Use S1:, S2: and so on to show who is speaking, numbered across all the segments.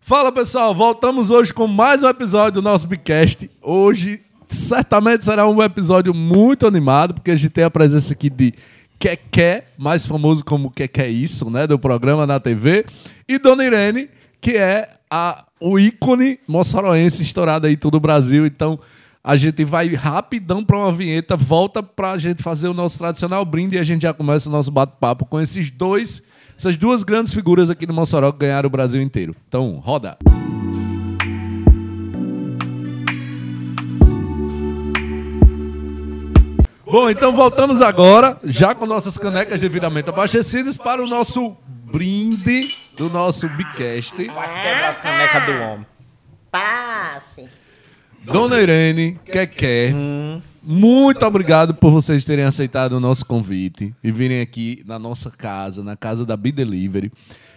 S1: Fala pessoal, voltamos hoje com mais um episódio do nosso Bicast. Hoje certamente será um episódio muito animado, porque a gente tem a presença aqui de Keké, mais famoso como Keké Isso, né? Do programa na TV, e Dona Irene, que é a, o ícone moçaroense estourado aí em todo o Brasil. Então a gente vai rapidão para uma vinheta, volta para a gente fazer o nosso tradicional brinde e a gente já começa o nosso bate-papo com esses dois, essas duas grandes figuras aqui no Mossoró que ganharam o Brasil inteiro. Então, roda! Bom, então voltamos agora, já com nossas canecas devidamente abastecidas, para o nosso brinde do nosso Bicast.
S2: Quebra a caneca do homem.
S3: Passe.
S1: Dona Irene, Keké, muito obrigado por vocês terem aceitado o nosso convite e virem aqui na nossa casa, na casa da Be Delivery.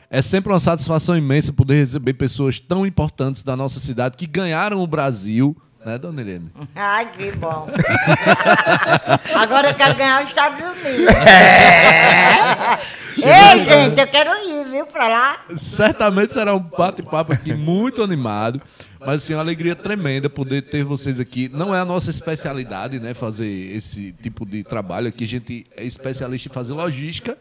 S1: É sempre uma satisfação imensa poder receber pessoas tão importantes da nossa cidade que ganharam o Brasil, né, Dona Irene?
S3: Ai, que bom. Agora eu quero ganhar os Estados Unidos. É. Ei, gente, eu quero ir, viu, pra lá.
S1: Certamente será um bate-papo aqui muito animado, mas assim, uma alegria tremenda poder ter vocês aqui. Não é a nossa especialidade, né, fazer esse tipo de trabalho aqui. A gente é especialista em fazer logística,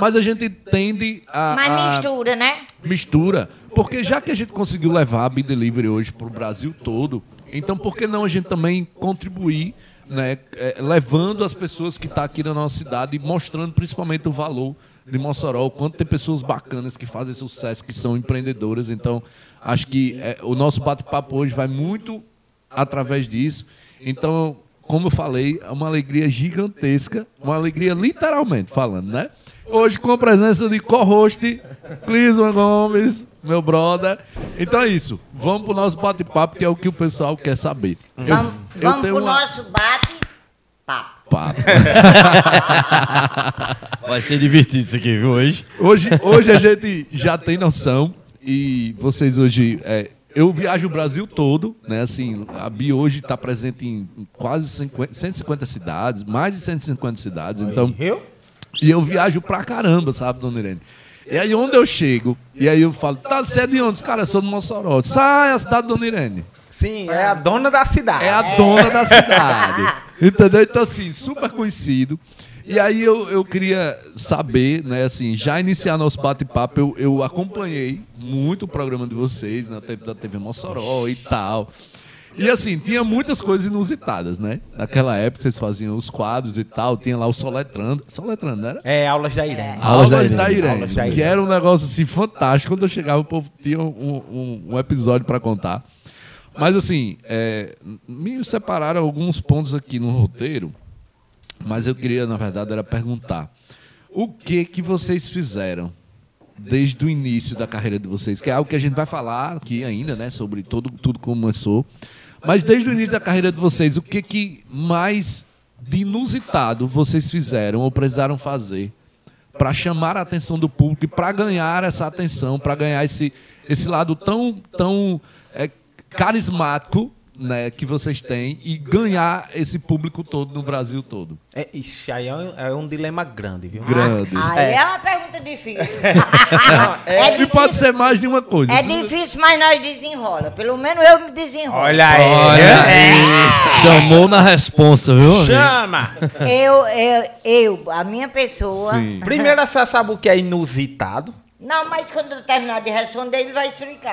S1: mas a gente tende a,
S3: Mas
S1: a-
S3: mistura, né?
S1: mistura, porque já que a gente conseguiu levar a Be Delivery hoje para o Brasil todo, então por que não a gente também contribuir, né, eh, levando as pessoas que estão aqui na nossa cidade e mostrando principalmente o valor de Mossoró, o quanto tem pessoas bacanas que fazem sucesso, que são empreendedoras. Então, acho que eh, o nosso bate-papo hoje vai muito através disso. Então, como eu falei, é uma alegria gigantesca, uma alegria literalmente falando, né? Hoje com a presença de co-host Clisman Gomes, meu brother. Então é isso, vamos pro nosso bate-papo, que é o que o pessoal quer saber. Eu,
S3: Vamos,
S1: eu
S3: vamos
S1: tenho
S3: pro
S1: um
S3: nosso bate-papo.
S1: papo.
S4: Vai ser divertido isso aqui, viu, hoje?
S1: Hoje, hoje a gente já tem noção e vocês hoje. é, eu viajo o Brasil todo, né? Assim, a Bi hoje está presente em quase 50, 150 cidades, mais de 150 cidades. Então,
S2: Viu?
S1: e eu viajo pra caramba, sabe, dona Irene? E aí, onde eu chego, e aí eu falo, tá, você é de onde? Cara, eu sou de Mossoró. Sai a cidade, dona Irene.
S2: Sim, é a dona da cidade.
S1: É a dona da cidade. Entendeu? Então, assim, super conhecido. E aí eu, eu queria saber, né, assim, já iniciar nosso bate-papo, eu, eu acompanhei muito o programa de vocês na tempo da TV Mossoró e tal. E assim, tinha muitas coisas inusitadas, né? Naquela época vocês faziam os quadros e tal, tinha lá o Soletrando. Soletrando, né? não era?
S2: É, aulas da Irene.
S1: Aulas da Irene.
S2: Aulas da Irene.
S1: Que era um negócio assim fantástico. Quando eu chegava, o povo tinha um, um- um episódio para contar. Mas assim, é, me separaram alguns pontos aqui no roteiro, mas eu queria, na verdade, era perguntar o que que vocês fizeram desde o início da carreira de vocês, que é algo que a gente vai falar aqui ainda, né, sobre todo, tudo como começou. Mas desde o início da carreira de vocês, o que que mais de inusitado vocês fizeram ou precisaram fazer para chamar a atenção do público e para ganhar essa atenção, para ganhar esse, esse lado tão, tão é, carismático né, que vocês têm e ganhar esse público todo no Brasil todo?
S2: É, ixi, aí é um, é um dilema grande, viu?
S1: Grande.
S3: Aí é. uma pergunta difícil.
S2: é-
S3: é
S1: E pode ser mais de uma coisa.
S3: É
S1: Se-
S3: difícil, mas nós desenrola. Pelo menos eu me desenrolo.
S2: Olha aí. É,
S4: Olha
S1: É.
S4: aí. Chamou na responsa, viu, amigo?
S2: Chama!
S3: Eu, eu, eu, a minha pessoa.
S1: Sim.
S2: Primeiro, você sabe o que é inusitado?
S3: Não, mas quando eu terminar de responder, ele vai explicar.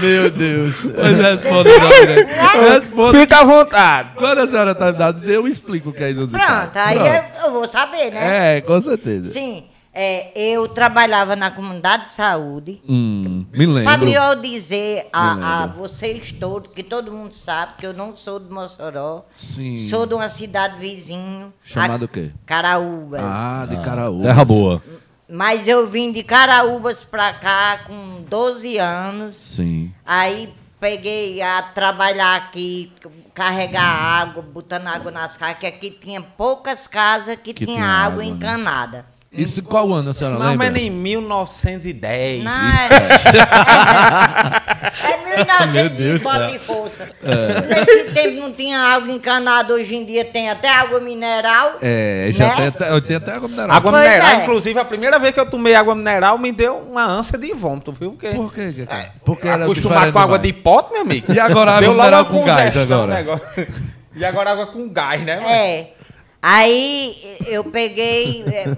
S1: Meu Deus. Mas responda, Gabriel.
S3: É.
S1: Responda.
S2: Fica à vontade.
S1: Quando a senhora tá dando, eu explico o que é inusitado.
S3: Pronto, aí
S1: Pronto.
S3: eu, eu vou saber, né?
S1: É, com certeza.
S3: Sim, é, eu trabalhava na comunidade de saúde.
S1: Hum, me
S3: Para
S1: lembro.
S3: melhor dizer a, a
S1: lembro.
S3: vocês todos, que todo mundo sabe que eu não sou de Mossoró,
S1: Sim.
S3: sou de uma cidade vizinho.
S1: Chamada
S3: a-
S1: o quê?
S3: Caraúbas.
S1: Ah, de Caraú.
S4: Terra boa.
S3: Mas eu vim de Caraúbas para cá com 12 anos.
S1: Sim.
S3: Aí peguei a trabalhar aqui, c- carregar água, botando água nas casas, que aqui tinha poucas casas que,
S1: Que
S3: tinha
S1: tinha
S3: água
S1: água, né?
S3: encanada.
S5: Isso em qual ano a senhora
S2: Não,
S5: lembra?
S2: mas em 1910.
S3: Não, é- é
S4: Meu
S3: 1900
S4: Deus
S3: e
S4: do
S3: bota
S4: céu.
S3: e força. Nesse tempo não tinha água encanada, hoje em dia tem até água mineral.
S1: É, já
S3: Né?
S1: tem até, eu tenho até água mineral.
S2: Água
S3: Pois
S2: mineral,
S3: é.
S2: inclusive, a primeira vez que eu tomei água mineral me deu uma ânsia de vômito, viu? Porque
S5: Por quê,
S3: É.
S5: cara? Porque era
S2: acostumado
S5: diferente
S2: com água
S5: demais.
S2: de pote, meu amigo.
S1: E agora água
S2: Deu logo
S1: mineral
S2: uma
S1: com gás
S2: congestão
S1: agora?
S2: o negócio. E agora água com gás, né? mano?
S3: É. Aí eu peguei. é,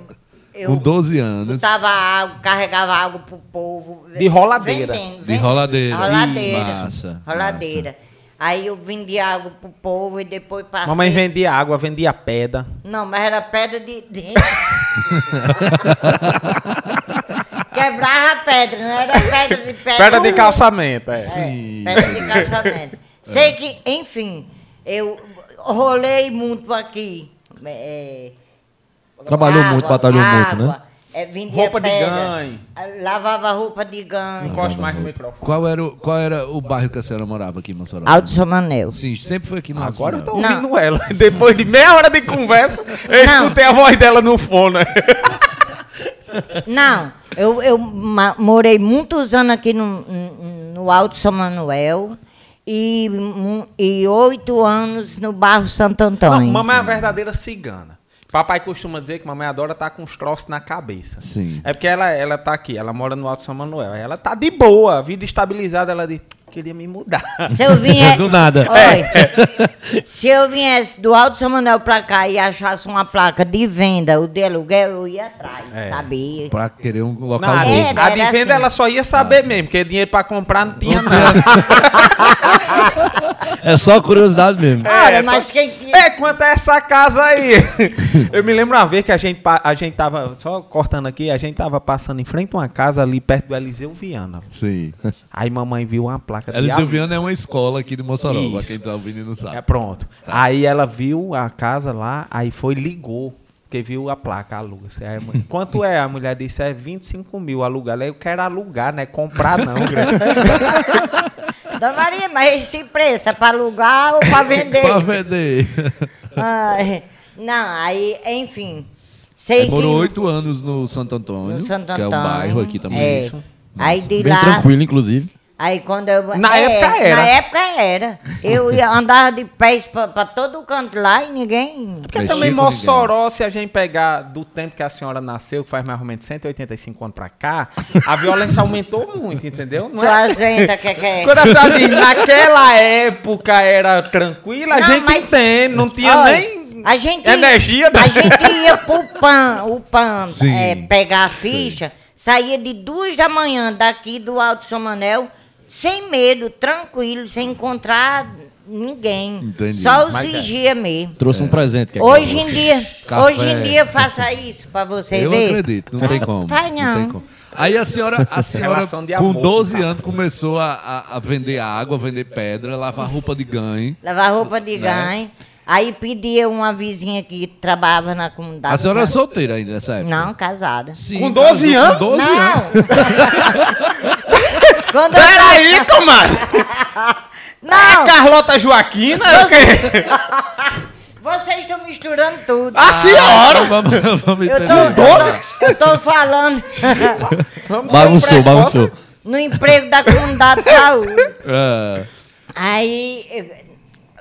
S3: Eu
S1: Com 12 anos.
S3: botava água, carregava água pro povo.
S2: De roladeira.
S3: Vendendo,
S5: De
S3: vendendo.
S5: roladeira.
S3: Roladeira.
S5: Ih, massa,
S3: Roladeira. Aí eu vendia água pro povo e depois passei.
S2: Mamãe vendia água, vendia pedra.
S3: Não, mas era pedra de. de- Quebrava a pedra, não era pedra de pedra.
S2: Pedra de calçamento, é.
S3: É, pedra de calçamento.
S4: É.
S3: Sei que, enfim, eu rolei muito aqui. é,
S4: Trabalhou muito, batalhou muito, né?
S3: é, vendia
S2: Roupa de
S3: pedra,
S2: ganho.
S3: Lavava roupa de
S2: Não
S3: ganho.
S2: encoste mais no microfone.
S5: Qual era, o, qual era o bairro que a senhora morava aqui, Mossoró?
S4: Ah.
S3: Alto Somanel.
S5: Sim, sempre foi aqui no Alto
S2: Agora eu tô
S5: Manoel.
S3: Não.
S2: ouvindo ela. Depois de meia hora de conversa, eu
S3: Não.
S2: escutei a voz dela no fone.
S3: Não, eu, eu ma- morei muitos anos aqui no, no Alto São Manuel e mu- e oito anos no bairro Santo Antônio.
S2: Mamãe é a verdadeira cigana. Papai costuma dizer que mamãe adora estar com os troços na cabeça.
S1: Sim.
S2: É porque ela, ela tá aqui, ela mora no Alto São Manuel. Ela tá de boa, vida estabilizada. Ela diz, queria me mudar.
S3: Se eu viesse.
S4: Do nada.
S2: É.
S3: Oi. se eu viesse do Alto São Manuel pra cá e achasse uma placa de venda ou de aluguel, eu ia atrás,
S2: É.
S3: sabia?
S2: tá
S5: Pra querer um local
S2: Nada.
S5: novo.
S3: É.
S2: a de
S3: era
S2: venda
S3: assim.
S2: ela só ia saber mesmo, porque dinheiro pra comprar Ah, não tinha nada.
S4: É só curiosidade mesmo.
S3: Olha, mas quem que-
S2: É, quanto é essa casa aí? Eu me lembro uma vez que a gente, pa- a gente tava, só cortando aqui, a gente tava passando em frente a uma casa ali perto do Eliseu Viana.
S1: Sim.
S2: Aí mamãe viu uma placa de
S5: Eliseu
S2: aviso.
S5: Viana é uma escola aqui de Mossoró, pra
S2: Isso.
S5: quem tá ouvindo e não
S2: É,
S5: sabe.
S2: pronto. Aí ela viu a casa lá, aí foi, ligou, porque viu a placa, aluga. Aí, a mulher, Quanto é? A mulher disse, é 25 mil alugar. Ela, Eu quero alugar, né? Comprar não. grande."
S3: Dona Maria, mas esse preço é pra alugar ou pra
S2: É
S3: vender?
S5: Pra vender.
S3: Ai, não, aí, enfim. Sei
S5: Ele morou
S3: que...
S5: oito anos no Santo Antônio,
S3: No Santo
S5: que é um
S3: Antônio.
S5: bairro aqui também.
S3: É.
S5: Isso.
S3: Aí de
S4: Bem
S3: lá.
S4: tranquilo, inclusive.
S3: Aí quando eu. é,
S2: Na época era.
S3: Na época era. Eu ia- andava de pés pra, pra todo canto lá e ninguém.
S2: Porque
S5: Mexia
S2: também
S5: com ninguém.
S2: Mossoró, se a gente pegar do tempo que a senhora nasceu, que faz mais ou menos 185 anos pra cá, a violência aumentou muito, entendeu? Não é-
S3: Sua gente que quer.
S2: Quando a senhora diz, naquela época era tranquila, a
S3: Não,
S2: gente
S3: mas-
S2: entende, não tinha
S3: Olha,
S2: nem
S3: a gente,
S2: energia. né?
S3: A gente ia pro PAN, o PAN
S5: Sim,
S3: é, pegar a ficha, saía de duas da manhã daqui do Alto São Manel, sem medo, tranquilo, sem encontrar ninguém.
S5: Entendi.
S3: Só os
S2: Mas é.
S3: vigia mesmo.
S4: Trouxe um presente. que é
S3: Hoje em
S4: você.
S3: dia,
S5: café.
S3: hoje em dia faça isso pra você
S5: Eu
S3: ver.
S5: acredito, não
S3: Tá
S5: tem como.
S3: Vai
S5: tem
S3: não.
S5: como. Aí a senhora, a senhora
S2: Relação de
S5: com
S2: amor,
S5: 12
S2: tá?
S5: anos, começou a, a, a vender água, vender pedra, lavar roupa de ganho.
S3: Lavar roupa
S5: Né?
S3: de ganho. Aí pedia uma vizinha que trabalhava na comunidade.
S5: A senhora é
S3: sabe?
S5: solteira ainda nessa época?
S3: Tá Não, casada.
S5: Sim,
S2: Com 12
S5: casou
S2: anos?
S5: Com 12
S3: não.
S5: anos.
S3: Quando eu-
S2: Peraí, comadre!
S3: Não,
S2: Carlota Joaquina? eu que-
S3: vocês estão misturando tudo.
S2: A senhora!
S5: Vamos, vamos
S3: eu,
S5: entender.
S3: tô, eu,
S2: doze?
S3: tô, eu tô falando um
S4: Bagunçou, bagunçou.
S3: no emprego da comunidade de saúde.
S5: É,
S3: Aí, eu-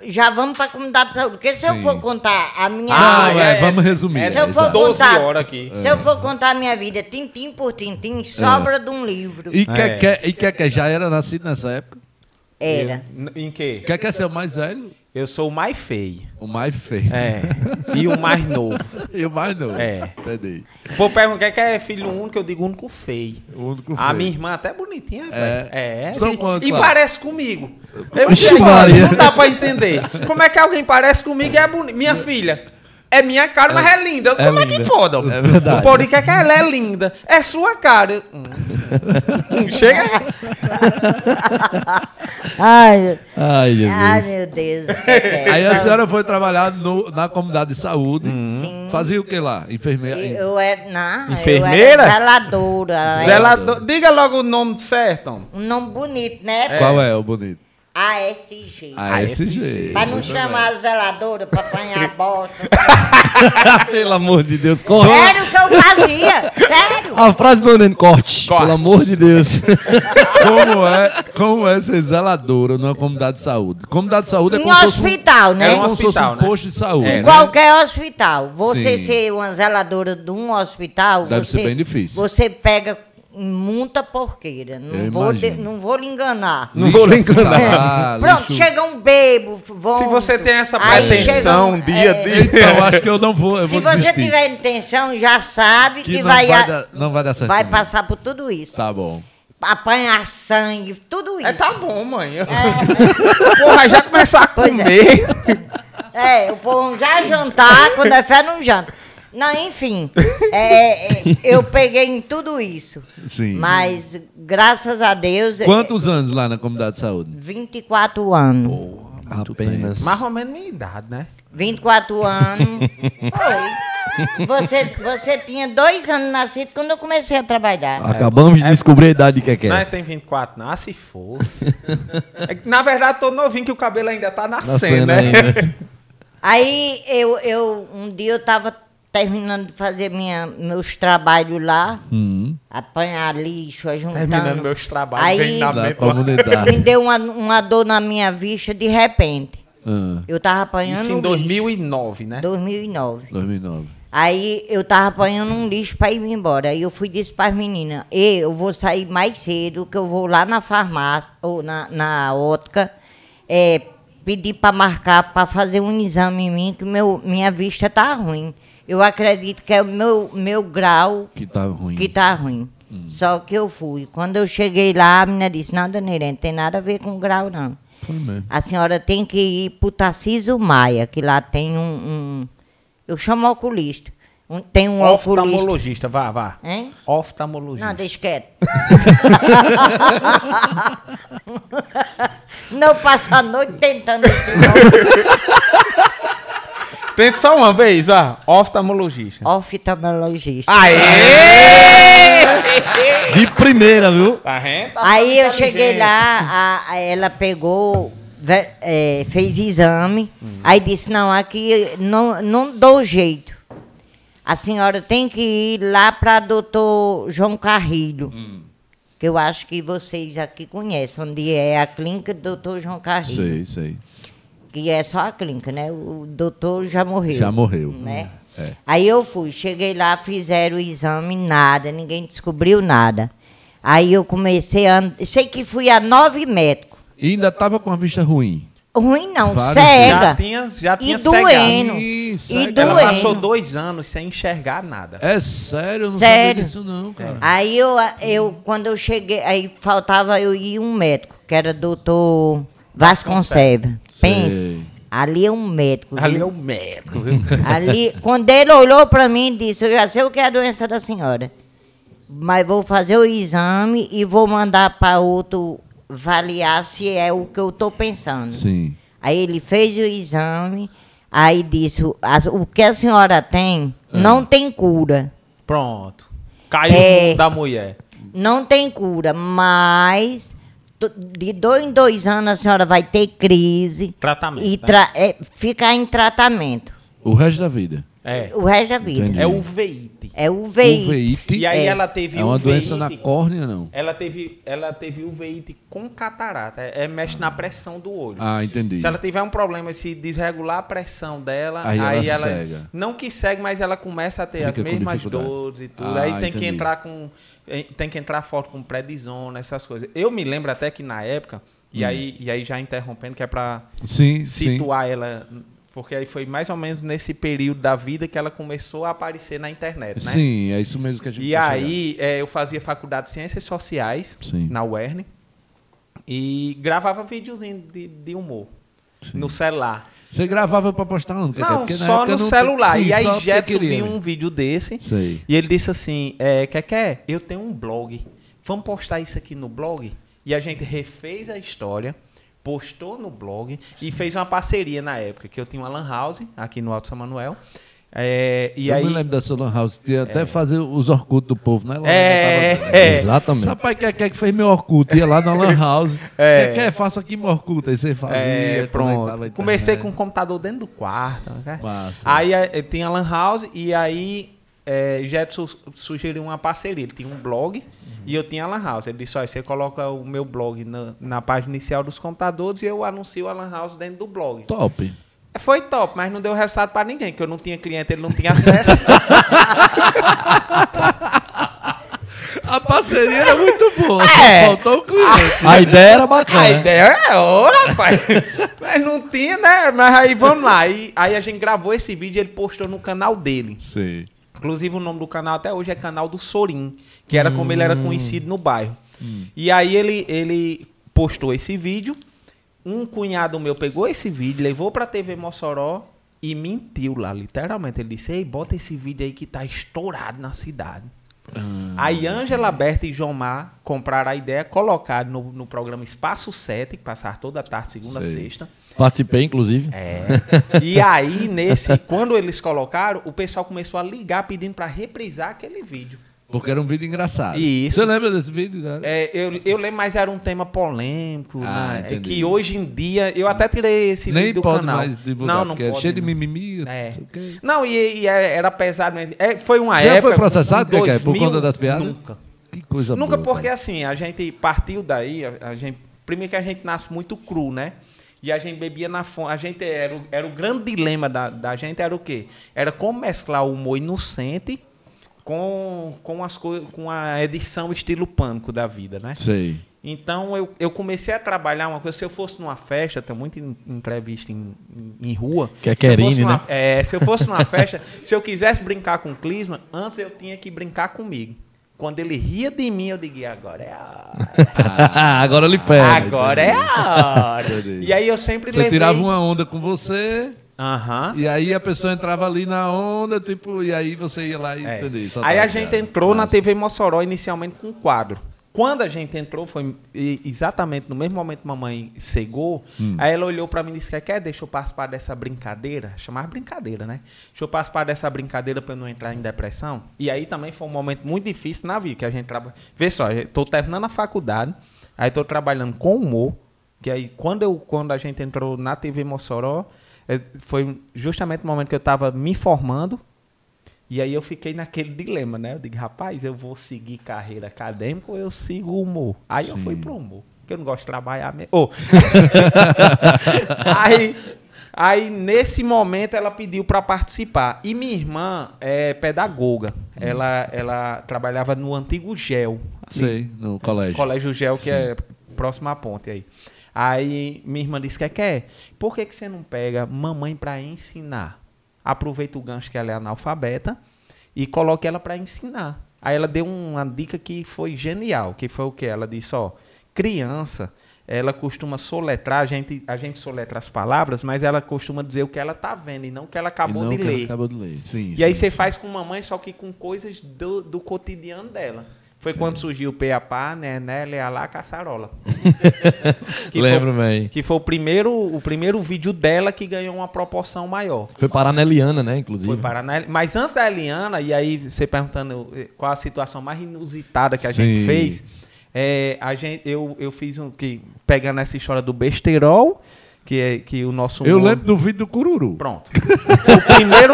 S3: já vamos pra comunidade de saúde. Porque se eu
S5: Sim.
S3: for contar a minha...
S5: Ah, é, vamos resumir,
S2: É,
S5: Se eu
S3: for
S2: 12
S3: contar-
S2: horas aqui.
S3: Se eu for contar a minha vida tintim por tintim, sobra de um livro.
S5: É. E Keké,
S2: É.
S5: e Keké já era nascido nessa época?
S3: Era.
S2: Eu- em quê?
S5: Keké é o mais velho,
S2: Eu sou o mais feio.
S5: o mais feio
S2: É. E o mais novo.
S5: e o mais novo.
S2: É.
S5: Entendi.
S2: Pô, perguntar que é filho único, eu digo único feio.
S5: O único
S2: A
S5: feio.
S2: minha irmã até é bonitinha,
S5: É.
S2: velho. É.
S5: São
S2: e,
S5: quantos
S2: e
S5: lá?
S2: parece comigo. Eu
S4: Vixe,
S2: digo,
S4: Maria.
S2: Não dá pra entender. Como é que alguém parece comigo e é bonito? Minha filha. É minha cara, mas é linda. Como é
S4: linda.
S2: que podam?
S4: É verdade.
S2: O povo diz que é que ela é linda. É sua cara. Eu- hum. Hum, Chega.
S3: Ai,
S4: Ai,
S3: ai,
S4: Jesus.
S3: meu Deus. que é
S5: Aí a
S3: essa?
S5: senhora foi trabalhar no- na comunidade de saúde.
S2: Uhum.
S3: Sim.
S5: Fazia o que lá? Enfermeira.
S3: Eu era, não, Eu
S2: Enfermeira?
S3: era zeladora.
S2: Zelador- Diga logo o nome certo. homem.
S1: É.
S3: Um nome bonito, né?
S5: Qual é o bonito?
S3: ASG.
S1: Ah, ASG.
S3: Pra não chamar a zeladora pra apanhar a bosta.
S4: Pelo amor de Deus, corre.
S3: Sério que eu fazia. Sério.
S1: Ah,
S4: A frase
S1: é
S4: do Nene, corte.
S2: Corte.
S4: Pelo amor de Deus.
S1: Como é, como é ser zeladora numa comunidade de saúde? Comunidade de saúde é
S3: Em
S1: como se fosse um,
S3: hospital, né?
S1: é
S2: um
S1: como se fosse
S2: hospital,
S1: um
S2: né?
S1: posto de saúde.
S2: É,
S1: né?
S3: Em qualquer hospital. Você
S1: Sim.
S3: ser uma zeladora de um hospital.
S1: Deve
S3: você,
S1: ser bem difícil.
S3: Você pega muita porqueira. Não,
S1: Eu
S3: vou, de-
S1: imagino. Ah,
S3: não vou lhe enganar.
S4: Não vou lhe
S1: hospitalar,
S3: Pronto,
S1: lixo-
S3: chega um bebo.
S2: Se você tem essa
S3: Aí chega
S2: pretensão
S3: um-
S2: dia a
S3: é,
S2: dia.
S1: Então, acho que eu não vou, eu
S3: Se
S1: vou
S3: você
S1: desistir.
S3: tiver intenção, já sabe que,
S1: que não
S3: vai,
S1: vai,
S3: a-
S1: dar, não vai dar certo.
S3: vai
S1: comigo.
S3: passar por tudo isso.
S1: Tá bom.
S3: Apanhar sangue, tudo isso.
S2: É, tá bom, mãe. Porra, já começou a
S3: Pois é.
S2: comer.
S3: É, o povo já jantar, quando é fé não janta. Não, enfim, é, é, eu peguei em tudo isso.
S1: Sim.
S3: Mas, graças a Deus... é,
S1: Quantos anos lá na comunidade de saúde?
S3: 24 anos.
S4: Apenas.
S2: Mais ou menos minha idade, né?
S3: 24 anos. Foi. Você, você tinha dois anos nascido quando eu comecei a trabalhar.
S4: Acabamos de descobrir a idade que é que
S2: Não é,
S4: é.
S2: tem 24, não. Ah, se fosse. É que, na verdade, tô novinho que o cabelo ainda tá nascendo,
S4: Nascendo
S2: né?
S4: ainda.
S3: Aí eu, eu um dia eu estava terminando de fazer minha, meus trabalhos lá,
S1: Hum,
S3: apanhar lixo, ajuntando.
S2: Terminando meus trabalhos, vem
S3: Tá.
S2: na
S3: Aí
S1: Da
S2: mesma-
S3: me
S1: comunidade.
S3: deu uma, uma dor na minha vista de repente.
S1: Ah,
S3: Eu tava apanhando
S2: Isso em
S3: um
S2: 2009, né?
S3: lixo. 2009.
S1: 2009.
S3: Aí eu tava apanhando um lixo para ir embora. Aí eu fui e disse para as meninas, "Ei, eu vou sair mais cedo, que eu vou lá na farmácia, ou na, na ótica, é, pedir para marcar, para fazer um exame em mim, que meu, minha vista tá ruim. Eu acredito que é o meu, meu grau
S1: Que tá ruim.
S3: que tá ruim.
S2: Hum.
S3: Só que eu fui. Quando eu cheguei lá, a menina disse, não, dona Irene, tem nada a ver com grau, não.
S1: Foi mesmo.
S3: A senhora tem que ir para o Tarcísio Maia, que lá tem um. um- eu chamo oculista. Um- tem um oculista.
S2: Oftalmologista, vá, vá.
S3: Hein? Não,
S2: Oftalmologista.
S3: deixa quieto. Não passo a noite tentando esse nome.
S2: Tenta só uma vez, ó. Oftalmologista.
S3: Oftalmologista.
S2: Aê!
S4: De primeira, viu?
S2: Tá vendo? Tá
S3: Aí eu
S2: ficando
S3: cheguei
S2: gente.
S3: lá, a- a- ela pegou, ve- é, fez exame,
S1: Uhum.
S3: aí disse, não, aqui não, não dou jeito. A senhora tem que ir lá para doutor João Carrilho,
S1: Hum.
S3: que eu acho que vocês aqui conhecem, onde é a clínica do doutor João
S1: Sei,
S3: Carrilho.
S1: sei.
S3: Que é só a clínica, né? O doutor já morreu.
S1: Já morreu.
S3: Né?
S1: É.
S3: Aí eu fui, cheguei lá, fizeram o exame, nada, ninguém descobriu nada. Aí eu comecei a. and- Sei que fui a nove médicos.
S1: E ainda tava com a vista ruim.
S3: Ruim não,
S1: Vários
S2: Já
S3: cega.
S2: tinha, já
S3: E
S2: tinha cegado.
S3: doendo.
S1: Ih,
S3: E
S1: cega.
S2: Ela passou
S3: doendo.
S2: dois anos sem enxergar nada.
S1: É sério? Eu não
S3: Sério.
S1: sabia
S3: Ah.
S1: disso não, cara.
S3: Aí eu, eu, quando eu cheguei, aí faltava eu ir um médico, que era doutor Vasconcelos.
S1: Sei.
S3: Pense. Ali é um médico.
S2: Ali é
S3: viu?
S2: o médico, viu?
S3: Ali, quando ele olhou para mim, disse: Eu já sei o que é a doença da senhora, mas vou fazer o exame e vou mandar para outro avaliar se é o que eu estou pensando.
S1: Sim.
S3: Aí ele fez o exame, aí disse: "O- as- O que a senhora tem
S1: É.
S3: não tem cura.
S2: Pronto. Caiu
S3: É.
S2: o mundo da mulher.
S3: Não tem cura, mas to- de dois em dois anos a senhora vai ter crise
S2: Tratamento.
S3: e
S2: né?
S3: tra- é, ficar em tratamento
S1: O resto da vida.
S2: É.
S3: o resto da vida.
S1: Entendi.
S2: É o veite.
S3: É o
S1: O
S3: veio.
S2: E aí
S3: É.
S2: ela teve
S1: É uma
S2: uveíte.
S1: doença na córnea, não.
S2: Ela teve, ela teve uveíte com catarata. É, é mexe na pressão do olho.
S1: Ah, entendi.
S2: Se ela tiver um problema, se desregular a pressão dela,
S1: Aí
S2: aí,
S1: ela
S2: ela,
S1: cega.
S2: não que segue, mas ela começa a ter
S1: Fica
S2: as
S1: com
S2: mesmas
S1: dificuldade.
S2: dores e tudo.
S1: Ah,
S2: aí tem que
S1: entendi.
S2: entrar com eh, tem que entrar forte com prednisona, essas coisas. Eu me lembro até que na época, e aí e aí já interrompendo que é pra
S1: Sim, Hum. sim.
S2: situar ela, porque aí foi mais ou menos nesse período da vida que ela começou a aparecer na internet, né?
S1: Sim, é isso mesmo que a gente
S2: E
S1: quer
S2: aí eh, eu fazia faculdade de ciências sociais
S1: Sim.
S2: na UERN e gravava videozinho de, de humor
S1: Sim.
S2: no
S1: chegar.
S2: celular.
S1: Você gravava pra postar onde? Cacá?
S2: Não,
S1: Porque na
S2: só
S1: época
S2: no
S1: não-
S2: celular.
S1: Sim,
S2: e aí
S1: só porque
S2: Jetson
S1: queria,
S2: viu
S1: né?
S2: um vídeo desse
S1: Sei.
S2: e ele disse assim, é, Keké, eu tenho um blog, vamos postar isso aqui no blog? E a gente refez a história, postou no blog e fez uma parceria na época, que eu tinha uma lan house aqui no Alto São Manuel É, e
S1: eu
S2: aí.
S1: me lembro da Solan House, que ia até fazer os Orkut do povo, né? Lá
S2: É,
S1: tava-
S2: é.
S4: Exatamente.
S1: Sabe, pai, quer, quer é que fez meu Orkut? Ia lá na Lan House.
S2: É.
S1: Quer, quer, faça aqui meu Orkut. Aí você fazia. conectava
S2: É,
S1: a
S2: pronto.
S1: internet.
S2: Comecei com o computador dentro do quarto. né?
S1: Massa.
S2: Aí eh, tinha Lan House e aí é, Jetson sugeriu uma parceria. Ele tinha um blog e eu tinha a Lan House. Ele disse, olha, você coloca o meu blog na, na página inicial dos computadores e eu anuncio a Lan House dentro do blog.
S1: Top.
S2: Foi top, mas não deu resultado pra ninguém, que eu não tinha cliente, ele não tinha acesso.
S1: É. A parceria era muito boa.
S2: É.
S1: Só faltou o cliente. né?
S4: A ideia era bacana.
S2: A ideia é, ô rapaz. Mas não tinha, né? Mas aí vamos lá. E, aí a gente gravou esse vídeo e ele postou no canal dele.
S1: Sei.
S2: Inclusive o nome do canal até hoje é canal do Sorim, que era como ele era conhecido no bairro. E aí ele, ele postou esse vídeo. Um cunhado meu pegou esse vídeo, levou pra TV Mossoró e mentiu lá, literalmente. Ele disse: Ei, bota esse vídeo aí que tá estourado na cidade. Aí Ângela Berta e Jomar compraram a ideia, colocaram no, no programa Espaço 7, que passava toda tarde, segunda a sexta.
S4: Participei, inclusive.
S2: É. E aí, nesse, quando eles colocaram, o pessoal começou a ligar pedindo pra reprisar aquele vídeo.
S1: Porque era um vídeo engraçado.
S2: Isso.
S1: Você lembra desse vídeo? né? Cara?
S2: É, eu, eu lembro, mas era um tema polêmico,
S1: Ah,
S2: né? É
S1: entendi.
S2: que hoje em dia, eu até tirei esse
S1: Nem
S2: vídeo do
S1: pode
S2: canal.
S1: mais divulgar,
S2: não, não
S1: porque
S2: pode.
S1: é cheio de
S2: não.
S1: mimimi.
S2: É.
S1: não sei o quê.
S2: Não, e, e é- era pesado mesmo. É, foi uma
S1: Você já
S2: época...
S1: foi processado,
S2: um
S1: Keké, por
S2: 2000?
S1: conta das piadas?
S2: Nunca.
S1: Que coisa
S2: Nunca
S1: boa.
S2: porque assim, a gente partiu daí, a, a gente, primeiro que a gente nasce muito cru, né? E a gente bebia na fonte. A gente era, o- era o grande dilema da, da gente era o quê? Era como mesclar o humor inocente com, com as coisas, com a edição estilo pânico da vida, né?
S1: Sei.
S2: Então eu, eu comecei a trabalhar uma coisa. Se eu fosse numa festa, tem muita en- entrevista em, em, em rua.
S4: Que é
S2: Se eu fosse
S4: Querine,
S2: numa-
S4: né?
S2: É, se eu fosse numa festa, se eu quisesse brincar com o Clisma, antes eu tinha que brincar comigo. Quando ele ria de mim, eu digo, "E agora é a hora.
S4: Agora ele pega.
S2: agora é a hora.
S1: Entendi.
S2: E aí eu sempre
S1: Você
S2: levei...
S1: tirava uma onda com você,
S2: Aham.
S1: e aí a pessoa entrava ali na onda, tipo, e aí você ia lá e
S2: É.
S1: entendi. só
S2: Aí
S1: tava
S2: a gente
S1: ligado.
S2: entrou na
S1: Massa.
S2: TV Mossoró inicialmente com um quadro. Quando a gente entrou, foi e- exatamente no mesmo momento que mamãe cegou.
S1: Hum.
S2: Aí ela olhou pra mim e disse: Quer, quer, deixa eu participar dessa brincadeira? Chamar brincadeira, né? Deixa eu participar dessa brincadeira pra eu não entrar em depressão. E aí também foi um momento muito difícil na vida, que a gente trabalha. Vê só, eu tô terminando a faculdade, aí tô trabalhando com humor. Que aí, quando, eu, quando a gente entrou na TV Mossoró, eh, foi justamente o momento que eu tava me formando. E aí eu fiquei naquele dilema, né? Eu digo, rapaz, eu vou seguir carreira acadêmica ou eu sigo o humor? Aí eu fui pro humor, porque eu não gosto de trabalhar mesmo. Ô. aí, aí, nesse momento, ela pediu para participar. E minha irmã é pedagoga. Ela, ela trabalhava no antigo GEL. ali
S1: Sei, no colégio.
S2: Colégio Gel, que é próximo à ponte aí. Aí minha irmã disse: Quer, quer? Por que, que você não pega mamãe pra ensinar? Aproveita o gancho que ela é analfabeta e coloque ela pra ensinar. Aí ela deu uma dica que foi genial, que foi o que? Ela disse: Ó, criança, ela costuma soletrar, a gente, a gente soletra as palavras, mas ela costuma dizer o que ela tá vendo e não o que ela acabou
S1: E não
S2: de
S1: que ela
S2: ler.
S1: Acabou de ler. Sim,
S2: E aí
S1: sim,
S2: você
S1: sim.
S2: faz com mamãe, só que com coisas do, do cotidiano dela. Foi quando surgiu o Peapá, Nené, Lealá, Caçarola. Que
S4: Lembro
S2: foi,
S4: bem.
S2: Que foi o primeiro, o primeiro vídeo dela que ganhou uma proporção maior.
S4: Foi parar na Eliana, né, inclusive.
S2: Foi
S1: Uhum.
S2: parar na El- Mas antes da Eliana, e aí você perguntando eh, qual a situação mais inusitada que a gente
S1: Sim.
S2: fez, eh, a gente, eu, eu fiz um. Que, pegando essa história do besterol, que, é, que o nosso.
S1: Eu
S2: humor-
S1: lembro do vídeo do Cururu.
S2: Pronto. Foi o primeiro,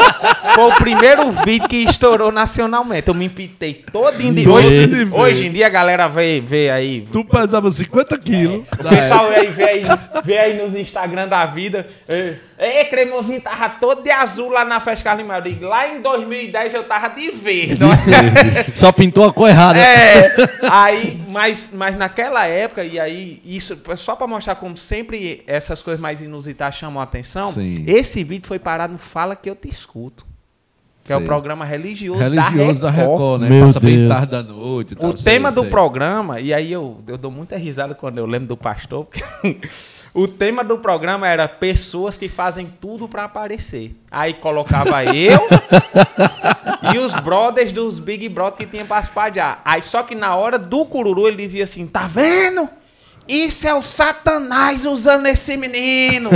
S2: foi o primeiro vídeo que estourou nacionalmente. Eu me empitei todo em dia.
S1: Todo
S2: Hoje,
S1: de
S2: hoje
S1: vez.
S2: em dia a galera vê, vê aí.
S1: Tu pesava 50 quilos.
S2: É. O pessoal aí vê, aí vê aí nos Instagram da vida. é, Ei, cremosinho, tava todo de azul lá na festa Carlinhos. Eu digo, lá em 2010 eu tava de verde.
S4: Só pintou a cor errada.
S2: É, aí, mas, mas naquela época, e aí, isso, só pra mostrar como sempre essas coisas mais inusitadas chamam a atenção,
S1: Sim.
S2: esse vídeo foi parar no Fala Que Eu Te Escuto. Que é o
S1: Sei.
S2: programa religioso,
S1: Religioso da Record, né?
S4: Meu
S1: Passa bem
S4: Deus.
S1: tarde da noite. e
S2: O
S1: tal, sei,
S2: tema do
S1: sei.
S2: programa, e aí eu, eu dou muita risada quando eu lembro do pastor, porque o tema do programa era pessoas que fazem tudo pra aparecer. Aí colocava eu e os brothers dos Big Brother que tinha participado já. Aí só que na hora do cururu ele dizia assim: tá vendo? Isso é o Satanás usando esse menino.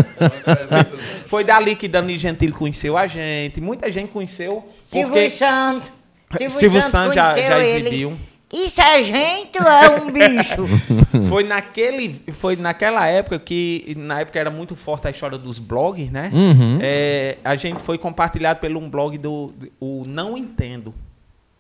S2: Foi dali que Dani Gentili conheceu a gente. Muita gente conheceu.
S3: Silvio Santos. Silvio,
S2: Silvio
S3: Santos
S2: Santos já-
S3: conheceu
S2: já
S3: ele.
S2: exibiu.
S3: Isso é gente ou é um bicho?
S1: Hum.
S2: Foi, naquele, foi naquela época que, na época era muito forte a história dos blogs, né?
S1: Uhum.
S2: É, a gente foi compartilhado pelo um blog do, do- o Não Entendo,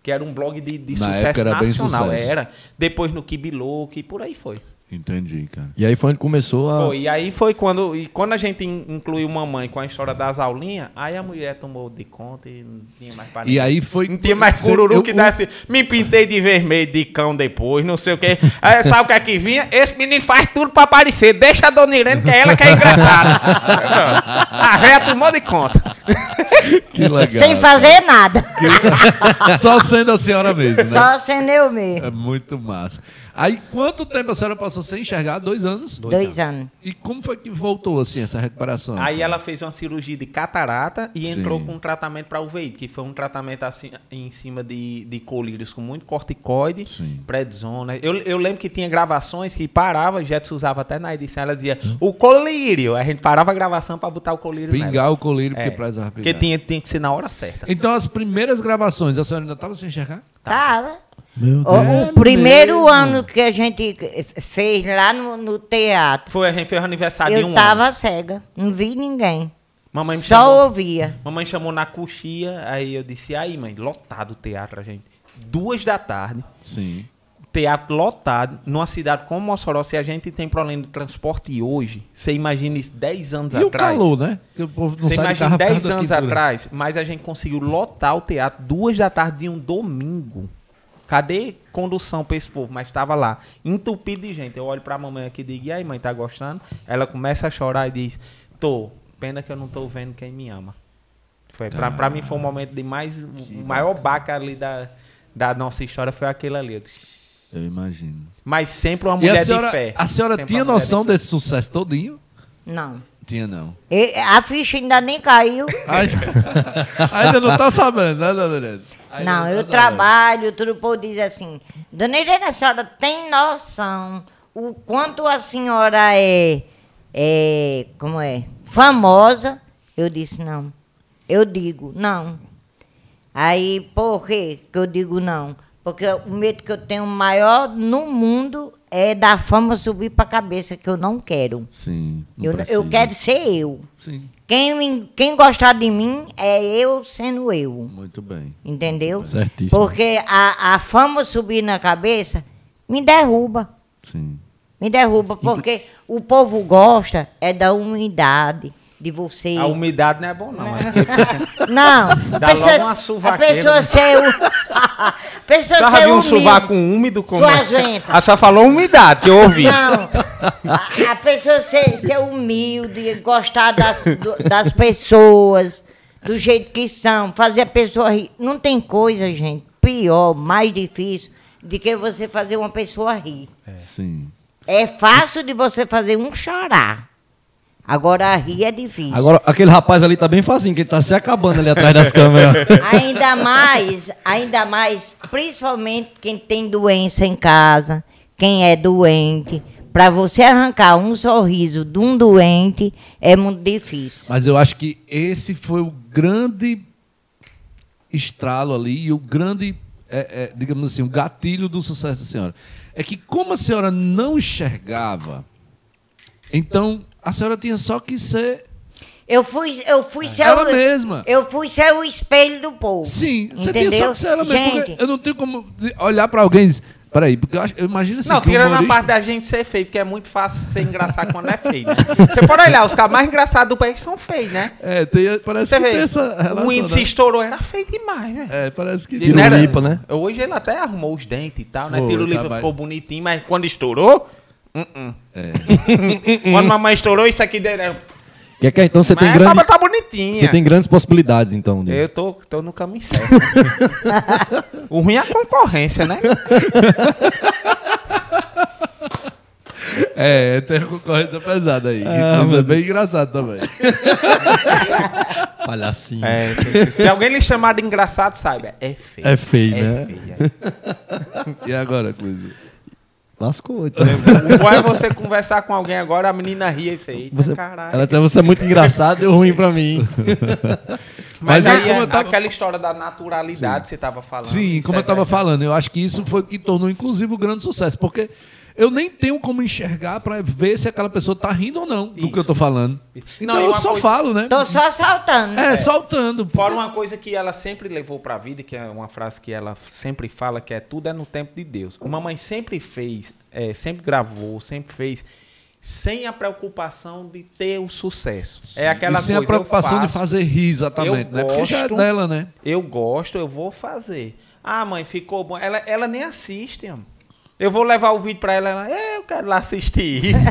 S2: que era um blog de, de
S1: Na
S2: sucesso
S1: época era bem
S2: nacional.
S1: sucesso.
S2: Era. Depois no Kibilow, que por aí foi.
S1: Entendi, cara.
S4: E aí foi onde
S1: Ah.
S4: começou a.
S2: Foi, e aí foi quando, e quando a gente in- incluiu mamãe com a história das aulinhas, aí a mulher tomou de conta e não tinha mais para
S1: E aí foi.
S2: Não tinha mais
S1: Cê-
S2: cururu
S1: eu-
S2: que desse. Me pintei de vermelho de cão depois, não sei o quê. Aí, sabe o que é que vinha? Esse menino faz tudo pra aparecer. Deixa a dona Irene, que é ela que é engraçada. a véia tomou de conta.
S1: Que legal.
S3: Sem fazer nada.
S1: Só sendo a senhora mesmo, né?
S3: Só sendo eu mesmo.
S1: É muito massa. Aí, quanto tempo a senhora passou sem enxergar? Dois anos?
S3: Dois anos.
S1: E como foi que voltou, assim, essa recuperação?
S2: Aí ela fez uma cirurgia de catarata e entrou
S1: Sim.
S2: com um tratamento para UVI, que foi um tratamento assim em cima de, de colírios com muito corticoide,
S1: Sim.
S2: prednisona. Eu, eu lembro que tinha gravações que parava, Jetson usava até na edição, ela dizia, o colírio. A gente parava a gravação para botar o colírio nela.
S1: Pingar o coleiro porque
S2: É,
S1: precisava
S2: porque
S1: pingar.
S2: tinha, tinha que ser na hora certa.
S1: Então, as primeiras gravações, a senhora ainda estava sem enxergar?
S2: Tá.
S3: Tava.
S4: Meu
S3: Tá, né? O, o primeiro ano que a gente fez lá no, no teatro,
S2: Foi, a gente fez o aniversário de
S3: eu
S2: um
S3: tava
S2: ano.
S3: cega, não vi ninguém.
S2: Mamãe me
S3: Só
S2: chamou.
S3: ouvia.
S2: Mamãe chamou na coxia, aí eu disse, aí mãe, lotado o teatro, a gente. Duas da tarde,
S1: Sim.
S2: teatro lotado, numa cidade como Mossoró, se a gente tem problema de transporte hoje, você imagina isso 10 anos
S1: E o
S2: atrás.
S1: calor, né? Porque o povo não
S2: Você
S1: sai de carro por
S2: imagina 10
S1: causa da
S2: anos
S1: quintura.
S2: atrás, mas a gente conseguiu lotar o teatro duas da tarde de um domingo. Cadê condução pra esse povo? Mas estava lá, entupido de gente. Eu olho pra mamãe aqui e digo, e aí mãe, tá gostando? Ela começa a chorar e diz, tô, pena que eu não tô vendo quem me ama. Foi, pra, pra mim foi
S1: Ah.
S2: um momento de mais, o maior baca ali da, da nossa história foi aquele ali. Eu disse, "Shh."
S1: Eu imagino.
S2: Mas sempre uma
S1: e
S2: mulher
S1: a senhora,
S2: de fé.
S1: a senhora
S2: Sempre
S1: tinha
S2: uma mulher de
S1: noção
S2: fé.
S1: desse sucesso todinho?
S3: Não.
S1: Tinha, não.
S3: E- a ficha ainda nem caiu.
S1: Ai- ainda não tá sabendo, né, dona Irene? Ainda
S3: não,
S1: tá
S3: eu
S1: sabendo.
S3: trabalho, tudo povo diz assim, Dona Irene, a senhora tem noção o quanto a senhora é, é, como é, famosa? Eu disse, não. Eu digo, não. Aí, por que que eu digo não? Porque o medo que eu tenho maior no mundo é da fama subir para a cabeça, que eu não quero.
S1: Sim. não
S3: Eu,
S1: precisa.
S3: eu quero ser eu.
S1: Sim.
S3: Quem, me- quem gostar de mim é eu sendo eu.
S1: Muito bem.
S3: Entendeu?
S4: Certíssimo.
S3: Porque a, a fama subir na cabeça me derruba.
S1: Sim.
S3: Me derruba. Porque o povo gosta é da unidade de você.
S2: A umidade não é bom, não. É
S3: Não,
S2: Dá
S3: a pessoa,
S2: logo uma
S3: a
S2: suvaqueira, né?
S3: pessoa ser. u- a pessoa
S2: Já
S3: ser
S2: viu um
S3: é humilde.
S2: sovaco úmido como.
S3: Suazenta.
S2: A senhora falou umidade, que eu ouvi.
S3: Não. A, a pessoa ser, ser humilde, gostar das, do- das pessoas, do jeito que são, fazer a pessoa rir. Não tem coisa, gente, pior, mais difícil do que você fazer uma pessoa rir.
S1: Sim.
S3: É fácil de você fazer um chorar. Agora rir é difícil.
S4: Agora, aquele rapaz ali tá bem facinho, que ele tá se acabando ali atrás das câmeras.
S3: Ainda mais, ainda mais, principalmente quem tem doença em casa, quem é doente. Para você arrancar um sorriso de um doente é muito difícil.
S1: Mas eu acho que esse foi o grande estralo ali e o grande, é, é, digamos assim, o gatilho do sucesso da senhora. É que como a senhora não enxergava, então a senhora tinha só que ser
S3: Eu fui, eu fui ser
S1: ela
S3: o,
S1: mesma.
S3: eu fui ser o espelho do povo.
S1: Sim, você tinha só
S3: entendeu?
S1: que ser ela mesma. porque
S3: Gente,
S1: Eu não tenho como de- olhar pra alguém e dizer, peraí, porque eu, acho- eu imagino assim,
S2: Não,
S1: que o
S2: tirando a
S1: humorista-
S2: parte da gente ser feio, porque é muito fácil ser engraçado quando é feio, né? Você pode olhar, os caras mais engraçados do país são feios, né?
S1: É, tem- parece
S2: Você
S1: que
S2: vê, um
S1: tem essa relação,
S2: o índice
S1: né?
S2: estourou, era feio demais, né?
S1: É, parece que...
S4: Tiro
S2: Não era-
S4: limpo, né?
S2: Hoje ele até arrumou os dentes e tal, né?
S1: Foi,
S2: Tiro limpo
S1: trabalho.
S2: ficou bonitinho, mas quando estourou... uh-uh. quando mamãe estourou, isso aqui dele era...
S4: Quer que então você
S2: Mas
S4: tem
S2: a
S4: grande.
S2: barba tá bonitinha.
S4: Você tem grandes possibilidades, então. de-
S2: Eu tô, tô no caminho certo. o ruim é a concorrência, né?
S1: É, tem uma concorrência pesada aí.
S3: Ah,
S1: que coisa bem engraçado também.
S4: Palhacinho.
S2: É, se alguém lhe chamar de engraçado, saiba, é feio.
S4: É feio, né?
S2: feio, é.
S1: E agora, Cruz?
S4: Lascou, então.
S2: Ou é você conversar com alguém agora, a menina ria isso aí.
S4: Você,
S2: caralho.
S4: ela disse, você é muito engraçado, deu ruim pra mim.
S2: Mas,
S1: Mas
S2: aí,
S1: aí, como
S2: é
S1: eu tava-
S2: aquela história da naturalidade que você tava falando.
S1: Sim,
S2: isso
S1: como
S2: é
S1: eu estava
S2: verdade.
S1: falando, eu acho que isso foi o que tornou, inclusive, o grande sucesso. Porque eu nem tenho como enxergar para ver se aquela pessoa tá rindo ou não do
S2: Isso.
S1: que eu tô falando. Então
S2: Não, e
S1: eu
S2: uma
S1: só
S2: coisa- Então, assim,
S1: falo, né?
S3: Tô só saltando.
S1: É, soltando.
S2: Fora uma coisa que ela sempre levou pra vida, que é uma frase que ela sempre fala, que é tudo é no tempo de Deus. A mamãe sempre fez, é, sempre gravou, sempre fez, sem a preocupação de ter o sucesso. É aquela
S1: e sem
S2: coisa,
S1: a preocupação
S2: eu
S1: de
S2: faço,
S1: fazer rir, exatamente,
S2: eu
S1: né? Porque já é
S2: gosto.
S1: dela, né?
S2: Eu gosto, eu vou fazer. Ah, mãe, ficou bom. Ela, ela nem assiste, amor. Eu vou levar o vídeo pra ela, ela, "É, eu quero lá assistir isso.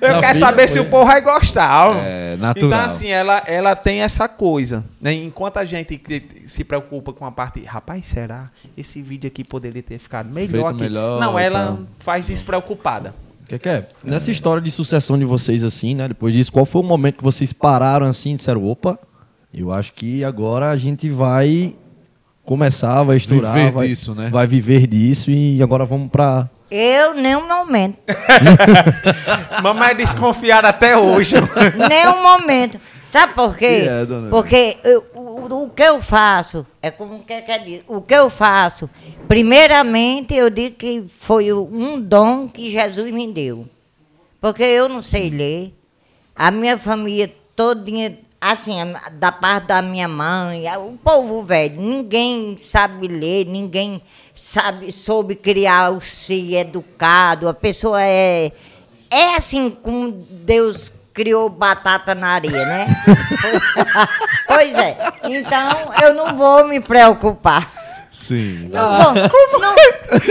S2: eu
S1: Na
S2: quero
S1: vida,
S2: saber se o povo vai gostar. amor.
S1: É, natural.
S2: Então, assim, ela, ela tem essa coisa. né? Enquanto a gente que se preocupa com a parte, rapaz, será? Esse vídeo aqui poderia ter ficado melhor
S1: Feito
S2: aqui.
S1: melhor
S2: Não,
S1: e
S2: ela
S1: tal.
S2: faz despreocupada.
S4: Que que é? Nessa história de sucessão de vocês, assim, né? Depois disso, qual foi o momento que vocês pararam assim e disseram, opa, eu acho que agora a gente vai começar, vai estourar.
S1: Viver
S4: vai,
S1: disso, né?
S4: Vai viver disso e agora vamos pra.
S3: Eu, nenhum momento.
S2: Mamãe é desconfiada até hoje.
S3: nenhum momento. Sabe por quê?
S1: E é, dona
S3: Porque eu- o, o que eu faço, é como que é que é dito, o que eu faço, primeiramente eu digo que foi o- um dom que Jesus me deu. Porque eu não sei ler. A minha família todinha, assim, a- da parte da minha mãe, a- o povo velho, ninguém sabe ler, ninguém sabe, soube criar o se educado. A pessoa é. É assim como Deus criou batata na areia, né? pois é. Então eu não vou me preocupar.
S1: Sim.
S3: Não vou.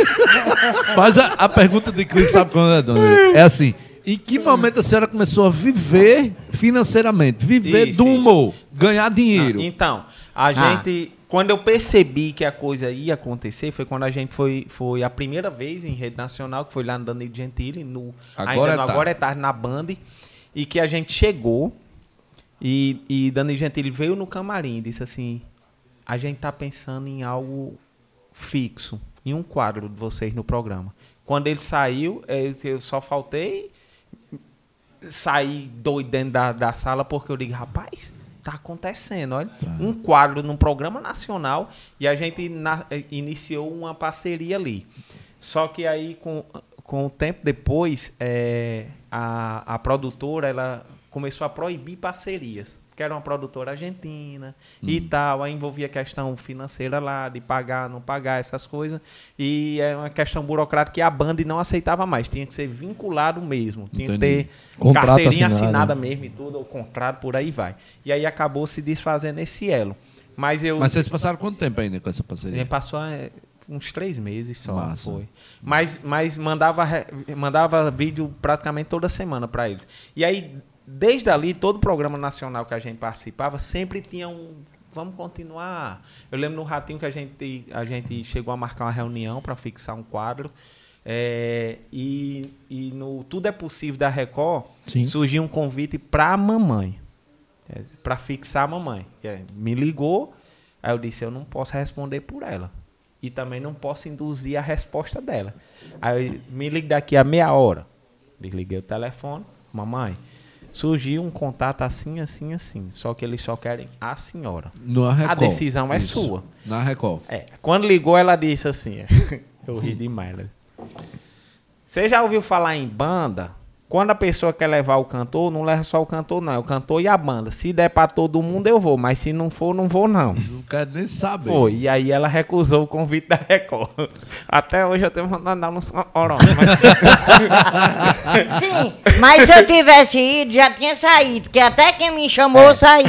S1: Mas a, a pergunta de Cris, sabe quando é, dona? Leila? É assim, em que
S2: Hum.
S1: momento a senhora começou a viver financeiramente? Viver
S2: Isso,
S1: do
S2: isso.
S1: humor, ganhar dinheiro.
S2: Então, a gente. Quando eu percebi que a coisa ia acontecer, foi quando a gente foi, foi a primeira vez em rede nacional, que foi lá no Danilo Gentili, no,
S1: Agora
S2: ainda
S1: é
S2: no
S1: tarde.
S2: Agora é Tarde, na Band, e que a gente chegou, e, e Danilo Gentili veio no camarim e disse assim, a gente tá pensando em algo fixo, em um quadro de vocês no programa. Quando ele saiu, eh, eu só faltei sair doido dentro da, da sala porque eu digo, rapaz, tá acontecendo, olha. Um quadro num programa nacional e a gente na- eh, iniciou uma parceria ali. Só que aí, com, com o tempo depois, eh, a, a produtora, ela começou a proibir parcerias. Que era uma produtora argentina e tal. Aí envolvia questão financeira lá, de pagar, não pagar, essas coisas. E é uma questão burocrática que a banda não aceitava mais. Tinha que ser vinculado mesmo. Tinha que
S1: Entendi.
S2: ter
S4: Contrato
S2: carteirinha
S4: assinado. né?
S2: assinada mesmo e tudo, o contrato, por aí vai. E aí acabou se desfazendo esse elo. Mas eu.
S1: Mas vocês passaram quanto tempo ainda com essa
S2: Ele
S1: parceria?
S2: passou é, uns três meses só.
S1: Massa.
S2: Foi. Mas, mas mandava, re- mandava vídeo praticamente toda semana pra eles. E aí, desde ali, todo programa nacional que a gente participava, sempre tinha um. Vamos continuar. Eu lembro no Ratinho que a gente, a gente chegou a marcar uma reunião pra fixar um quadro. É, e, e no Tudo é Possível da Record
S4: Sim.
S2: surgiu um convite pra mamãe. É, para fixar a mamãe. É, me ligou, aí eu disse, eu não posso responder por ela. E também não posso induzir a resposta dela. Aí eu, me ligue daqui a meia hora. Desliguei o telefone, mamãe, surgiu um contato assim, assim, assim. Só que eles só querem a senhora.
S1: Na Record.
S2: A decisão é sua.
S1: Na Record.
S2: É, quando ligou, ela disse assim, eu ri demais. né? Você já ouviu falar em banda? Quando a pessoa quer levar o cantor, não leva só o cantor, não. É o cantor e a banda. Se der pra todo mundo, eu vou. Mas se não for, não vou, não.
S1: Não quero nem saber.
S2: Foi. E aí ela recusou o convite da Record. Até hoje eu tenho vontade de dar um orão. Mas...
S3: Sim, mas se eu tivesse ido, já tinha saído, que até quem me chamou saiu.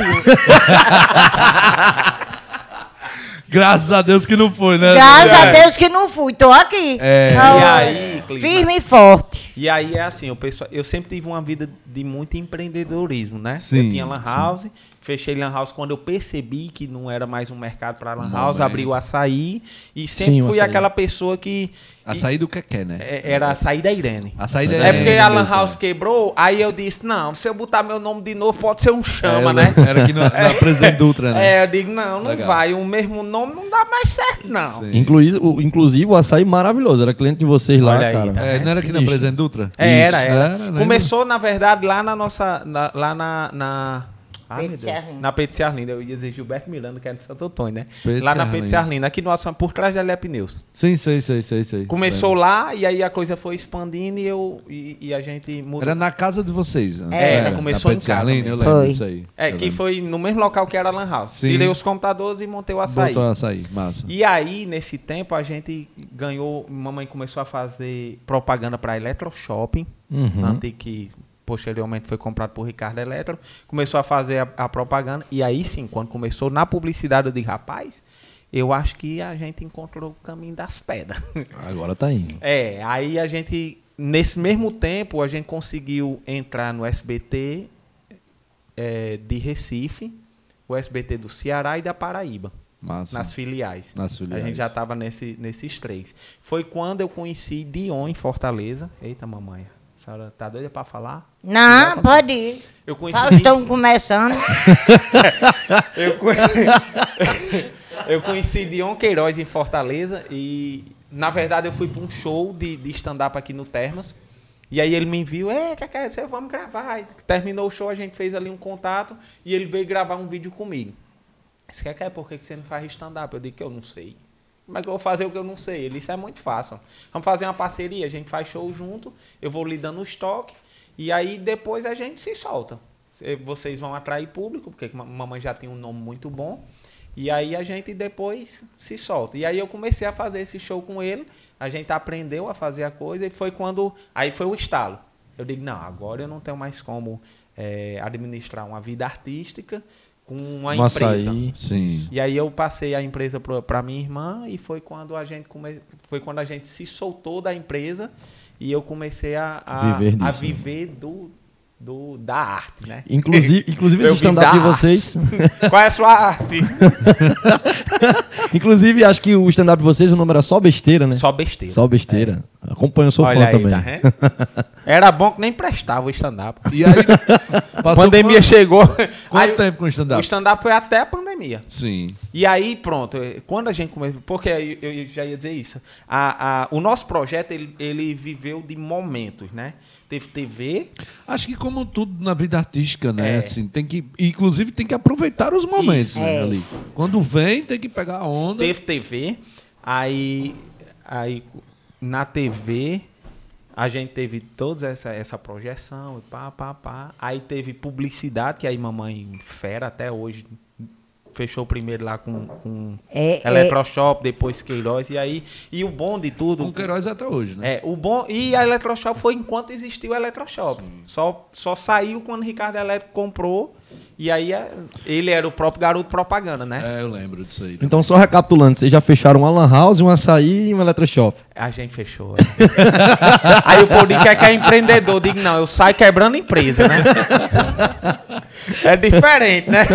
S1: Graças a Deus que não foi, né?
S3: Graças a Deus que não fui, tô aqui. Então,
S2: É. E aí, Clima?
S3: firme e forte.
S2: E aí é assim, o pessoal, eu sempre tive uma vida de muito empreendedorismo, né?
S1: Sim,
S2: eu tinha lan house, Fechei Lan House quando eu percebi que não era mais um mercado para Lan House, abri o açaí e sempre
S4: Sim, o
S2: fui
S4: Açaí.
S2: aquela pessoa que
S1: A saída do que quer, né?
S2: é, era açaí da Irene.
S1: A saída
S2: É porque a Lan
S1: beleza.
S2: House quebrou, aí eu disse, não, se eu botar meu nome de novo pode ser um chama,
S1: É,
S2: né?
S1: Era aqui na, na Presidente Dutra, né?
S2: É, eu digo, não, não
S1: Legal.
S2: vai, o mesmo nome não dá mais certo, não.
S1: Sim.
S4: Inclusive o, inclusive, o açaí maravilhoso. Era cliente de vocês lá,
S2: Olha aí,
S4: cara.
S2: tá.
S1: É, não era aqui na
S4: Sinistro.
S1: Presidente Dutra?
S2: É, era,
S1: Isso,
S2: era.
S1: né?
S2: Começou, na verdade, lá na nossa. na- lá na. na ah,
S3: Pedro
S2: meu Deus.
S3: Ciarlina.
S2: Na Pedro Ciarlina, eu ia dizer Gilberto Miranda, que era de Santo Antônio, né?
S1: Pedro
S2: lá na
S1: Ciarlina.
S2: Pedro Ciarlina, aqui no nosso, por trás da Lep News.
S1: Sim, sei, sei, sei, sei.
S2: Começou lá e aí a coisa foi expandindo e, eu, e, e a gente mudou.
S1: Era na casa de vocês. antes,
S3: É,
S1: né?
S2: começou
S1: Na
S2: em casa
S1: Petzerlina,
S2: mesmo.
S1: eu lembro
S3: Foi.
S1: disso aí.
S2: é,
S1: Eu
S2: que
S1: lembro.
S2: foi no mesmo local que era a Lan House.
S1: Sim.
S2: Tirei os computadores e montei o açaí.
S1: Botou açaí, massa.
S2: E aí, nesse tempo, a gente ganhou. Mamãe começou a fazer propaganda para Eletro Shopping, antes que posteriormente foi comprado por Ricardo Eletro. Começou a fazer a, a propaganda. E aí sim, quando começou na publicidade, eu disse, rapaz, eu acho que a gente encontrou o caminho das pedras.
S4: Agora tá indo.
S2: É, aí a gente, nesse mesmo tempo, a gente conseguiu entrar no SBT é, de Recife, o SBT do Ceará e da Paraíba,
S1: Massa.
S2: nas filiais.
S1: Nas
S2: A gente
S1: filiais.
S2: já estava nesse, nesses três. Foi quando eu conheci Dion em Fortaleza. Eita, mamãe, a senhora tá doida para falar?
S3: Não, pode ir.
S2: Eu conheci,
S3: Só estão começando.
S2: eu, conhe- eu conheci Dion Queiroz em Fortaleza e, na verdade, eu fui para um show de, de stand-up aqui no Termas. E aí ele me enviou, é, Cacá, você- vamos gravar. E terminou o show, a gente fez ali um contato e ele veio gravar um vídeo comigo. Disse, Cacá, por que que você não faz stand-up? Eu digo que eu não sei. Como é que eu vou fazer o que eu não sei? Ele disse, é muito fácil. Vamos fazer uma parceria, a gente faz show junto, eu vou lhe dando o estoque e aí depois a gente se solta. Cê- Vocês vão atrair público, porque ma- mamãe já tem um nome muito bom. E aí a gente depois se solta. E aí eu comecei a fazer esse show com ele, a gente aprendeu a fazer a coisa e foi quando... Aí foi o estalo. Eu digo, não, agora eu não tenho mais como eh, administrar uma vida artística com uma
S4: Um
S2: empresa.
S4: açaí.
S1: Sim.
S2: E aí eu passei a empresa para minha irmã e foi quando a gente come... foi quando a gente se soltou da empresa e eu comecei a, a
S4: Viver
S2: a
S4: disso, né?
S2: viver do, do da arte, né?
S4: Inclusive, inclusive esse
S2: Eu vi da
S4: stand-up de
S2: arte.
S4: vocês.
S2: Qual é a sua arte?
S4: inclusive, acho que o stand-up de vocês, o nome era só besteira, né?
S2: Só besteira. é.
S4: Só besteira. Acompanho, eu sou
S2: Olha
S4: fã
S2: aí,
S4: também.
S2: tá vendo? Era bom que nem prestava o stand-up.
S1: E aí,
S2: A
S1: passou
S2: pandemia chegou.
S1: quanto, quanto
S2: Aí o-
S1: tempo com o
S2: o
S1: stand-up?
S2: stand-up foi até a pandemia.
S1: Sim.
S2: E aí, pronto, eh, quando a gente começou. Porque aí eu, eu já ia dizer isso. A, a- o nosso projeto, ele, ele viveu de momentos, né? Teve TV.
S1: Acho que como tudo na vida artística, né?
S2: É.
S1: Assim, tem que, inclusive, tem que aproveitar os momentos né,
S3: É.
S1: ali. Quando vem, tem que pegar a onda.
S2: Teve TV. Aí, aí na TV a gente teve toda essa, essa projeção e pá, pá, pá. Aí teve publicidade, que aí mamãe fera até hoje. Fechou primeiro lá com, com
S3: É, é.
S2: Eletroshop, depois Queiroz. E aí. E o bom de tudo.
S1: Com Queiroz até hoje, né?
S2: É, o bom. E a Eletroshop foi enquanto existiu a Eletroshop. Só, só saiu quando Ricardo Eletro comprou. E aí eh, ele era o próprio garoto propaganda, né?
S1: É, eu lembro disso aí.
S4: Então, só recapitulando, vocês já fecharam uma lan house, um açaí e um eletroshop.
S2: A gente fechou. é. aí o povo diz que é, que é empreendedor. Eu Digo, não, eu saio quebrando empresa, né? é diferente, né?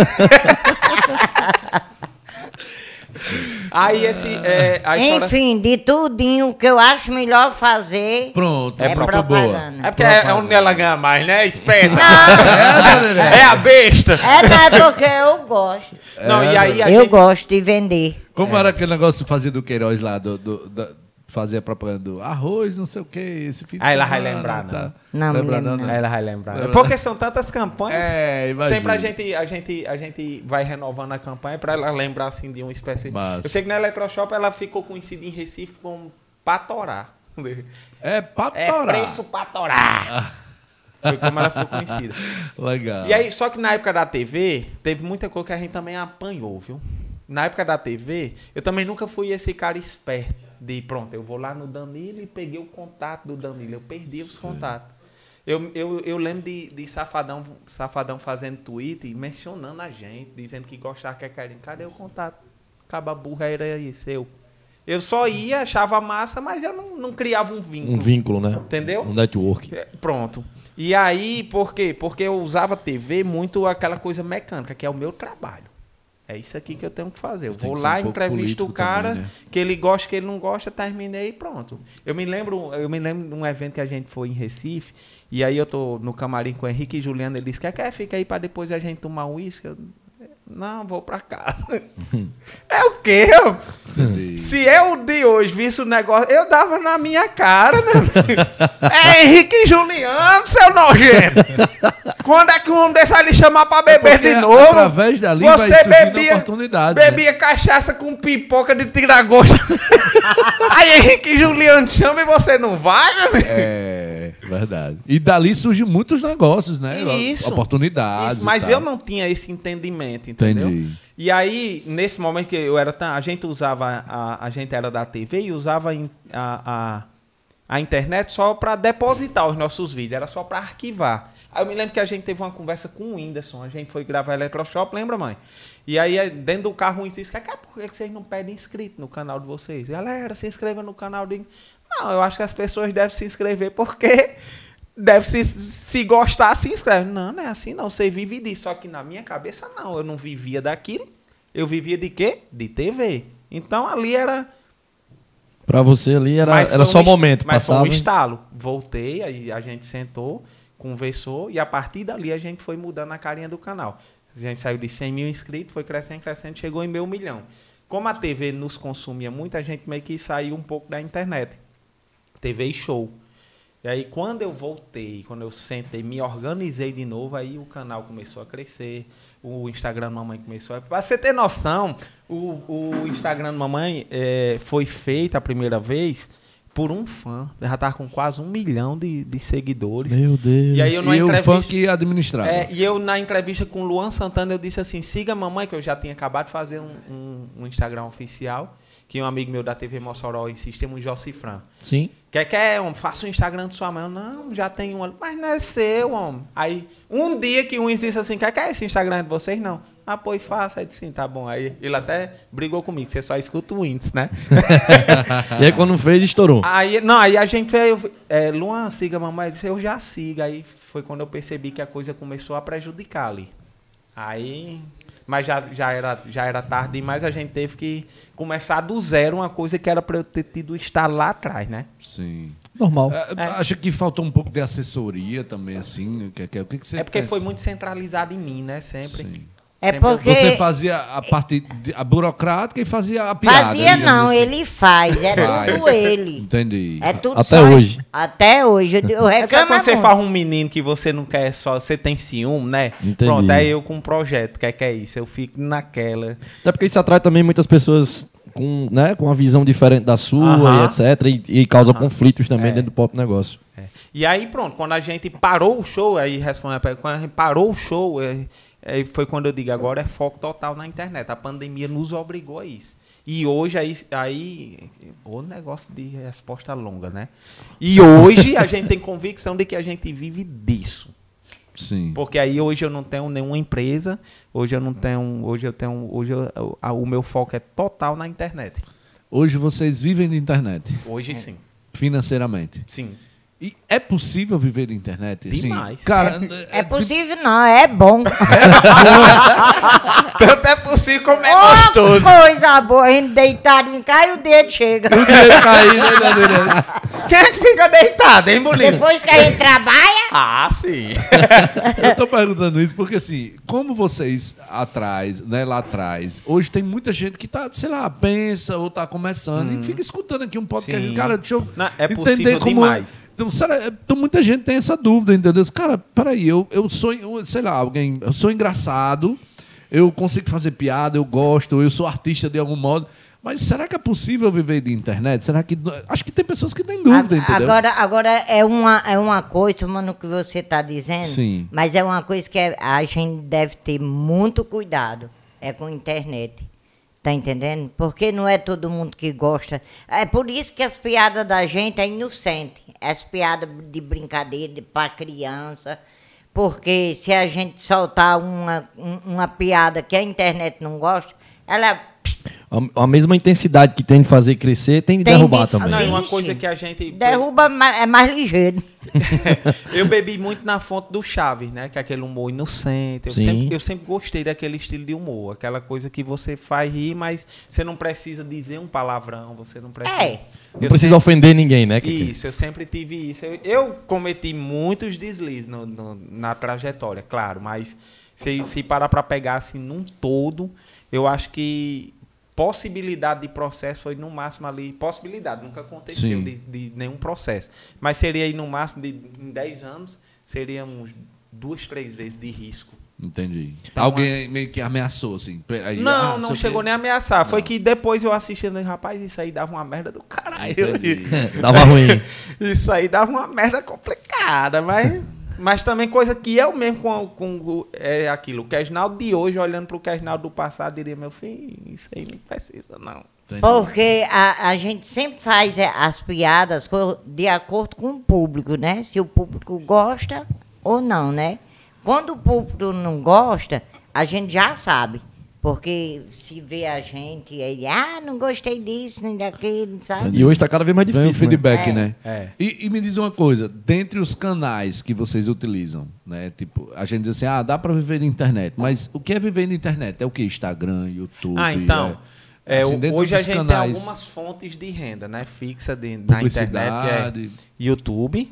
S2: aí esse. É, a história-
S3: Enfim, de tudinho, o que eu acho melhor fazer
S1: Pronto,
S3: é
S1: pronto, boa.
S3: propaganda.
S2: É porque é, é onde ela ganha mais, né? Esperta.
S1: Não.
S2: é a besta.
S3: É, não, é porque eu gosto.
S2: Não, e aí a
S3: É. eu
S2: gente-
S3: gosto de vender.
S2: É.
S1: Como era aquele negócio de fazer do Queiroz lá, do, do, da- fazer a propaganda do arroz, não sei o que, esse fim de
S2: Ah,
S1: semana.
S2: ela
S1: tá?
S2: vai lembrar, não.
S3: Não,
S1: lembra,
S3: não
S1: não,
S3: lembro,
S1: né?
S2: Ela vai lembrar.
S1: Lembra?
S2: Porque são tantas campanhas.
S1: É, imagina.
S2: Sempre a gente, a, gente, a gente vai renovando a campanha para ela lembrar assim, de uma espécie.
S1: Massa.
S2: Eu sei que na Eletroshop ela ficou conhecida em Recife como Patorá.
S1: É
S2: É
S1: patorá.
S2: preço
S1: Ah.
S2: Patorá. Foi como ela ficou conhecida.
S1: Legal.
S2: E aí, só que na época da TV, teve muita coisa que a gente também apanhou, viu? Na época da TV, eu também nunca fui esse cara esperto de, pronto, eu vou lá no Danilo e peguei o contato do Danilo. Eu perdi os contatos. Eu, eu, eu lembro de, de Safadão, Safadão fazendo tweet e mencionando a gente, dizendo que gostava que é carinho. Cadê o contato? Caba burra era isso, eu. Eu só ia, achava massa, mas eu não, não criava um vínculo.
S4: Um vínculo, né?
S2: Entendeu?
S4: Um network.
S2: É, Pronto. E E aí, por quê? Porque eu usava TV muito aquela coisa mecânica, que é o meu trabalho. É isso aqui que eu tenho que fazer. Eu
S5: Tem
S2: vou
S5: que ser
S2: lá,
S5: um pouco
S2: entrevisto o
S5: político
S2: cara,
S5: também, né?
S2: que ele gosta, que ele não gosta, terminei e pronto. Eu me lembro, eu me lembro de um evento que a gente foi em Recife, e aí eu tô no camarim com o Henrique e Juliana, ele disse, quer, quer, fica aí pra depois a gente tomar um uísque? Eu, Não, vou pra casa. é o quê? ó? Se eu de hoje visse o negócio, eu dava na minha cara, meu amigo. É Henrique e Juliano, seu nojento. Quando é que um homem desse vai lhe chamar pra beber
S1: É porque
S2: de novo?
S1: através dali vai surgindo oportunidade, né?
S2: Bebia cachaça com pipoca de tiragosto. Aí Henrique e Juliano chama e você não vai, meu amigo?
S1: É, verdade. E dali surgem muitos negócios, né?
S2: Isso.
S1: Oportunidades.
S2: Isso, mas
S1: e tal.
S2: eu não tinha esse entendimento, entendeu?
S1: Entendi.
S2: E aí, nesse momento que eu era tão. A gente usava. A, a gente era da TV e usava in- a, a, a internet só para depositar os nossos vídeos, era só para arquivar. Aí eu me lembro que a gente teve uma conversa com o Whindersson, a gente foi gravar Eletroshop, lembra, mãe? E aí, eh, dentro do carro, o Whindersson disse: "Cacá, por que que vocês não pedem inscrito no canal de vocês? Galera, se inscreva no canal de. Não, eu acho que as pessoas devem se inscrever porque Deve se, se gostar, se inscreve. Não, não é assim não. Você vive disso. Só que na minha cabeça, não. Eu não vivia daquilo. Eu vivia de quê? De TV. Então ali era.
S4: Pra você ali era,
S2: mas
S4: era
S2: foi
S4: só
S2: um est-
S4: momento,
S2: mas
S4: passava.
S2: foi um
S4: hein?
S2: estalo. Voltei, aí a gente sentou, conversou e a partir dali a gente foi mudando a carinha do canal. A gente saiu de 100 mil inscritos, foi crescendo, crescendo, chegou em meio milhão. Como a TV nos consumia muito, a gente meio que saiu um pouco da internet. TV e show. E aí quando eu voltei, quando eu sentei, me organizei de novo, aí o canal começou a crescer, o Instagram da Mamãe começou a... Pra você ter noção, o, o Instagram da Mamãe eh, foi feito a primeira vez por um fã, já tava com quase um milhão de, de seguidores.
S4: Meu Deus.
S2: E aí eu não
S1: E o
S2: entrevista...
S1: funk administrado.
S2: É, e eu, na entrevista com o Luan Santana, eu disse assim: siga a mamãe, que eu já tinha acabado de fazer um, um- um Instagram oficial, que um amigo meu da TV Mossoró insiste, um Jocifran.
S4: Sim.
S2: Quer que é, homem? Faça o Instagram de sua mãe. Eu, não, já tem um. Mas não é seu, homem. Aí, um dia que um disse assim, quer que é esse Instagram de vocês? Não. Ah, pois faça. Aí disse, sim, tá bom. Aí ele até brigou comigo, você só escuta o índice, né?
S4: E aí quando fez, estourou.
S2: Aí, não, aí a gente veio, é, Luan, siga a mamãe. Eu disse, eu já sigo. Aí foi quando eu percebi que a coisa começou a prejudicar ali. Aí, mas já, já, era, já era tarde demais, a gente teve que começar do zero uma coisa que era pra eu ter tido estar lá atrás, né?
S1: Sim.
S4: Normal.
S1: É, Acho que faltou um pouco de assessoria também, assim. O que, que, o que, que você
S2: é porque
S1: pensa?
S2: foi muito centralizado em mim, né? Sempre.
S1: Sim.
S3: É
S2: Sempre
S3: porque.
S1: Você fazia a parte de- a burocrática e fazia a piada.
S3: Fazia
S1: digamos
S3: não,
S1: assim.
S3: ele faz. É
S1: Faz.
S3: tudo ele.
S1: Entendi.
S3: É tudo
S4: Até
S3: só-
S4: hoje.
S3: Até hoje. Eu, eu
S2: É sabe
S3: reclamo
S2: quando você
S3: muito.
S2: faz um menino que você não quer só, você tem ciúme, né?
S4: Entendi.
S2: Pronto, é eu com um projeto, que é que é isso? Eu fico naquela.
S4: Até porque isso atrai também muitas pessoas com, né, com uma visão diferente da sua
S2: Aham.
S4: e etc. E, e causa conflitos também
S2: É.
S4: dentro do próprio negócio.
S2: É. E aí, pronto, quando a gente parou o show, aí responde a pergunta, quando a gente parou o show, é, é, foi quando eu digo, agora é foco total na internet. A pandemia nos obrigou a isso. E hoje, aí, aí o negócio de resposta longa, né? E hoje a gente tem convicção de que a gente vive disso.
S1: Sim.
S2: Porque aí hoje eu não tenho nenhuma empresa, hoje eu não tenho, hoje eu tenho, hoje eu- a- o meu foco é total na internet.
S1: Hoje vocês vivem de internet,
S2: Hoje sim.
S1: financeiramente.
S2: Sim.
S1: E é possível viver de internet? Assim,
S2: Demais.
S1: cara,
S3: É possível não, é bom.
S2: Tanto é possível como é
S3: Uma
S2: gostoso.
S3: coisa boa, a gente deitado em casa e o dedo chega.
S1: é, tá né,
S2: Quem é que fica deitado, hein, bonito?
S3: Depois que a gente trabalha,
S2: Ah, sim.
S1: Eu tô perguntando isso porque, assim, como vocês atrás, né, lá atrás, hoje tem muita gente que tá, sei lá, pensa ou tá começando e fica escutando aqui um podcast.
S2: Hum. Sim.
S1: Cara, deixa eu
S2: Não, é
S1: entender
S2: possível
S1: como...
S2: demais.
S1: Então, será, é, então, muita gente tem essa dúvida, entendeu? Cara, peraí, eu, eu sou, eu- sei lá, alguém, eu sou engraçado, eu consigo fazer piada, eu gosto, eu sou artista de algum modo, mas será que é possível viver de internet? Será que... Acho que tem pessoas que têm dúvida,
S3: a-
S1: entendeu?
S3: agora, agora é, uma, é uma coisa, mano, que você está dizendo,
S1: Sim.
S3: mas é uma coisa que é- a gente deve ter muito cuidado, é com a internet. Tá entendendo? Porque não é todo mundo que gosta. É por isso que as piadas da gente é inocente. As piadas de brincadeira para criança. Porque se a gente soltar uma, um- uma piada que a internet não gosta, ela pss,
S4: A, a mesma intensidade que tem de fazer crescer, tem de
S3: Tem
S4: derrubar
S3: de-
S4: também.
S2: Ah, Não, e uma
S3: Vixe.
S2: coisa que a gente.
S3: Derruba ma- é mais ligeiro.
S2: eu bebi muito na fonte do Chaves, né? Que é aquele humor inocente. Eu
S4: Sim.
S2: sempre, eu sempre gostei daquele estilo de humor. Aquela coisa que você faz rir, mas você não precisa dizer um palavrão, você não precisa.
S3: É.
S4: Não
S2: Eu
S4: precisa ofender ninguém,
S1: É
S4: né? Kiki?
S2: Isso, eu sempre tive isso. Eu, eu cometi muitos deslizes no- no- na trajetória, claro, mas se, se parar para pegar assim num todo, eu acho que possibilidade de processo foi no máximo ali, possibilidade, nunca aconteceu
S1: Sim.
S2: de, de nenhum processo, mas seria aí no máximo de em 10 anos, seria uns duas, três vezes de risco.
S1: Entendi. Alguém meio que ameaçou, assim. peraí,
S2: não,
S1: ah,
S2: Tá não
S1: sei o quê.
S2: chegou nem a ameaçar, foi que depois eu assistindo, rapaz, isso aí dava uma merda do caralho.
S1: Entendi.
S4: Dava ruim.
S2: Isso aí dava uma merda complicada, mas, mas também coisa que eu mesmo com, com o- é aquilo. O Kesnaldo de hoje, olhando pro Kesnaldo do passado, diria, meu filho, isso aí não precisa, não.
S1: Então,
S3: Porque a, a gente sempre faz é, as piadas co- de acordo com o público, né? Se o público gosta ou não, né? Quando o público não gosta, a gente já sabe. Porque se vê a gente e aí, ah, não gostei disso, nem daquilo, sabe?
S4: E hoje tá cada vez mais
S1: Vem o
S4: difícil. né?
S1: feedback,
S3: É.
S1: né?
S2: É.
S1: E, e me diz uma coisa, dentre os canais que vocês utilizam, né? Tipo, a gente diz assim, ah, dá pra viver na internet, mas o que é viver na internet? É o que? Instagram, YouTube?
S2: Ah, então.
S1: É,
S2: é,
S1: assim,
S2: o-
S1: dentro
S2: hoje a
S1: dos
S2: gente tem
S1: canais-
S2: algumas fontes de renda, né? Fixa de, na internet. que
S1: Publicidade.
S2: É YouTube,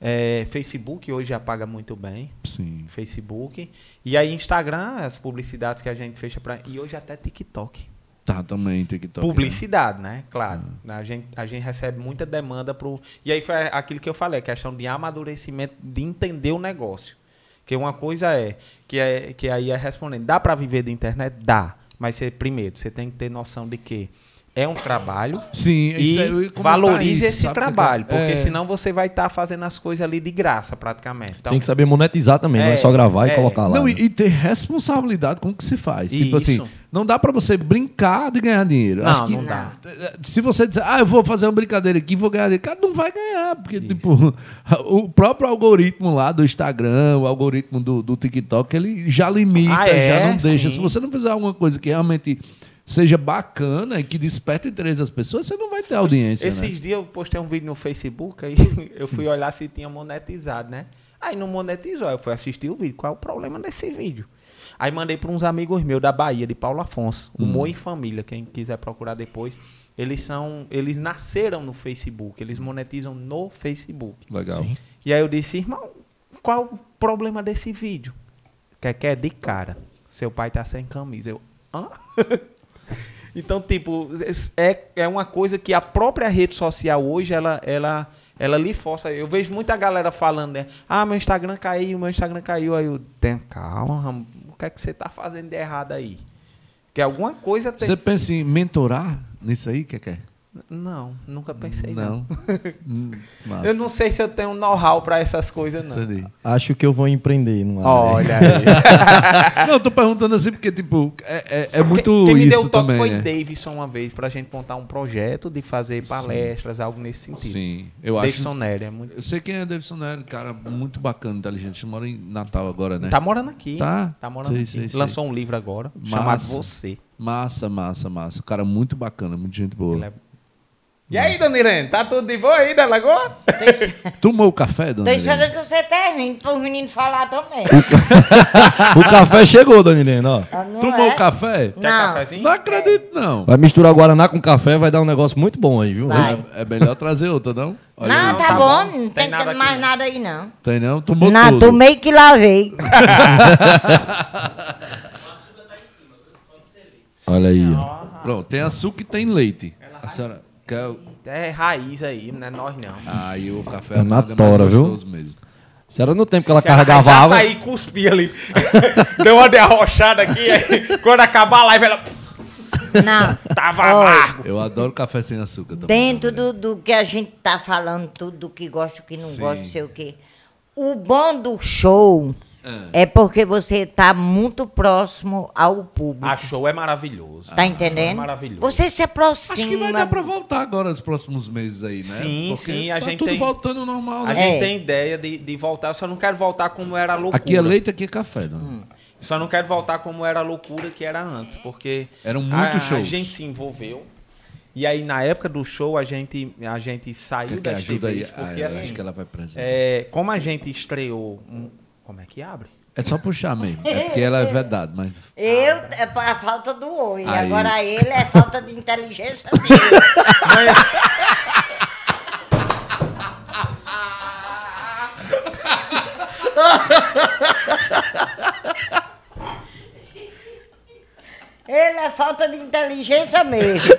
S2: é, Facebook hoje já paga muito bem.
S1: Sim.
S2: Facebook. E aí Instagram, as publicidades que a gente fecha pra. E hoje até TikTok.
S1: Tá, também, TikTok. né?
S2: Publicidade, né? Claro.
S1: Hum.
S2: A, gente, a gente recebe muita demanda pro. E aí foi aquilo que eu falei, questão de amadurecimento, de entender o negócio. Que uma coisa é, que, é, que aí é respondendo, dá para viver da internet? Dá. Mas você, primeiro, você tem que ter noção de que é um trabalho
S1: Sim, isso aí eu
S2: e
S1: ia comentar
S2: valorize
S1: isso,
S2: esse
S1: sabe?
S2: trabalho, porque
S1: É.
S2: senão você vai estar fazendo as coisas ali de graça, praticamente. Então,
S4: Tem que saber monetizar também, não
S2: É,
S4: é só gravar e
S2: é.
S4: colocar lá.
S1: Não,
S4: né?
S1: e, e ter responsabilidade com o que se faz. Tipo
S2: Isso.
S1: assim, não dá pra você brincar de ganhar dinheiro.
S2: Não,
S1: Acho que
S2: não dá.
S1: Se você dizer, ah, eu vou fazer uma brincadeira aqui, vou ganhar dinheiro, cara, não vai ganhar. Porque, tipo, o próprio algoritmo lá do Instagram, o algoritmo do, do TikTok, ele já limita,
S2: Ah, é?
S1: já não deixa.
S2: Sim.
S1: Se você não fizer alguma coisa que realmente seja bacana e que desperte interesse das pessoas, você não vai ter audiência,
S2: Esses
S1: né? Hum.
S2: dias eu postei um vídeo no Facebook, aí eu fui olhar se tinha monetizado, né? Aí não monetizou, aí eu fui assistir o vídeo. Qual é o problema desse vídeo? Aí mandei para uns amigos meus da Bahia, de Paulo Afonso,
S1: Hum.
S2: Humor e Família, quem quiser procurar depois. Eles são, eles nasceram no Facebook, eles monetizam no Facebook.
S1: Legal.
S2: E aí eu disse, irmão, qual o problema desse vídeo? Que que é de cara. Seu pai tá sem camisa. Eu, hã? então, tipo, é, é uma coisa que a própria rede social hoje, ela, ela, ela lhe força. Eu vejo muita galera falando, né? Ah, meu Instagram caiu, meu Instagram caiu. Aí eu, "Tem- calma, Ramon, o que é que você tá fazendo de errado aí? Que alguma coisa tem.
S1: Você pensa em mentorar nisso aí, que é?
S2: Não, nunca pensei não.
S1: Não. Hum, massa.
S2: Eu não sei se eu tenho know-how pra essas coisas, não.
S1: Entendi.
S4: Acho que eu vou empreender numa área.
S2: Olha aí.
S1: Não, eu tô perguntando assim porque, tipo, é, é, é muito
S2: Quem- Quem me deu
S1: isso
S2: o toque
S1: também,
S2: foi
S1: né?
S2: Davidson uma vez, pra gente montar um projeto de fazer palestras, algo nesse sentido.
S1: Sim, eu
S2: Davidson
S1: acho...
S2: Nery é muito...
S1: Eu sei quem é Davidson Nery, cara muito bacana, inteligente. Mora em Natal agora, né?
S2: Tá morando aqui.
S1: Tá?
S2: morando
S1: Sei,
S2: aqui.
S1: sei, sei.
S2: Lançou um livro agora,
S1: Massa.
S2: chamado Você.
S1: Massa, massa, massa. Um Cara muito bacana, muito gente
S2: Ele
S1: boa.
S2: é- E aí, dona Irene, tá tudo de boa aí da Lagoa?
S1: Tomou o café, dona
S3: Tô
S1: Irene?
S3: esperando que você termine, para os meninos falar também.
S4: O café chegou, Dona Irene, ó.
S3: Ah, não
S1: Tomou
S3: é?
S1: o café?
S2: Quer
S3: Não.
S2: cafezinho?
S1: Não acredito, não.
S4: Vai misturar Guaraná com café, vai dar um negócio muito bom aí, viu?
S3: Vai.
S1: É melhor trazer outra, não? Olha
S3: não,
S1: aí.
S3: tá,
S2: tá
S3: bom,
S2: bom. Tem
S3: não tem,
S2: nada
S3: mais
S2: aqui, não.
S3: nada aí, não.
S1: Tem não? Tomou
S3: não,
S1: tudo.
S3: tomei que lavei.
S4: Olha aí, ó.
S1: Pronto, tem açúcar e tem leite. A senhora quer...
S2: É raiz aí, não é nós não.
S1: Aí o café
S4: É na
S1: amargo
S4: tora,
S1: mais
S4: viu?
S1: gostoso mesmo.
S4: Será no tempo que ela
S2: Se arranjar
S4: carregava água?
S2: sair e cuspir ali. Deu uma derrochada aqui, aí, quando acabar a live ela...
S3: Não.
S2: Tava
S3: Ó,
S2: amargo.
S1: Eu adoro café sem açúcar. também.
S3: Dentro do, do que a gente tá falando, tudo do que gosta, o que não
S1: Sim.
S3: gosta, não sei o quê. O bom do show
S1: Ah.
S3: é porque você tá muito próximo ao público.
S2: A show é maravilhoso.
S3: tá entendendo?
S2: é maravilhoso.
S3: Você se aproxima.
S1: Ah. Acho que vai dar pra voltar agora nos próximos meses aí, né?
S2: Sim,
S1: Porque
S2: sim, a
S1: tá
S2: gente
S1: tudo
S2: tem-
S1: voltando ao normal,
S2: A
S1: né?
S2: gente
S3: É.
S2: tem ideia de, de voltar, eu só não quero voltar como era a loucura. Hum,
S1: Aqui é leite, aqui é café, né?
S2: Só não quero voltar como era a loucura que era antes, porque
S1: Eram
S2: a,
S1: muitos
S2: a
S1: shows.
S2: gente se envolveu. E aí na época do show a gente a gente saiu
S1: Quer que
S2: das
S1: ajuda aí?
S2: TVs,
S1: Ah,
S2: porque
S1: eu
S2: assim,
S1: acho que ela vai presente. É,
S2: é, como a gente estreou, um- como é que abre?
S1: só puxar mesmo. É porque ela é verdade, mas.
S3: Eu, é pa- a falta do oi.
S1: Aí.
S3: Agora ele é falta de inteligência dele. Ele é falta de inteligência mesmo.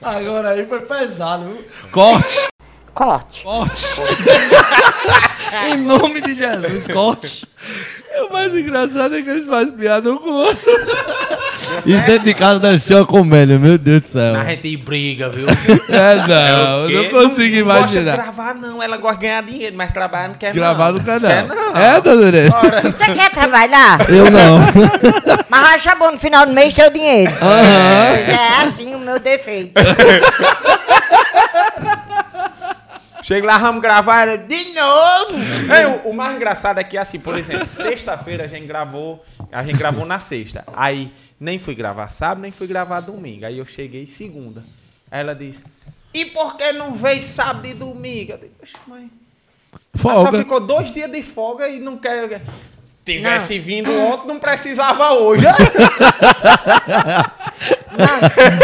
S4: Agora aí foi pesado, viu?
S1: Corte!
S3: Corte.
S4: Em nome de Jesus, corte.
S1: O mais engraçado é que eles fazem piada um com o outro.
S4: Isso dentro de casa deve ser uma comédia, meu Deus do
S1: Ah.
S4: céu.
S2: A gente briga, viu?
S1: É, não, eu não consigo
S2: Não gosta de
S1: imaginar.
S2: gravar não, ela gosta de ganhar dinheiro, mas trabalhar não quer
S1: Gravar
S2: não.
S1: no canal.
S2: Quer não.
S1: É, dona Irene?
S3: Você quer trabalhar?
S4: Eu não.
S3: Mas vai achar bom no final do mês teu dinheiro.
S4: Aham.
S3: Pois é assim o meu defeito.
S2: Chega lá, vamos gravar ela, de novo. Ei, o, o mais engraçado é que, assim, por exemplo, sexta-feira a gente gravou, a gente gravou na sexta. Aí nem fui gravar sábado, nem fui gravar domingo. Aí eu cheguei segunda. Aí ela disse, e por que não veio sábado e domingo? Eu disse, "Oxe, mãe, só
S1: Folga.
S2: ficou dois dias de folga e não quer... Tivesse vindo ontem, não precisava hoje. Aí,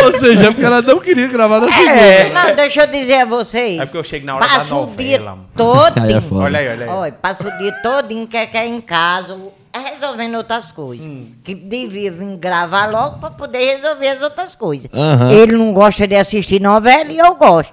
S1: Ou seja, é porque ela não queria gravar na segunda.
S4: É.
S3: Não, deixa eu dizer a vocês.
S2: É porque eu chego na hora da
S3: Passa o dia
S2: novela, mano.
S4: Aí é
S3: todo.
S4: foda.
S2: olha aí, olha aí.
S3: Olha, passa o dia todinho que quer em casa, ou resolvendo outras coisas.
S2: Hum.
S3: Que devia vir gravar logo para poder resolver as outras coisas.
S4: Aham.
S3: Ele não gosta de assistir novela e eu gosto.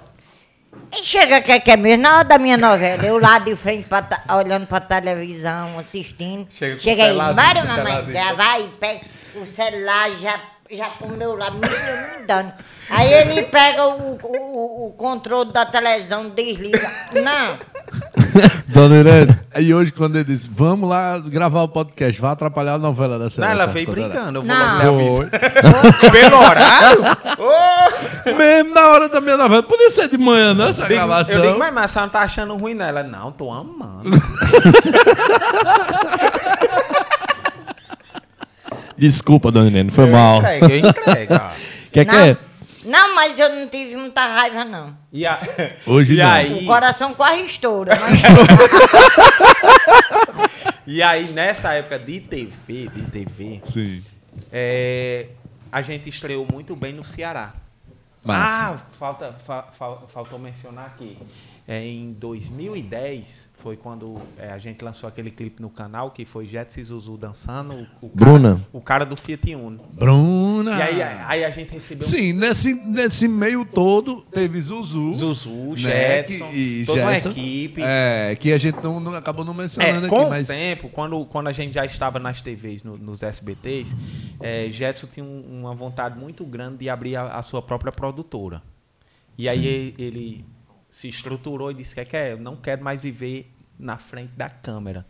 S3: E chega que quer mesmo na hora da minha novela. Eu lá de frente, pra ta- olhando pra televisão, assistindo.
S2: Chega com
S3: Chega,
S2: o
S3: aí,
S2: celularzinho,
S3: bora
S2: com o
S3: mamãe,
S2: celularzinho.
S3: gravar e pega o celular já, já pro meu lado, me, me dando. Aí ele pega o, o, o- o controle da televisão, desliga. Não,
S1: Dona Irene, e hoje quando ele disse, vamos lá gravar o podcast, vai atrapalhar a novela da
S2: não,
S1: seleção.
S2: ela veio
S1: Dona Irene.
S2: brincando. Eu vou
S3: Não.
S2: logo lhe avisar. Pelo horário? Ô!
S1: Mesmo na hora da minha novela, podia ser de manhã, né, essa
S2: Digo-
S1: gravação.
S2: Eu digo, mas, mas a senhora não tá achando ruim, não? Ela, não, tô amando.
S4: Desculpa, Dona Irene, foi mal.
S2: Eu entrego, eu entrego. ó.
S4: Quer
S3: não,
S4: É que
S3: não, mas eu não tive muita raiva, não.
S2: E a-
S1: Hoje
S2: e
S1: não.
S3: O
S2: Aí,
S3: coração quase estoura. Mas
S2: e aí, nessa época de TV, de TV,
S1: Sim.
S2: é, a gente estreou muito bem no Ceará.
S1: Massa.
S2: Ah, falta, fa- fal- faltou mencionar aqui. É, em 2010 foi quando é, a gente lançou aquele clipe no canal que foi Jetson e Zuzu dançando. O, o cara-
S4: Bruna.
S2: o cara do Fiat Uno.
S1: Bruna.
S2: E aí,
S1: Ah.
S2: aí a gente recebeu
S1: Sim, nesse, nesse meio todo teve Zuzu.
S2: Zuzu,
S1: né,
S2: Jetson,
S1: que- e
S2: toda
S1: Jetson.
S2: uma equipe.
S1: É, que a gente não, não- acabou não
S2: É,
S1: mencionando
S2: com
S1: aqui, mas.
S2: o tempo, quando, quando a gente já estava nas TVs, no- nos SBTs, é, Jetson tinha um- uma vontade muito grande de abrir a, a sua própria produtora. E aí ele, ele se estruturou e disse que quer, eu não quero mais viver na frente da câmera.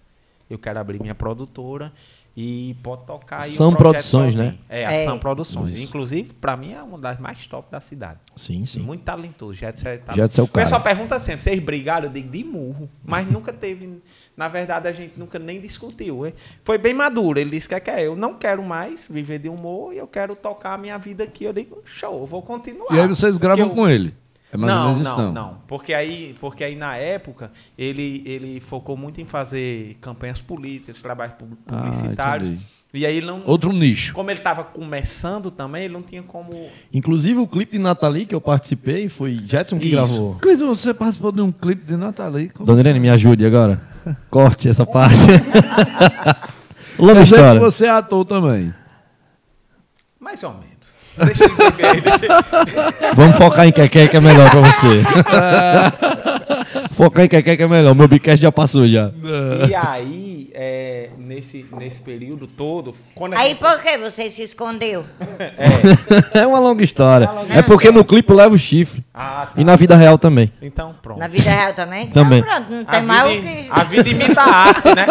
S2: Eu quero abrir minha produtora e pode tocar aí o
S4: São
S2: projeto
S4: Produções, né?
S2: sozinho. É, a
S3: É.
S2: São Produções.
S4: Isso.
S2: Inclusive, para mim, é uma das mais top da cidade.
S4: Sim, sim.
S2: Muito talentoso. Jetson é talentoso.
S4: Jetson é o cara.
S2: pessoal pergunta sempre, vocês brigaram? Eu digo, de murro. Mas nunca teve... Na verdade, a gente nunca nem discutiu. É, Foi bem maduro. Ele disse que é que é, eu não quero mais viver de humor e eu quero tocar a minha vida aqui. Eu digo, show, eu vou continuar.
S1: E aí vocês gravam
S2: Ah, Porque eu-
S1: com ele. É mais ou
S2: não,
S1: menos isso,
S2: não,
S1: não.
S2: não. Porque aí, porque aí na época ele, ele focou muito em fazer campanhas políticas, trabalhos pub-
S1: Ah,
S2: publicitários.
S1: entendi.
S2: e aí ele não,
S1: Outro nicho.
S2: como ele estava começando também, ele não tinha como
S4: Inclusive o clipe de Nathalie que eu participei foi Jetson que
S2: Isso.
S4: gravou.
S1: Cris, você participou de um clipe de Nathalie. Como-
S4: Dona Irene, me ajude agora. Corte essa parte. Longa
S1: Quer dizer que
S4: história.
S1: você é ator também.
S2: mais ou menos. Deixa eu entender, deixa eu-
S4: Vamos focar em Keké que é melhor pra você. focar em Keké que é melhor. Meu bicast já passou já.
S2: E aí, é, nesse, nesse período todo, quando a
S3: aí
S2: gente-
S3: por que você se escondeu?
S4: é uma longa história. É porque no clipe eu levo chifre.
S2: Ah, tá.
S4: E na vida real também.
S2: Então, pronto.
S3: Na vida real também?
S4: Também.
S3: Então, pronto, não
S2: A
S3: tem mais o
S2: vida-
S3: que.
S2: a vida imita a arte, né?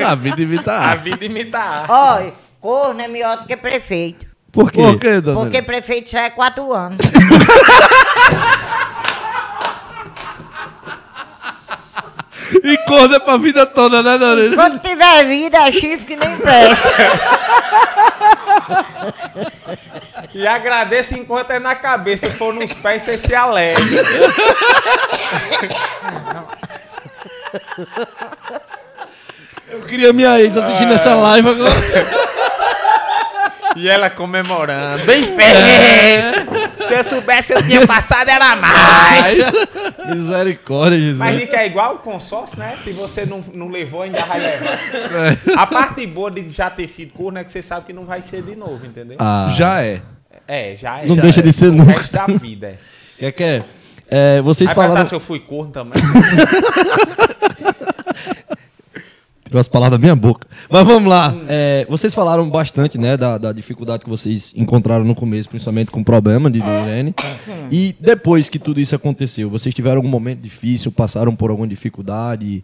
S1: A vida imita a
S2: A
S1: arte.
S2: vida imita a arte.
S3: Olha, corno é melhor do que prefeito.
S4: Por quê?
S1: Por quê, dona?
S3: Porque prefeito só é quatro anos.
S1: E corno é pra vida toda, né, Dorina?
S3: Quando tiver vida, é chifre que nem presta.
S2: E agradeço enquanto é na cabeça. Se for nos pés, você se alegra.
S4: Eu queria minha ex assistindo essa live agora.
S2: E ela comemorando. É. Bem feio. Se eu soubesse, eu tinha passado era mais.
S4: Misericórdia, Jesus.
S2: Mas Nick, é igual o consórcio, né? Se você não, não levou, ainda vai levar. A parte boa de já ter sido corno é que você sabe que não vai ser de novo, entendeu?
S4: Ah,
S1: Já é.
S2: É, já é.
S4: Não
S2: já
S4: deixa
S2: é.
S4: de ser
S2: O
S4: nunca.
S2: resto da vida. É.
S4: quer que é? É, vocês
S2: Vai perguntar
S4: falaram.
S2: se eu fui corno também.
S4: Tirou as palavras da minha boca. Mas vamos lá. É, vocês falaram bastante, né, da, da dificuldade que vocês encontraram no começo, principalmente com o problema de Irene. E depois que tudo isso aconteceu, vocês tiveram algum momento difícil, passaram por alguma dificuldade?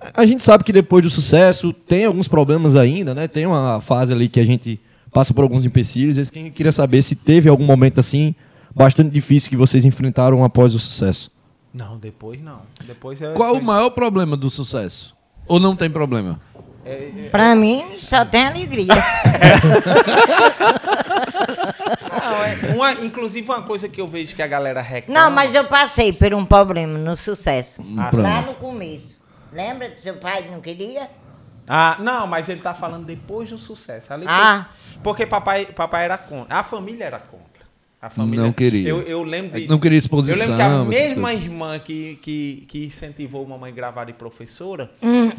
S4: A- A gente sabe que depois do sucesso tem alguns problemas ainda, né? Tem uma fase ali que a gente passa por alguns empecilhos. Esse quem queria saber se teve algum momento assim bastante difícil que vocês enfrentaram após o sucesso.
S2: não, depois não. Depois eu.
S1: Qual o maior problema do sucesso? Ou não tem problema?
S3: Pra mim, só tem alegria.
S2: Não, é uma, inclusive, uma coisa que eu vejo que a galera reclama.
S3: Não, mas eu passei por um problema no sucesso.
S1: Um
S2: Ah,
S3: Lá
S1: Pronto.
S3: no começo. Lembra que seu pai não queria?
S2: Ah, não, mas ele tá falando depois do sucesso. Ali foi-
S3: Ah.
S2: Porque papai, papai era contra. A família era contra. A família.
S1: Não queria.
S2: Eu, eu lembro de-
S1: Não queria exposição.
S2: Eu lembro que a
S1: essas
S2: mesma
S1: coisas.
S2: irmã que, que, que incentivou a mamãe a gravar de professora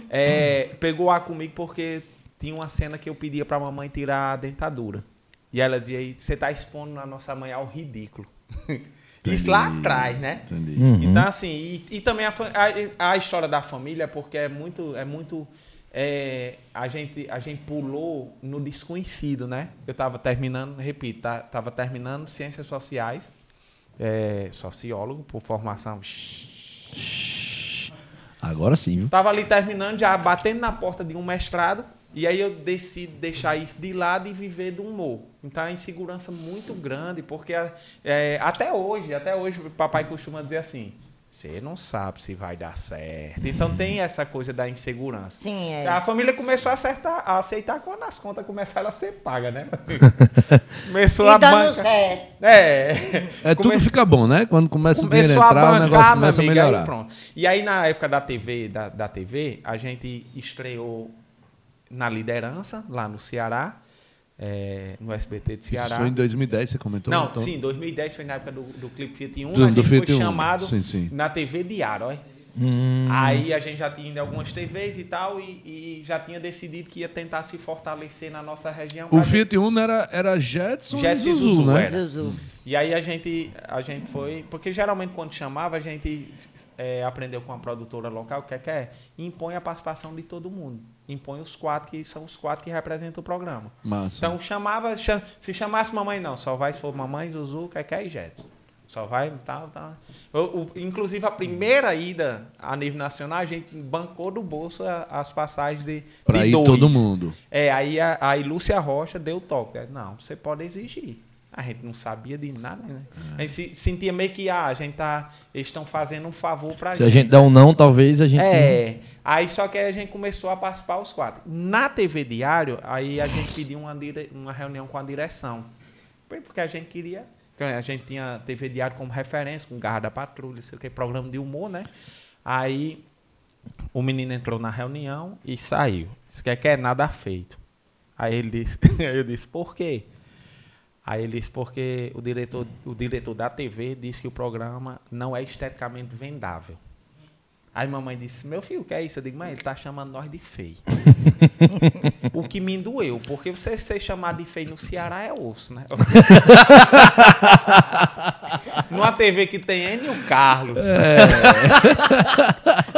S2: é, pegou a comigo porque tinha uma cena que eu pedia pra mamãe tirar a dentadura. E ela dizia, "E você tá expondo a nossa mãe ao ridículo. Isso lá atrás, né?
S1: Entendi.
S2: Então, assim, e, e também a, fa- a- a história da família, porque é muito. É muito é, a, gente, a gente pulou no desconhecido, né? Eu tava terminando, repito, tá, tava terminando ciências sociais, é, sociólogo por formação.
S4: Agora sim, viu?
S2: Tava ali terminando, já batendo na porta de um mestrado, e aí eu decido deixar isso de lado e viver do humor. Então, é uma insegurança muito grande, porque é, até hoje, até hoje, o papai costuma dizer assim, você não sabe se vai dar certo. Então, tem essa coisa da insegurança.
S3: Sim, é.
S2: A família começou a, acertar- a aceitar quando as contas começaram a ser pagas, né? começou a
S3: e dando
S2: banca...
S3: certo.
S2: É,
S1: É,
S2: Come-
S1: tudo fica bom, né? Quando começa o dinheiro
S2: Começou
S1: a
S2: a
S1: entrar, o negócio
S2: bancar, meu
S1: começa a
S2: amigo, aí
S1: melhorar.
S2: pronto. E aí na época da TV, da, da TV, a gente estreou na liderança, lá no Ceará, é, no SBT de
S1: Isso
S2: Ceará.
S1: foi em 2010, você comentou?
S2: Não,
S1: então.
S2: sim, 2010 foi na época do, do Clipe Fiat 1,
S1: Do-
S2: a gente
S1: do Fiat
S2: foi
S1: 1,
S2: chamado
S1: sim, sim. Hum.
S2: na TV Diário, olha. é. Aí a gente já tinha ido em algumas TVs e tal, e, e já tinha decidido que ia tentar se fortalecer na nossa região.
S1: O
S2: pra-
S1: Fiat Uno era, era Jetson,
S2: Jetson
S1: e
S2: e
S1: Zuzu,
S2: Zuzu,
S1: né?
S2: é. Era.
S3: Zuzu.
S2: E aí a gente, a gente foi. Porque geralmente quando chamava, a gente é, aprendeu com a produtora local, o que é que é? Impõe a participação de todo mundo. Impõe os quatro, que são os quatro que representam o programa.
S1: Massa.
S2: Então chamava, cha- se chamasse mamãe, não, só vai se for mamãe, Zuzu, Keké e Jetson. Só vai, tal, tal. O- o- inclusive a primeira ida a nível nacional, a gente bancou do bolso a- as passagens de.
S1: Pra
S2: de
S1: ir
S2: dois.
S1: todo mundo.
S2: É, aí, a, aí Lúcia Rocha deu o toque. né? Não, você pode exigir. A gente não sabia de nada, né?
S4: É.
S2: A gente se, sentia meio que, ah, a gente tá. Eles estão fazendo um favor pra né?
S4: Se a gente der um não, talvez a gente.
S2: é. Aí só que aí a gente começou a participar os quatro. Na TV Diário, aí a gente pediu uma, dire- uma reunião com a direção. Foi Porque a gente queria. porque A gente tinha TV Diário como referência, com Garra da Patrulha, sei o que, programa de humor, né? Aí o menino entrou na reunião e saiu. Disse que é nada feito. Aí ele disse, aí eu disse, por quê? Aí ele disse, porque o diretor, o diretor da TV disse que o programa não é esteticamente vendável. Aí mamãe disse, meu filho, o que é isso? Eu digo, mãe, ele tá chamando nós de feio. o que me doeu, porque você ser chamado de feio no Ceará é osso, né? Numa TV que tem Enio Carlos.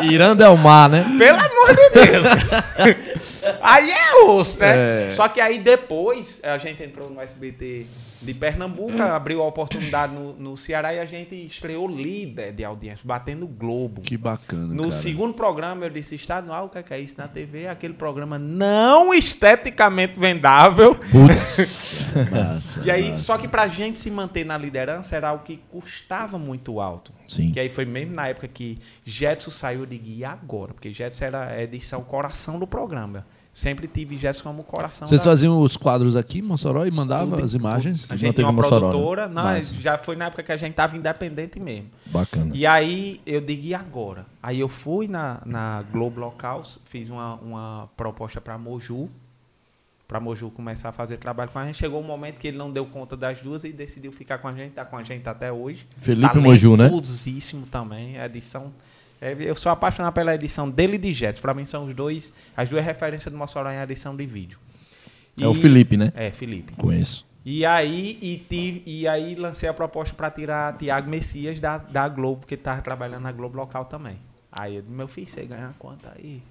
S4: Iranda é o mar, né?
S2: Pelo amor de Deus. aí é osso, né? Só que aí depois a gente entrou no SBT de Pernambuco, abriu a oportunidade no, no Ceará e a gente estreou líder de audiência, batendo o Globo.
S1: Que bacana,
S2: No
S1: cara.
S2: segundo programa, eu disse, estadual, o que é que é isso na TV? Aquele programa não esteticamente vendável.
S4: Putz.
S1: Massa,
S2: E aí,
S4: Ah,
S1: massa.
S2: só que pra gente se manter na liderança era algo que custava muito alto.
S4: Sim.
S2: Que aí foi mesmo na época que Jetson saiu de guia agora, porque Jetson era é a edição coração do programa. Sempre tive Jetson como coração
S1: Vocês
S2: da-
S1: faziam os quadros aqui em Mossoró e mandavam as imagens?
S2: A
S4: Não
S2: gente
S4: teve
S2: tinha uma
S4: Mossoró, né?
S2: produtora, não,
S4: Massa.
S2: já foi na época que a gente tava independente mesmo.
S4: Bacana.
S2: E aí eu digo, e agora? Aí eu fui na, na Globo Local, fiz uma, uma proposta para Moju, para Moju começar a fazer trabalho com a gente. Chegou um momento que ele não deu conta das duas e decidiu ficar com a gente, tá com a gente até hoje.
S4: Felipe Moju, né?
S2: Talentosíssimo também, a edição... é, Eu sou apaixonado pela edição dele e de Jets. Para mim são os dois, as duas referências do Mossoró em edição de vídeo.
S4: É o
S2: E-
S4: Felipe, né?
S2: É, Felipe.
S4: Conheço.
S2: E aí, e, tive, e aí lancei a proposta para tirar Tiago Messias da, da Globo, porque ele tava trabalhando na Globo local também. Aí eu disse, meu filho, você ganha quanto aí?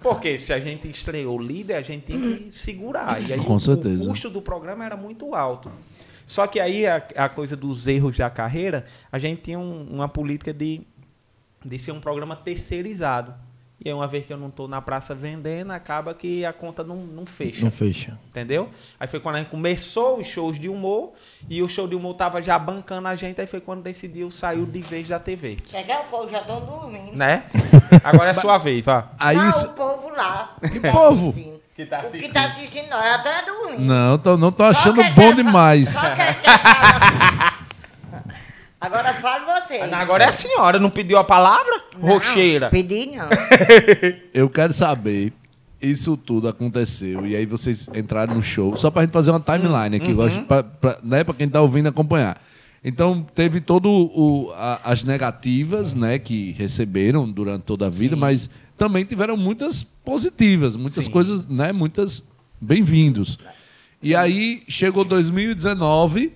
S2: porque se a gente estreou líder, a gente tem que segurar. E aí
S1: Com
S2: o-
S1: certeza.
S2: o custo do programa era muito alto. Só que aí a, a coisa dos erros da carreira, a gente tinha um- uma política de, de ser um programa terceirizado. E aí, uma vez que eu não estou na praça vendendo, acaba que a conta não, não fecha.
S4: Não fecha.
S2: Entendeu? Aí foi quando a gente começou os shows de humor e o show de humor tava já bancando a gente, aí foi quando decidiu saiu de vez da TV.
S3: Daqui a pouco já estão dormindo.
S2: Né? Agora é sua vez, vá.
S1: Aí
S3: tá
S1: isso-
S3: o povo lá. Que
S1: povo?
S2: Que tá
S3: o que tá assistindo nós até dormindo.
S1: Não, tô, não tô achando
S3: Qual que
S1: bom
S3: quer fa-
S1: demais.
S3: qual que quer falar? Agora fala você.
S2: Agora é a senhora, não pediu a palavra?
S3: Não,
S2: Rocheira.
S3: Pedi não.
S1: Eu quero saber, isso tudo aconteceu, e aí vocês entraram no show, só pra gente fazer uma timeline aqui, uhum. pra, pra, né, pra quem tá ouvindo acompanhar. Então, teve todo o a- as negativas, né, que receberam durante toda a vida, mas também tiveram muitas positivas, muitas coisas, né, muitas bem-vindos. E aí, chegou 2019,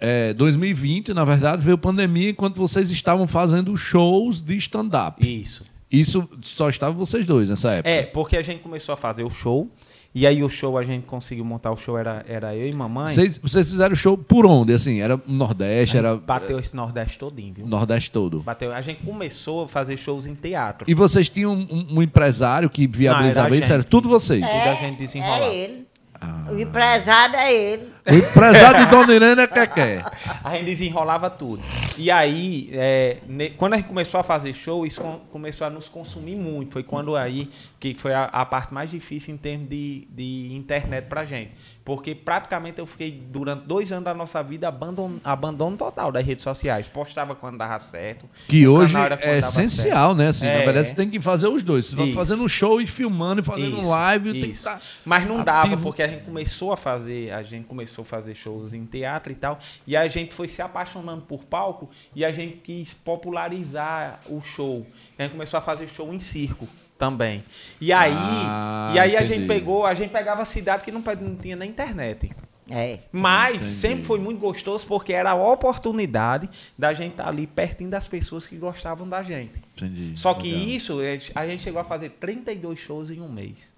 S1: é, 2020, na verdade, veio pandemia enquanto vocês estavam fazendo shows de stand-up.
S2: Isso.
S1: Isso só estavam vocês dois nessa época.
S2: É, porque a gente começou a fazer o show. E aí o show, a gente conseguiu montar o show, era, era eu e mamãe.
S1: Vocês, vocês fizeram show por onde? Assim, era no Nordeste, era
S2: Bateu esse Nordeste todinho, viu?
S1: Nordeste todo.
S2: Bateu. A gente começou a fazer shows em teatro.
S1: E vocês tinham um, um empresário que viabilizava
S2: Não, era a
S1: isso? Era
S2: gente.
S1: tudo vocês.
S2: Tudo a gente desenrolava.
S3: É ele.
S1: Ah.
S3: O empresário é ele.
S1: O empresário de Dona Irene é Keké.
S2: A gente desenrolava tudo. E aí, é, ne- quando a gente começou a fazer show, isso com- começou a nos consumir muito. Foi quando aí que foi a, a parte mais difícil em termos de, de internet pra gente. Porque praticamente eu fiquei, durante dois anos da nossa vida, abandono, abandono total das redes sociais. Postava quando dava certo.
S1: Que
S2: o
S1: hoje
S2: canal era quando
S1: é
S2: dava
S1: essencial, né? Assim,
S2: É.
S1: Na verdade, você tem que fazer os dois. Você vai
S2: Isso.
S1: fazendo show e filmando e fazendo
S2: Isso,
S1: live. Tem que
S2: isso.
S1: tá
S2: Mas não dava,
S1: ativo.
S2: porque a gente começou a fazer, a gente começou a fazer shows em teatro e tal, e a gente foi se apaixonando por palco e a gente quis popularizar o show. A gente começou a fazer show em circo também. E aí,
S1: Ah,
S2: e aí a
S1: entendi.
S2: gente pegou, a gente pegava a cidade que não, pe- não tinha nem internet.
S3: É.
S2: Mas sempre foi muito gostoso porque era a oportunidade da gente estar ali pertinho das pessoas que gostavam da gente.
S1: Entendi.
S2: Só que
S1: Legal.
S2: isso, é, a gente chegou a fazer 32 shows em um mês.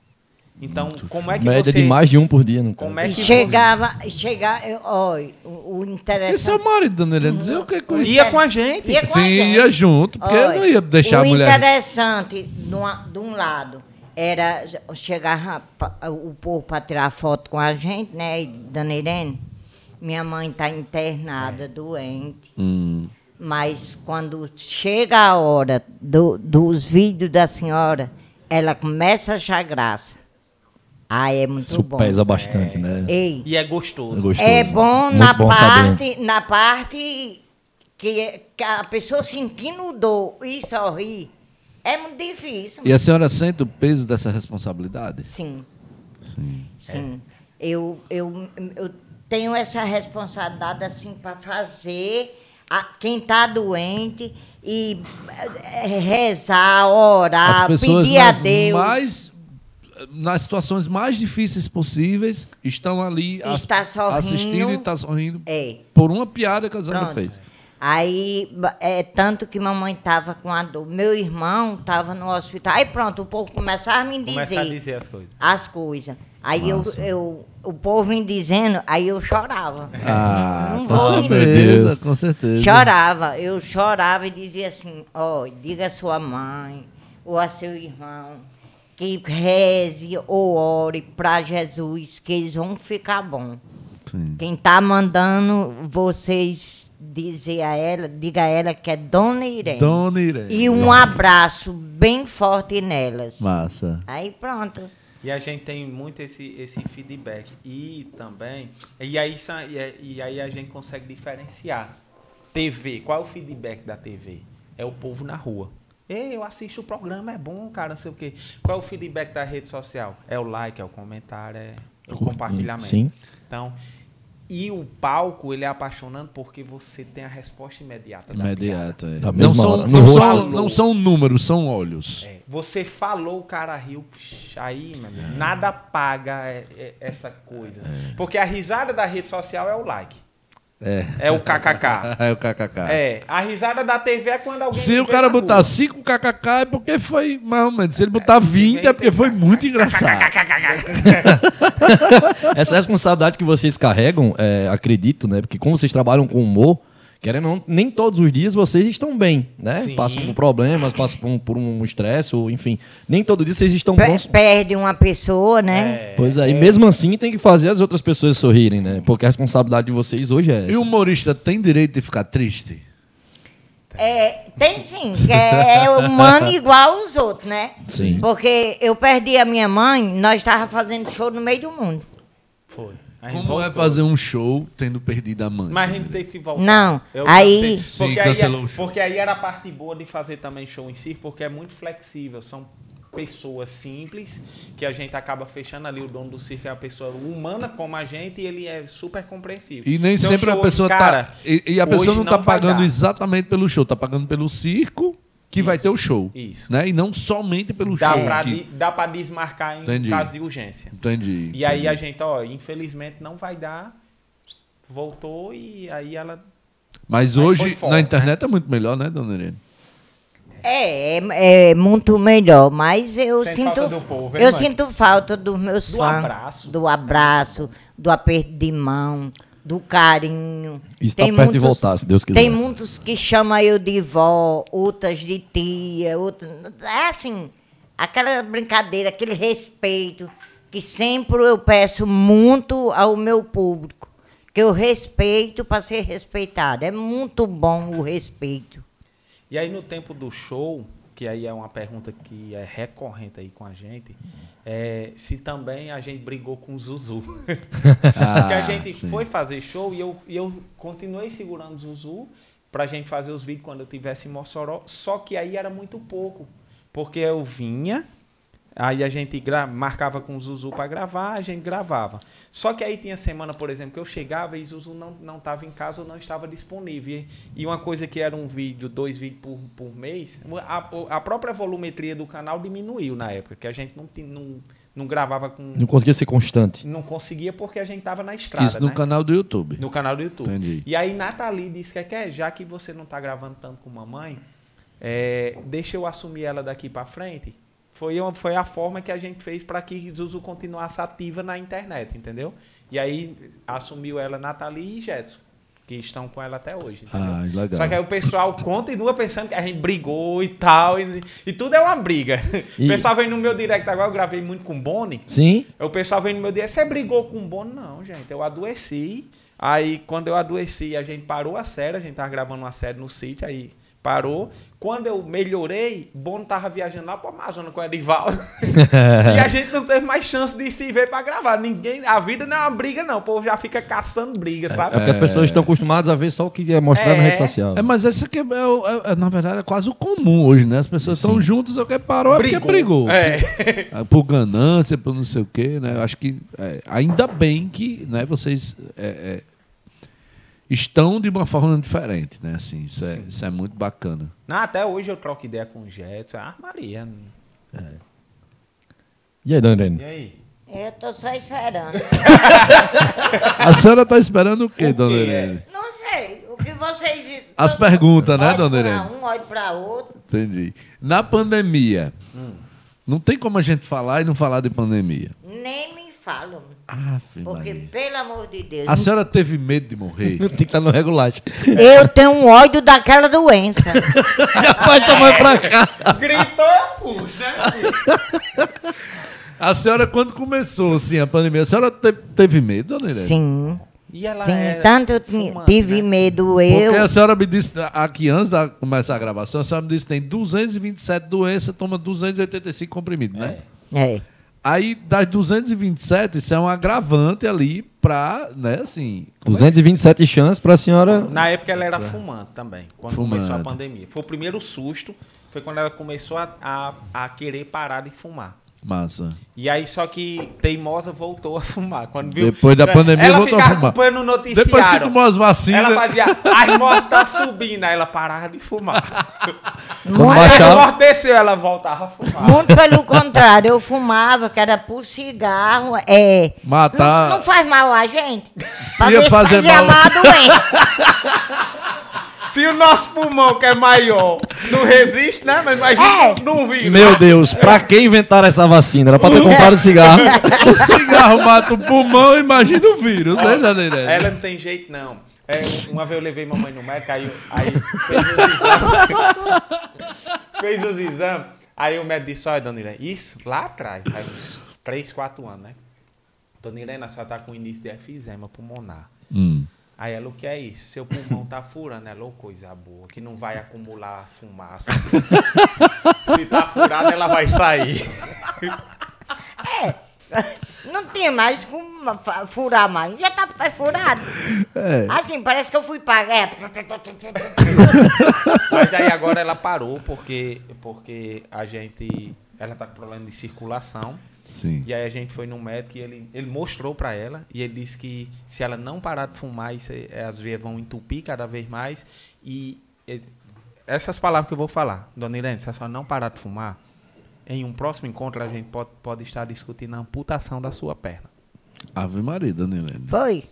S2: Então, como é que
S4: Média
S2: você...
S4: de mais de um por dia, no caso.
S2: Como é
S3: E
S2: que
S3: chegava, chegava, eu- olha, o, o interessante.
S1: Esse é o marido, Dona Irene. Dizer o que é com isso?
S2: Hum. Ia com a gente.
S3: Ia com a
S1: Sim,
S3: gente.
S1: ia junto, porque eu não ia deixar
S3: o
S1: a mulher.
S3: interessante, de um- de um lado, era chegar o povo para tirar foto com a gente, né? E, Dona Irene, minha mãe está
S1: É.
S3: internada, doente.
S1: um-
S3: Mas quando chega a hora do- dos vídeos da senhora, ela começa a achar graça. Ah, é muito
S4: Isso
S3: bom.
S4: pesa bastante, né?
S3: Ei,
S2: E é gostoso.
S4: gostoso.
S3: é bom
S4: Muito
S3: na
S4: bom saber.
S3: parte, na parte que, que a pessoa sentindo dor e sorrir é muito difícil.
S1: E a senhora sente o peso dessa responsabilidade?
S3: Sim. Sim.
S1: É.
S3: Eu, eu, eu tenho essa responsabilidade assim para fazer a, quem está doente e eh, rezar, orar,
S1: as pessoas
S3: Ah, pedir a
S1: nas,
S3: Deus.
S1: mais nas situações mais difíceis possíveis estão ali as-
S3: Está sorrindo.
S1: assistindo e está sorrindo
S3: É.
S1: por uma piada que a senhora
S3: Pronto.
S1: fez.
S3: Aí, ba- é, tanto que mamãe tava com a dor. Meu irmão tava no hospital. Aí pronto, o povo começava a me
S2: Começar a
S3: dizer
S2: dizer as coisas.
S3: as coisas. Aí eu, eu, o povo me dizendo, aí eu chorava.
S1: Ah,
S3: Não
S1: com
S3: vou
S1: certeza, com certeza.
S3: Chorava, eu chorava e dizia assim, ó, diga a sua mãe ou a seu irmão que reze ou ore para Jesus, que eles vão ficar bom.
S1: Sim.
S3: Quem tá mandando vocês dizer a ela, diga a ela que é Dona Irene.
S1: Dona Irene.
S3: E um abraço bem forte nelas.
S1: Massa.
S3: Aí pronto.
S2: E a gente tem muito esse, esse feedback. E também. E aí, sa- e é- e aí a gente consegue diferenciar. TV, qual é o feedback da TV? É o povo na rua. Ei, eu assisto o programa, é bom, cara, não sei o quê. Qual é o feedback da rede social? É o like, é o comentário, é o compartilhamento.
S4: Sim.
S2: Então, e o palco, ele é apaixonante porque você tem a resposta imediata. da
S1: Imediato, é.
S4: Da
S1: Não
S4: mesma
S1: são,
S4: hora.
S1: não,
S4: No
S1: são,
S4: rosto.
S1: não são números, são olhos.
S2: É, Você falou, o cara riu. psh, Aí, meu
S1: É.
S2: amigo, nada paga é, é, essa coisa. Porque a risada da rede social é o like. É. o kkk.
S1: É o kkk.
S2: É, a risada da TV é quando alguém.
S1: Se
S2: te
S1: o
S2: vê
S1: cara
S2: na rua.
S1: botar 5 kkk é porque foi mais ou menos. Se ele botar 20 é porque foi muito engraçado.
S4: Essa responsabilidade que vocês carregam, é, acredito, né? Porque como vocês trabalham com humor, querendo ou não, nem todos os dias vocês estão bem, né?
S2: Sim.
S4: Passam por problemas, passam por um- por um estresse, ou enfim. Nem todo dia vocês
S1: Um
S4: estão
S3: Pe-
S4: bons.
S3: perde uma pessoa, né?
S4: Pois é, e mesmo assim tem que fazer as outras pessoas sorrirem, né? Porque a responsabilidade de vocês hoje é
S1: E o
S4: essa.
S1: humorista tem direito de ficar triste?
S3: É, tem sim, que é, é humano igual aos outros, né?
S4: Sim.
S3: Porque eu perdi a minha mãe, nós estávamos fazendo show no meio do mundo.
S2: Foi. A gente
S1: Como é
S2: voltou.
S1: fazer um show tendo perdido a mãe?
S2: Mas então, a gente teve que voltar.
S3: Não,
S2: Eu cansei.
S3: aí-
S1: Sim,
S2: Porque, aí é-
S1: cancelou o show.
S2: porque aí era a parte boa de fazer também show em si, porque é muito flexível. São pessoas simples que a gente acaba fechando ali. O dono do circo é uma pessoa humana como a gente e ele é super compreensível.
S1: E nem
S2: Então,
S1: sempre a
S2: show,
S1: pessoa
S2: cara,
S1: tá. E, e a
S2: hoje
S1: pessoa não tá
S2: vai
S1: pagando
S2: dar.
S1: exatamente pelo show, tá pagando pelo circo que vai ter o show.
S2: Isso.
S1: Né? E não somente pelo
S2: Dá
S1: show.
S2: pra,
S1: que-
S2: di- dá pra desmarcar em
S1: Entendi.
S2: caso de urgência.
S1: Entendi.
S2: E aí a gente, ó, infelizmente não vai dar. Voltou e aí ela.
S1: Mas
S2: Aí
S1: hoje
S2: foi fora, né?
S1: na internet é muito melhor, né, dona Irene?
S3: É, é, é muito melhor, mas eu
S2: Sente
S3: sinto
S2: falta do povo, hein,
S3: eu
S2: mãe?
S3: sinto falta dos meus
S2: Do
S3: fãs,
S2: abraço.
S3: do abraço, do aperto de mão, do carinho.
S4: Isso tá perto de voltar, se Deus quiser.
S3: Tem muitos que chamam eu de vó, outras de tia, outras, é assim, aquela brincadeira, aquele respeito que sempre eu peço muito ao meu público, que eu respeito para ser respeitado. É muito bom o respeito.
S2: E aí no tempo do show, que aí é uma pergunta que é recorrente aí com a gente, é se também a gente brigou com o Zuzu. Porque a gente foi fazer show e eu, e eu continuei segurando o Zuzu pra gente fazer os vídeos quando eu tivesse em Mossoró, só que aí era muito pouco. Porque eu vinha, aí a gente gra- marcava com o Zuzu pra gravar, a gente gravava. Só que aí tinha semana, por exemplo, que eu chegava e Zuzu não, não tava em casa ou não estava disponível. E- E uma coisa que era um vídeo, dois vídeos por, por mês, a, a própria volumetria do canal diminuiu na época, que a gente não, tin- não, não gravava com.
S4: Não conseguia ser constante.
S2: Não conseguia porque a gente tava na estrada.
S1: Isso no
S2: né?
S1: canal do YouTube.
S2: No canal do YouTube.
S1: Entendi.
S2: E aí Nathalie disse que quer, já que você não tá gravando tanto com mamãe, é, deixa eu assumir ela daqui pra frente. Foi, uma- foi a forma que a gente fez pra que Zuzu continuasse ativa na internet, entendeu? E aí assumiu ela Nathalie e Jetson, que estão com ela até hoje. entendeu?
S1: Ah, legal.
S2: Só que aí o pessoal continua pensando que a gente brigou e tal, e, e tudo é uma briga.
S4: E-
S2: O pessoal vem no meu direct agora, eu gravei muito com o Boni,
S4: Sim?
S2: Aí O pessoal vem no meu dia, você brigou com o Bono? Não, gente, eu adoeci. Aí, quando eu adoeci, a gente parou a série, a gente tava gravando uma série no sítio, aí parou. Quando eu melhorei, Bono tava viajando lá pro Amazonas com o Edivaldo. e a gente não teve mais chance de se ver pra gravar. Ninguém, a vida não é uma briga, não. O povo já fica caçando briga,
S4: É
S2: sabe?
S4: porque as pessoas estão acostumadas a ver só o que é mostrado na
S2: É.
S4: rede social.
S1: É, mas essa aqui é, o- é- é, na verdade, é quase o comum hoje, né? As pessoas estão juntas, o que parou é porque brigou.
S2: É.
S1: Ah, Por ganância, por não sei o quê, né? Eu acho que é, ainda bem que né, vocês é, é, estão de uma forma diferente, né? Assim, isso, é, isso é muito bacana.
S2: Não, até hoje eu troco ideia com o Jetson. Ah, Maria.
S4: E aí, Dona Irene?
S2: E aí?
S3: É, Eu tô só esperando.
S1: A senhora tá esperando o quê,
S2: O
S1: dona
S2: quê?
S1: Irene?
S3: Não sei. O que vocês.
S1: As perguntas, né,
S3: Olho
S1: dona
S3: pra
S1: Irene?
S3: Um olho para outro.
S1: Entendi. Na pandemia, não tem como a gente falar e não falar de pandemia.
S3: Nem me falo.
S1: Aff,
S3: Porque,
S1: Maria.
S3: pelo amor de Deus,
S1: A senhora teve medo de morrer?
S4: Tem que estar no regulagem.
S3: eu tenho um ódio daquela doença.
S4: Vai tomar pra cá.
S2: Gritou, puxa, né?
S1: A senhora, quando começou assim, a pandemia, a senhora te- teve medo, dona Irene?
S3: Sim.
S2: E ela
S3: Sim,
S2: era
S3: tanto eu tinha-
S2: fumante,
S3: tive
S2: né?
S3: medo
S1: Porque
S3: eu.
S1: a senhora me disse, aqui antes de começar a gravação, a senhora me disse que tem 227 doenças, toma 285 comprimidos, né?
S3: É.
S1: Aí, das 227, isso é um agravante ali pra, né, assim...
S4: 227 chances pra senhora.
S2: Na época ela era fumante também, quando começou a
S1: Fumante.
S2: pandemia. Foi o primeiro susto, foi quando ela começou a, a, a querer parar de fumar.
S1: Massa.
S2: E aí, só que teimosa voltou a fumar. Quando viu,
S1: Depois da pandemia,
S2: ela
S1: voltou a
S2: ficava
S1: fumar.
S2: acompanhando o noticiário.
S1: Depois que tomou as vacinas...
S2: Ela fazia, as mortes tá subindo, aí ela parava de fumar.
S4: Quando
S1: é
S2: Aí ela
S4: baixava.
S2: desceu, ela voltava a fumar.
S3: Muito pelo contrário, eu fumava, que era por cigarro. É.
S1: Matar-
S3: Não, não faz mal a gente. Pra
S1: Tá. Ia
S3: ver se
S1: fazer
S3: fazia
S1: mal.
S3: a doença.
S2: Se o nosso pulmão, que é maior, não resiste, né? Mas
S3: É.
S2: imagina não vírus.
S4: Meu Deus, pra que inventaram essa vacina? Era pra ter comprado cigarro.
S1: O cigarro é. mata o pulmão, imagina o vírus, né, dona Irene?
S2: Ela não tem jeito, não. É, uma vez eu levei mamãe no médico, aí, aí fez os exames. fez os exames. Aí o médico disse, olha, dona Irene, isso lá atrás, faz uns 3, 4 anos, né? Dona Irene, a senhora tá com início de efizema pulmonar.
S1: Hum.
S2: Aí ela, o que é isso? Seu pulmão tá furando. Ela, ô coisa boa, que não vai acumular fumaça. Se tá furada, ela vai sair.
S3: Não tinha mais como fa- furar mais. Já tá furado.
S1: É.
S3: Assim, parece que eu fui pagar.
S2: Mas aí agora ela parou porque, porque a gente. Ela tá com problema de circulação.
S1: Sim.
S2: E aí a gente foi no médico e ele, ele mostrou pra ela. E ele disse que se ela não parar de fumar, isso é- é, as veias vão entupir cada vez mais. E e- essas palavras que eu vou falar, dona Irene, se a senhora não parar de fumar, em um próximo encontro a gente pode, pode estar discutindo a amputação da sua perna.
S1: Ave Maria, dona Irene.
S3: Foi.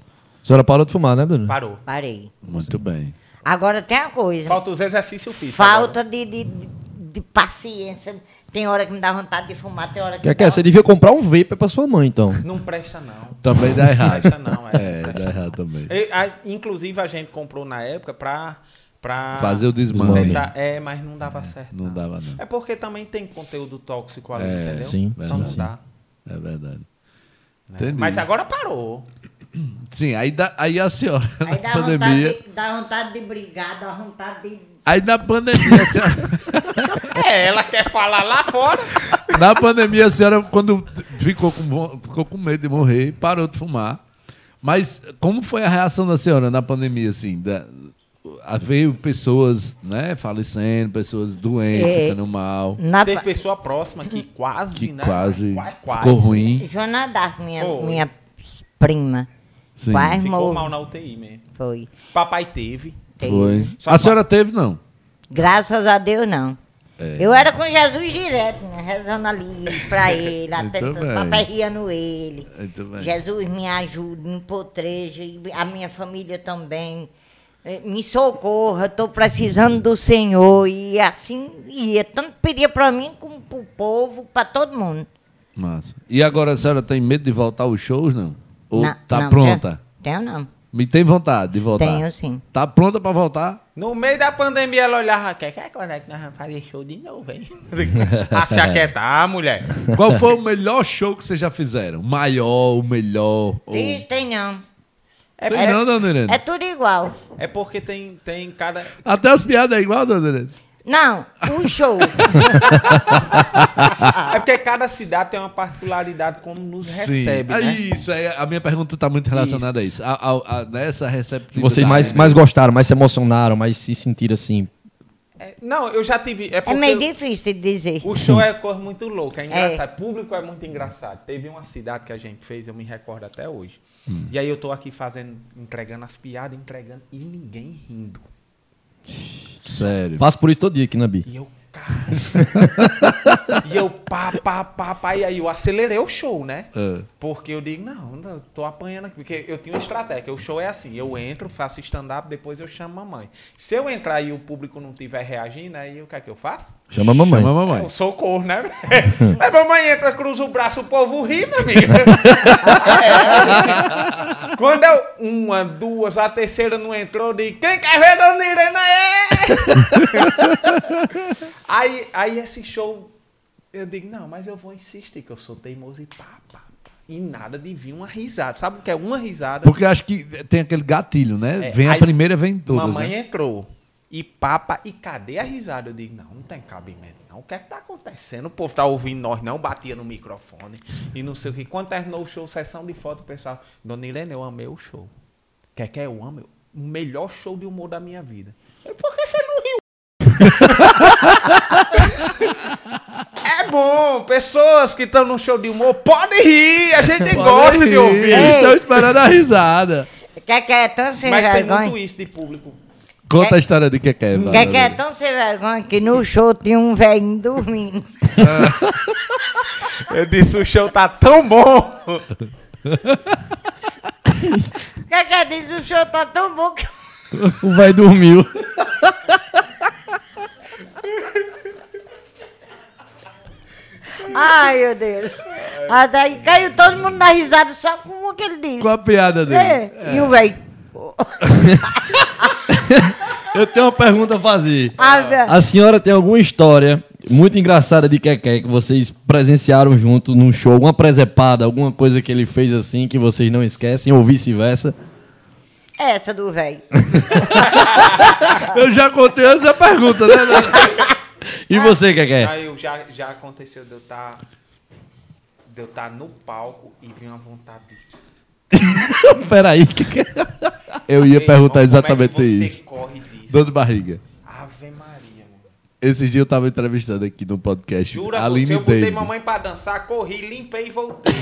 S4: A senhora parou de fumar, né, dona?
S2: Parou.
S3: Parei.
S1: Muito bem.
S3: Agora tem uma coisa.
S2: Falta os exercícios físicos. agora.
S3: Falta de, de, de- de paciência. Tem hora que me dá vontade de fumar, tem hora que.
S4: Quer
S3: me
S4: que
S3: dá
S4: é? Você devia comprar um vapor pra sua mãe, então.
S2: Não presta, não.
S1: Também dá
S2: Não
S1: errado.
S2: presta, não. É,
S1: É, dá errado também.
S2: E, a- inclusive a gente comprou na época pra. pra
S1: Fazer o desmame.
S4: Desmame.
S2: tentar- É, mas não dava certo.
S1: Não dava, não.
S2: É porque também tem conteúdo tóxico ali,
S1: É,
S2: entendeu?
S4: sim,
S2: Só não
S4: sim.
S2: dá.
S1: É verdade.
S2: né?
S1: Entendi.
S2: Mas agora parou.
S1: Sim, aí, dá- aí a senhora,
S3: Aí
S1: na
S3: dá
S1: pandemia...
S3: vontade, de, dá vontade de brigar, dá vontade de.
S1: Aí na pandemia, a senhora...
S2: É, ela quer falar lá fora.
S1: Na pandemia, a senhora, quando ficou com, vo- ficou com medo de morrer, parou de fumar. Mas como foi a reação da senhora na pandemia, assim? Da, a- veio pessoas né, falecendo, pessoas doentes,
S3: É.
S1: ficando mal,
S3: Na
S2: Teve pessoa próxima que quase,
S1: que
S2: né?
S1: quase,
S2: Qua- quase.
S1: ficou ruim.
S3: Jonadar, minha,
S2: Foi.
S3: minha prima.
S1: Sim,
S3: Quase
S2: Ficou mal né?
S3: morreu.
S2: na UTI mesmo.
S3: Foi.
S2: Papai teve.
S3: Teve.
S1: foi.
S2: Só
S1: A senhora teve, não?
S3: Graças a Deus, não.
S1: É.
S3: Eu era com Jesus direto, né? rezando ali pra ele, até
S1: Muito bem.
S3: papai ria no ele.
S1: Muito bem.
S3: Jesus me ajuda, me potreja, e a minha família também. Eh, Me socorra, estou
S1: Uhum.
S3: precisando do Senhor. E assim ia. Tanto pedia para mim, como para o povo, para todo mundo.
S1: Massa. E agora a senhora tem medo de voltar aos shows, não? Ou
S3: Na-
S1: tá
S3: não,
S1: pronta?
S3: Tenho, tenho não.
S1: Me tem vontade de voltar?
S3: Tenho sim.
S1: Tá pronta pra voltar?
S2: No meio da pandemia ela olhava, quer que quando é que nós vamos fazer show de novo, hein? a se aquietar, mulher.
S1: Qual foi o melhor show que vocês já fizeram? O Maior, o melhor? ou-
S3: Diz, tem não.
S2: É,
S1: Tem
S2: é-
S1: não, dona Irene?
S3: É tudo igual.
S2: é porque tem, tem cada.
S1: Até as piadas é igual, dona Irene?
S3: Não, o show.
S2: É porque cada cidade tem uma particularidade como nos recebe.
S1: É
S2: né?
S1: Isso, é, a minha pergunta está muito relacionada a isso. A, a- a- nessa
S4: Que
S1: receptividade. né?
S4: vocês mais, mais gostaram, mais se emocionaram, mais se sentiram assim.
S2: É, não, eu já tive. É,
S3: É
S2: porque
S3: meio difícil de dizer.
S2: O show é coisa muito louca, é engraçado. Público é muito engraçado. Teve uma cidade que a gente fez, eu me recordo até hoje. E aí eu tô aqui fazendo, entregando as piadas, entregando, e ninguém rindo.
S1: Sério.
S4: Passo por isso todo dia aqui na Bi.
S2: E eu, e eu pá, pá, pá, pá. E aí eu acelerei o show, né?
S1: Ah.
S2: Porque eu digo, não, não, tô apanhando aqui. Porque eu tinha uma estratégia. O show é assim, eu entro, faço stand-up, depois eu chamo mamãe. Se eu entrar e o público não tiver reagindo, aí o que é que eu faço?
S4: Chama a mamãe.
S1: Chama a mamãe.
S2: Eu socorro, né? Mas mamãe entra, cruza o braço, o povo ri, meu amigo. É. Quando eu, uma, duas, a terceira não entrou, eu digo, quem quer ver Dona Irene aí? aí? Aí esse show, eu digo, não, mas eu vou insistir, que eu sou teimoso e pá, pá, pá. E nada de vir uma risada. Sabe o que é uma risada?
S1: Porque acho que tem aquele gatilho, né?
S2: É,
S1: vem a
S2: aí-
S1: primeira, vem todas,
S2: Mamãe
S1: né?
S2: entrou. E papa, e cadê a risada? Eu digo, não, não tem cabimento, não. O que é que tá acontecendo? O povo tá ouvindo nós, não batia no microfone. E não sei o que. Quando terminou o show, sessão de foto, o pessoal, Dona Irene, eu amei o show. Quer que eu ame? O melhor show de humor da minha vida. Eu, por que você não riu? é bom, pessoas que estão no show de humor, podem rir, a gente é gosta de ouvir. É.
S1: Eles estão esperando a risada.
S3: Quer que é tão sem
S2: Mas tem
S3: vergonha?
S2: muito isso de público.
S1: Conta a história de que é,
S3: Quer que é tão sem vergonha que no show tinha um velhinho dormindo.
S2: Eu disse, o show tá tão bom.
S3: Quer que é disse, o show tá tão bom que...
S4: O vai dormiu.
S3: Ai, meu Deus. Ah, daí caiu todo mundo na risada, só com o que ele disse.
S1: Com a piada dele.
S3: É, E o velho...
S4: Eu tenho uma pergunta a fazer.
S3: Ah, velho.
S4: A senhora tem alguma história muito engraçada de Keké que vocês presenciaram junto num show? Alguma presepada, alguma coisa que ele fez assim que vocês não esquecem ou vice-versa?
S3: Essa do velho.
S1: Eu já contei essa pergunta, né?
S4: E você, Keké?
S2: Aí eu já, já aconteceu de eu estar de eu estar no palco e vir uma vontade de
S4: Peraí, Keké.
S1: Eu ia
S2: Ei,
S1: perguntar
S2: irmão,
S1: exatamente
S2: como é que você
S1: isso.
S2: corre disso.
S1: Dor de barriga.
S2: Ave Maria, mano.
S1: Esses dias eu tava entrevistando aqui no podcast
S2: Jura por você,
S1: Tipo, Aline
S2: eu botei
S1: David.
S2: mamãe pra dançar, corri, limpei e voltei.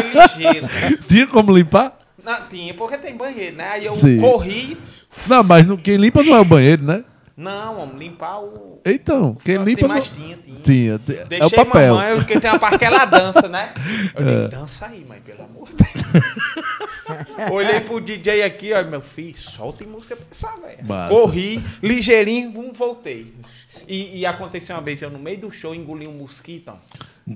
S2: Que ligeiro.
S1: Tinha como limpar?
S2: Não, tinha, porque tem banheiro, né? Aí eu
S1: Sim.
S2: corri.
S1: Não, mas não, quem limpa não é o banheiro, né?
S2: Não, homem, limpar o.
S1: Então, quem
S2: Não, tem
S1: limpa não...
S2: mais tinha, tinha.
S1: Tinha, tinha.
S2: Deixei
S1: É o papel. É.
S2: mamãe, porque tem uma parte que ela dança, né? Eu digo, dança aí, mãe, pelo amor de Deus. Olhei pro DJ aqui, ó, meu filho, solta em música pra essa velha.
S1: Massa.
S2: Corri, ligeirinho, vum, voltei. E, e aconteceu uma vez, eu no meio do show engoli um mosquito, ó.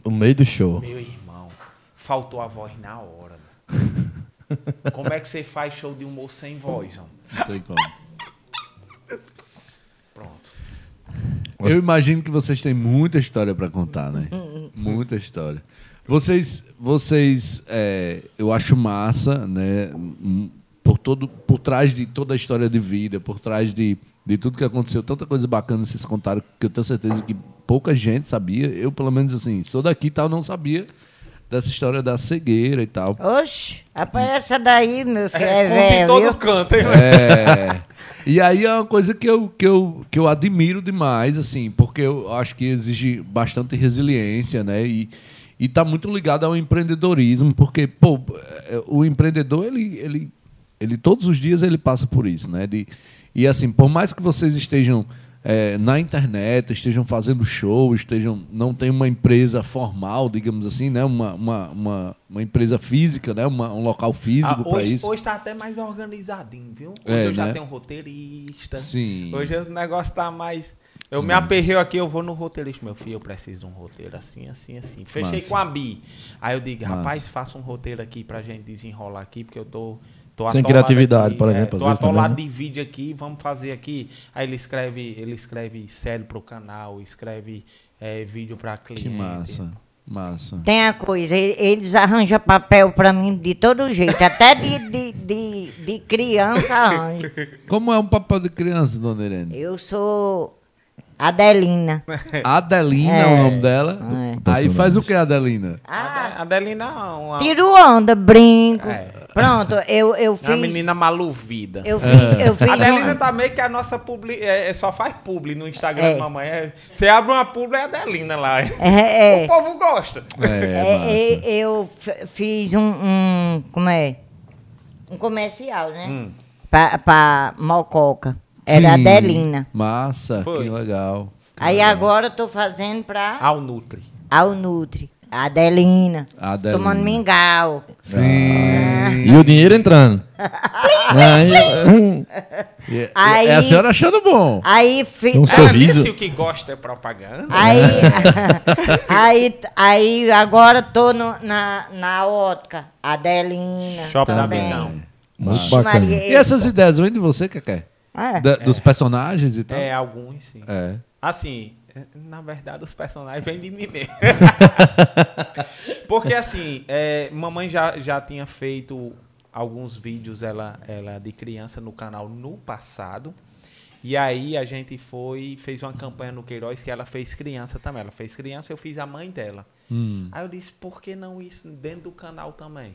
S4: No meio do show.
S2: meu irmão, faltou a voz na hora. mano. Como é que você faz show de humor sem voz, ó?
S1: Não tem como.
S2: Pronto.
S1: Eu imagino que vocês têm muita história para contar, né? Muita história. Vocês, vocês, é, eu acho massa, né? Hum, Por todo, por trás de toda a história de vida, por trás de, de tudo que aconteceu, tanta coisa bacana vocês contaram que eu tenho certeza que pouca gente sabia. Eu pelo menos assim, sou daqui e tal, não sabia dessa história da cegueira e tal.
S3: Oxe, rapaz, essa daí, meu filho, é,
S2: conta em
S3: velho,
S2: todo
S3: viu?
S2: canto, hein, mano?
S1: É. E aí é uma coisa que eu, que, eu, que eu admiro demais, assim, porque eu acho que exige bastante resiliência, né? E, e tá muito ligado ao empreendedorismo, porque, pô, é, o empreendedor, ele, ele, ele todos os dias ele passa por isso, né? De, e assim, por mais que vocês estejam é, na internet, estejam fazendo show, estejam. não tem uma empresa formal, digamos assim, né? Uma, uma, uma, uma empresa física, né? Uma- um local físico
S2: Ah,
S1: para
S2: hoje,
S1: isso.
S2: hoje tá até mais organizadinho, viu? Hoje
S1: É,
S2: eu já
S1: né?
S2: tenho um roteirista.
S1: Sim.
S2: Hoje o negócio tá mais. Eu
S4: Hum.
S2: me aperreu aqui, eu vou no roteirista. Meu filho, eu preciso de um roteiro assim, assim, assim. Fechei
S1: Massa.
S2: com a Bi. Aí eu digo,
S1: Massa.
S2: rapaz, faça um roteiro aqui pra gente desenrolar aqui, porque eu tô. tô
S4: Sem
S2: atolado é,
S4: criatividade, por exemplo, às
S2: Tô
S4: vezes também,
S2: atolado
S4: né?
S2: de vídeo aqui, vamos fazer aqui. Aí ele escreve, ele escreve série pro canal, escreve eh, vídeo pra cliente.
S1: Que massa, massa.
S3: Tem a coisa, e- eles arranjam papel pra mim de todo jeito, até de, de, de, de criança arranja.
S1: Como é um papel de criança, dona Irene?
S3: Eu sou Adelina.
S1: Adelina é,
S3: É.
S1: o nome dela.
S4: Ah,
S1: Aí
S4: é.
S2: Tá
S1: faz o que, Adelina?
S3: Ah,
S2: A Adelina é uma,
S3: tiro onda, brinco.
S2: É.
S3: Pronto, eu, eu
S2: uma
S3: fiz...
S2: menina maluvida.
S3: Eu fiz, eu fiz
S2: A Adelina
S3: um-
S2: tá meio que a nossa publi. É, é só faz publi no Instagram
S3: É.
S2: da mamãe. É, Você abre uma publi, é a Adelina lá.
S3: É,
S2: O
S3: é.
S2: povo gosta.
S3: É, e- eu f- fiz um, um- Como é? Um comercial, né?
S2: Hum.
S3: Pra, pra Mococa. Era
S1: Sim.
S3: é Adelina.
S1: Massa,
S2: Foi.
S1: que legal.
S2: Ah.
S3: Aí agora eu tô fazendo pra
S2: Ao Nutri.
S3: Alnutri, a Adelina,
S1: A Adelina.
S3: tomando mingau.
S1: Ah,
S4: E o dinheiro entrando. Aí-
S1: E-
S3: Aí-
S1: É a senhora achando bom.
S3: Aí fi-
S4: Não sei. Sorriso.
S2: Ela disse que o que gosta é propaganda.
S3: Aí, aí, aí agora tô no- na, na Otka, Adelina.
S2: Shopping da
S3: também.
S2: Visão.
S4: Muito
S3: Maria.
S4: bacana. Ah,
S1: E essas ideias vêm de você, Cacé?
S3: É.
S1: Da- Dos personagens e tal?
S2: É, alguns sim.
S1: É.
S2: Assim, na verdade, os personagens vêm de mim mesmo. Porque, assim, é, mamãe já, já tinha feito alguns vídeos ela, ela de criança no canal no passado. E aí a gente foi fez uma campanha no Queiroz que ela fez criança também. Ela fez criança, eu fiz a mãe dela. Aí eu disse, por que não isso dentro do canal também?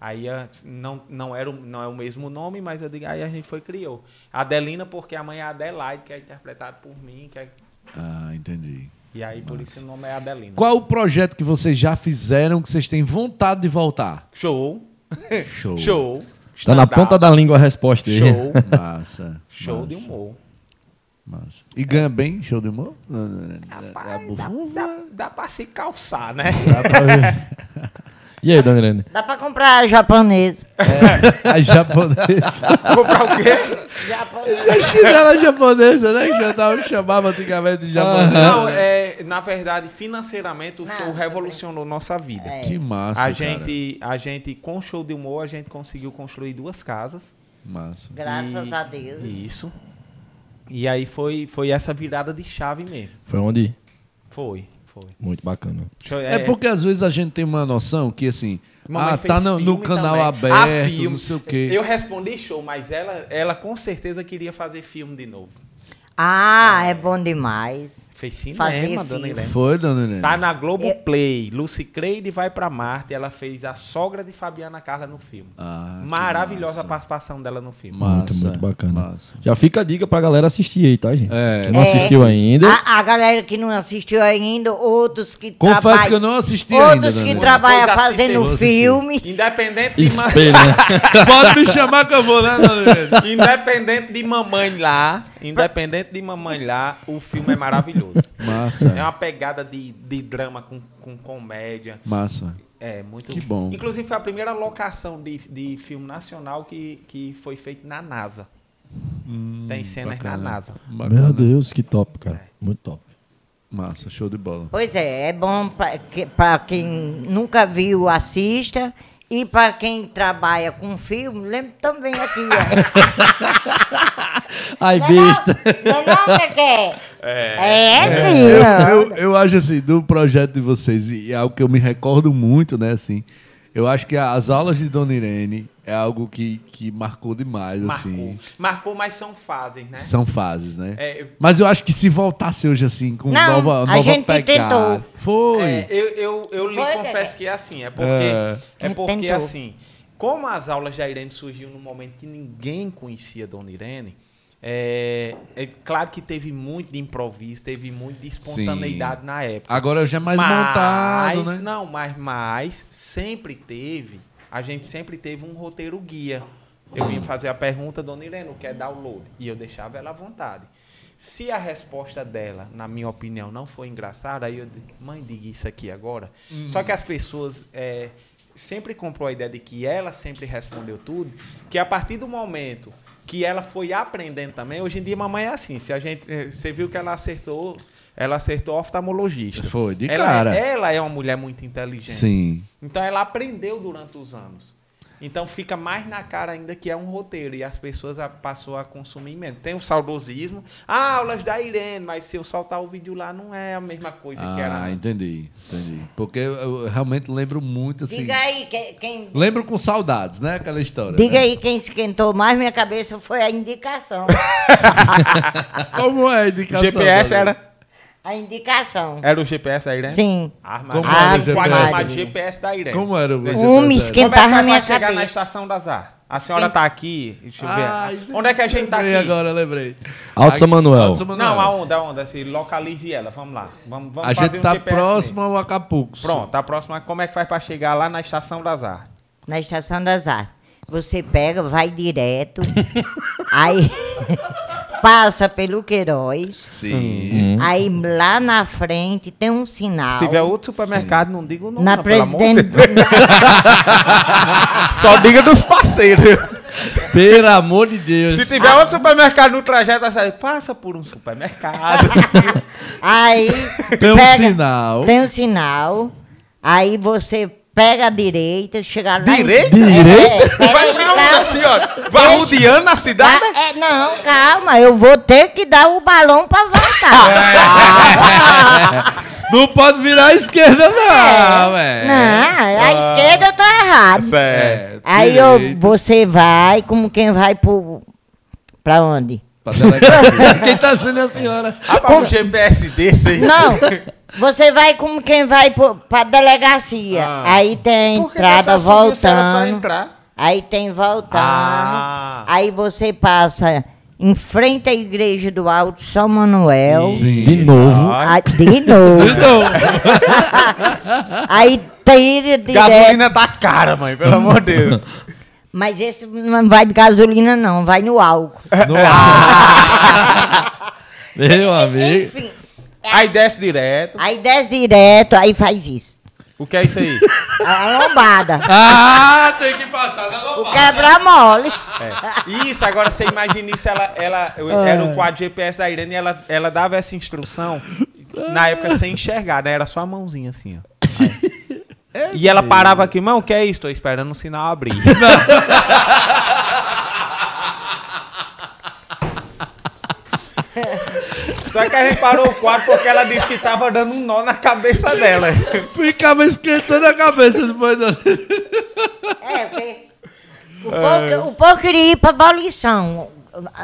S2: Aí a- não, não, era, o- não é o mesmo nome, mas eu digo, aí a gente foi e criou. Adelina, porque a mãe é Adelaide, que é interpretada por mim. Que é-
S1: Ah, entendi.
S2: E aí por isso o nome é Adelina.
S1: Qual o projeto que vocês já fizeram que vocês têm vontade de voltar?
S2: Show.
S1: Show.
S2: Show.
S4: Tá na ponta da língua a resposta aí.
S2: Show.
S1: Massa.
S2: Show de
S1: massa,
S2: humor.
S1: massa. E ganha bem show de humor? É, A
S2: Rapaz, dá,
S1: bufunfa?
S2: dá, dá pra se calçar, né?
S4: E aí, Dona Irene?
S3: Dá pra comprar a japonesa.
S1: A japonesa.
S2: Comprar o quê?
S1: a chinela japonesa, né? Que já tava, chamava antigamente de japonesa.
S2: Não, é, na verdade, financeiramente, o
S3: Não,
S2: show
S3: tudo É.
S2: revolucionou nossa vida.
S1: Que massa,
S2: A
S1: cara.
S2: gente, a gente, com o show de humor, a gente conseguiu construir duas casas.
S1: Massa.
S3: Graças
S2: E-
S3: a Deus.
S2: Isso. E aí foi, foi essa virada de chave mesmo.
S4: Foi onde?
S2: Foi, foi.
S4: Muito bacana.
S2: Show-
S1: É, porque às vezes a gente tem uma noção que assim,
S2: Mamãe
S1: ah,
S2: fez
S1: tá no, no
S2: filme
S1: canal
S2: também.
S1: aberto,
S2: Ah, filme.
S1: não sei o quê.
S2: Eu respondi show, mas ela, ela com certeza queria fazer filme de novo.
S3: Ah, é bom demais.
S2: Fez
S3: Fazer
S2: cinema, dona
S3: filme.
S2: Irene.
S1: Foi, dona Irene?
S2: Tá na Globoplay. Lucy Creide vai pra Marte. Ela fez a sogra de Fabiana Carla no filme.
S1: Ah, que
S2: Maravilhosa a
S1: massa.
S2: participação dela no filme.
S1: Massa,
S4: muito, muito bacana.
S1: massa.
S4: Já fica a dica pra galera assistir aí, tá, gente?
S1: É. Ah.
S4: Quem não
S3: É.
S4: assistiu ainda.
S3: A, a galera que não assistiu ainda, outros que
S1: Confesso
S3: trabalham-
S1: que eu não assisti ainda, né,
S3: Outros
S1: dona
S3: que
S1: Irene.
S3: trabalham
S2: Depois assiste aí,
S3: fazendo
S2: vou
S1: assistir.
S3: filme.
S2: Independente de, ma-
S4: Espelho, né?
S1: Pode me chamar que eu vou, né, dona Irene?
S2: independente de mamãe lá. Independente de mamãe lá, o filme é maravilhoso. É
S1: Massa.
S2: uma pegada de, de drama com, com comédia.
S1: Massa.
S2: É, muito
S1: Que bom.
S2: Inclusive, foi a primeira locação de, de filme nacional que, que foi feito na NASA. Tem cenas na NASA.
S1: Hum, Bacana.
S4: Meu Deus, que top, cara. Muito top.
S1: Massa, show de bola.
S3: Pois é, é bom para que, pra quem nunca viu, assista. E para quem trabalha com filme, lembra também aqui. ó.
S4: Ai,
S3: Não é não?
S4: besta.
S3: Não é não, Cacé? É. sim. ó.
S1: Eu, eu acho assim, do projeto de vocês, e é algo que eu me recordo muito, né, assim. Eu acho que as aulas de Dona Irene é algo que, que marcou demais,
S2: Marcou. né?
S1: assim.
S2: Marcou, mas são fases, né?
S1: São fases, né?
S2: É,
S1: Mas eu acho que se voltasse hoje assim, com
S3: Não,
S1: nova,
S3: a
S1: nova
S3: gente
S1: pegada-
S3: tentou.
S1: Foi.
S2: É, eu, eu, eu lhe
S3: Foi,
S2: confesso
S3: Dedé?
S2: que é assim. É porque,
S1: É.
S2: é. porque
S3: Arrepentou.
S2: assim, como as aulas da Irene surgiu num momento que ninguém conhecia a Dona Irene, é, é claro que teve muito de improviso, teve muito de espontaneidade na época.
S1: Agora já é mais montado, né?
S2: Não, mas, mas sempre teve, a gente sempre teve um roteiro guia. Eu vinha fazer a pergunta, dona Irene, o que é download? E eu deixava ela à vontade. Se a resposta dela, na minha opinião, não foi engraçada, aí eu digo, mãe, diga isso aqui agora.
S1: Hum.
S2: Só que as pessoas é, sempre comprou a ideia de que ela sempre respondeu tudo, que a partir do momento que ela foi aprendendo também, hoje em dia mamãe é assim, se a gente, eh, você viu que ela acertou, ela acertou oftalmologista.
S1: Foi, de
S2: Ela-
S1: cara.
S2: Ela é uma mulher muito inteligente.
S1: Sim.
S2: Então ela aprendeu durante os anos. Então fica mais na cara ainda que é um roteiro e as pessoas a, passou a consumir menos. Tem o saudosismo, ah, aulas da Irene, mas se eu soltar o vídeo lá não é a mesma coisa que era.
S1: Ah,
S2: antes.
S1: entendi, entendi. Porque eu eu realmente lembro muito, assim...
S3: Diga aí que- quem.
S1: Lembro com saudades, né? Aquela história. né?
S3: Diga aí quem esquentou mais minha cabeça foi a indicação.
S1: Como é a indicação?
S2: GPS
S1: Dona Irene?
S2: era
S3: A indicação.
S2: era o GPS da Irene? Ah,
S3: Sim.
S2: Arma,
S1: Como
S2: arma-
S1: era o
S2: quadro
S1: GPS?
S2: chamado GPS da Irene.
S1: Como era o
S2: Um
S1: GPS?
S3: me
S2: Como é
S3: esquenta-
S2: que
S3: Esquentava
S2: faz
S3: minha
S2: pra chegar na
S3: cabeça.
S2: estação das artes? A senhora
S3: Esquenta-
S2: tá aqui, deixa eu ver.
S1: Ah,
S2: Onde é que a gente tá aqui?
S1: lembrei agora, lembrei.
S4: Alto São
S1: Aqui-
S4: Manuel.
S1: Alto São Manuel.
S2: Não, a onda, a onda, se localize ela, vamos lá. Vamos, vamos
S1: A
S2: fazer
S1: gente
S2: um
S1: tá
S2: GPS
S1: próximo ao Acapulco.
S2: mesmo. Pronto, tá próximo. a- Como é que faz pra chegar lá na estação das artes?
S3: Na Estação das Artes. Você pega, vai direto. aí. passa pelo Queiroz.
S1: Sim.
S3: Aí lá na frente tem um sinal.
S2: Se tiver outro supermercado, não diga o nome.
S3: na
S2: não, pelo amor de
S3: presidente.
S2: Deus. Só diga dos parceiros.
S4: Pelo amor de Deus.
S2: Se tiver outro supermercado no trajeto, sai, passa por um supermercado.
S3: Aí.
S1: Tem um
S3: pega-
S1: sinal.
S3: Tem um sinal. Aí você pega a direita, chega lá. em-
S2: Direita?
S3: É, peraí,
S2: Vai ficar
S3: calma.
S2: assim, ó, barrudeando a
S3: Ah,
S2: cidade.
S3: é, não, calma, eu vou ter que dar o balão pra voltar.
S1: Não pode virar à esquerda,
S2: Ah,
S1: não,
S3: É.
S1: é.
S3: Não, a esquerda eu tô errado.
S2: É.
S3: Aí eu, você vai, como quem vai pro. Pra onde?
S1: Pra delegacia.
S4: Quem tá sendo é a senhora.
S2: Rapaz, um GPS desse aí.
S3: Não, você vai como quem vai pro, pra delegacia.
S2: Ah.
S3: Aí tem a
S2: Por que que essa
S3: entrada
S2: subiu se ela só
S3: voltando.
S2: entrar?
S3: Aí tem voltando.
S2: Ah.
S3: Aí você passa em frente à igreja do Alto São Manuel.
S4: De novo.
S3: Ah, de novo. Aí tira direto.
S2: Gasolina tá cara, mãe, pelo amor de Deus.
S3: Mas esse não vai de gasolina, não, vai no álcool.
S1: Ah.
S4: Meu
S2: Tá
S4: amigo.
S3: Enfim, É.
S2: Aí desce direto.
S3: aí desce direto, aí faz isso.
S2: O que é isso aí?
S3: A lombada.
S1: ah, tem que passar na
S3: O
S1: lombada.
S3: quebra-mole.
S2: É. Isso, agora você imagina isso, ela, ela eu-
S1: É.
S2: era o quadro GPS da Irene, ela, ela dava essa instrução, na época sem enxergar, né? Era só a mãozinha assim, ó.
S1: É.
S2: Aí. E ela parava aqui, mão, que é isso? Tô esperando o sinal abrir. Só que a gente parou o quadro porque ela disse que tava dando um nó na cabeça dela.
S1: Ficava esquentando a cabeça depois da.
S3: É, porque o
S1: É.
S3: povo, que- o povo queria ir para abolição.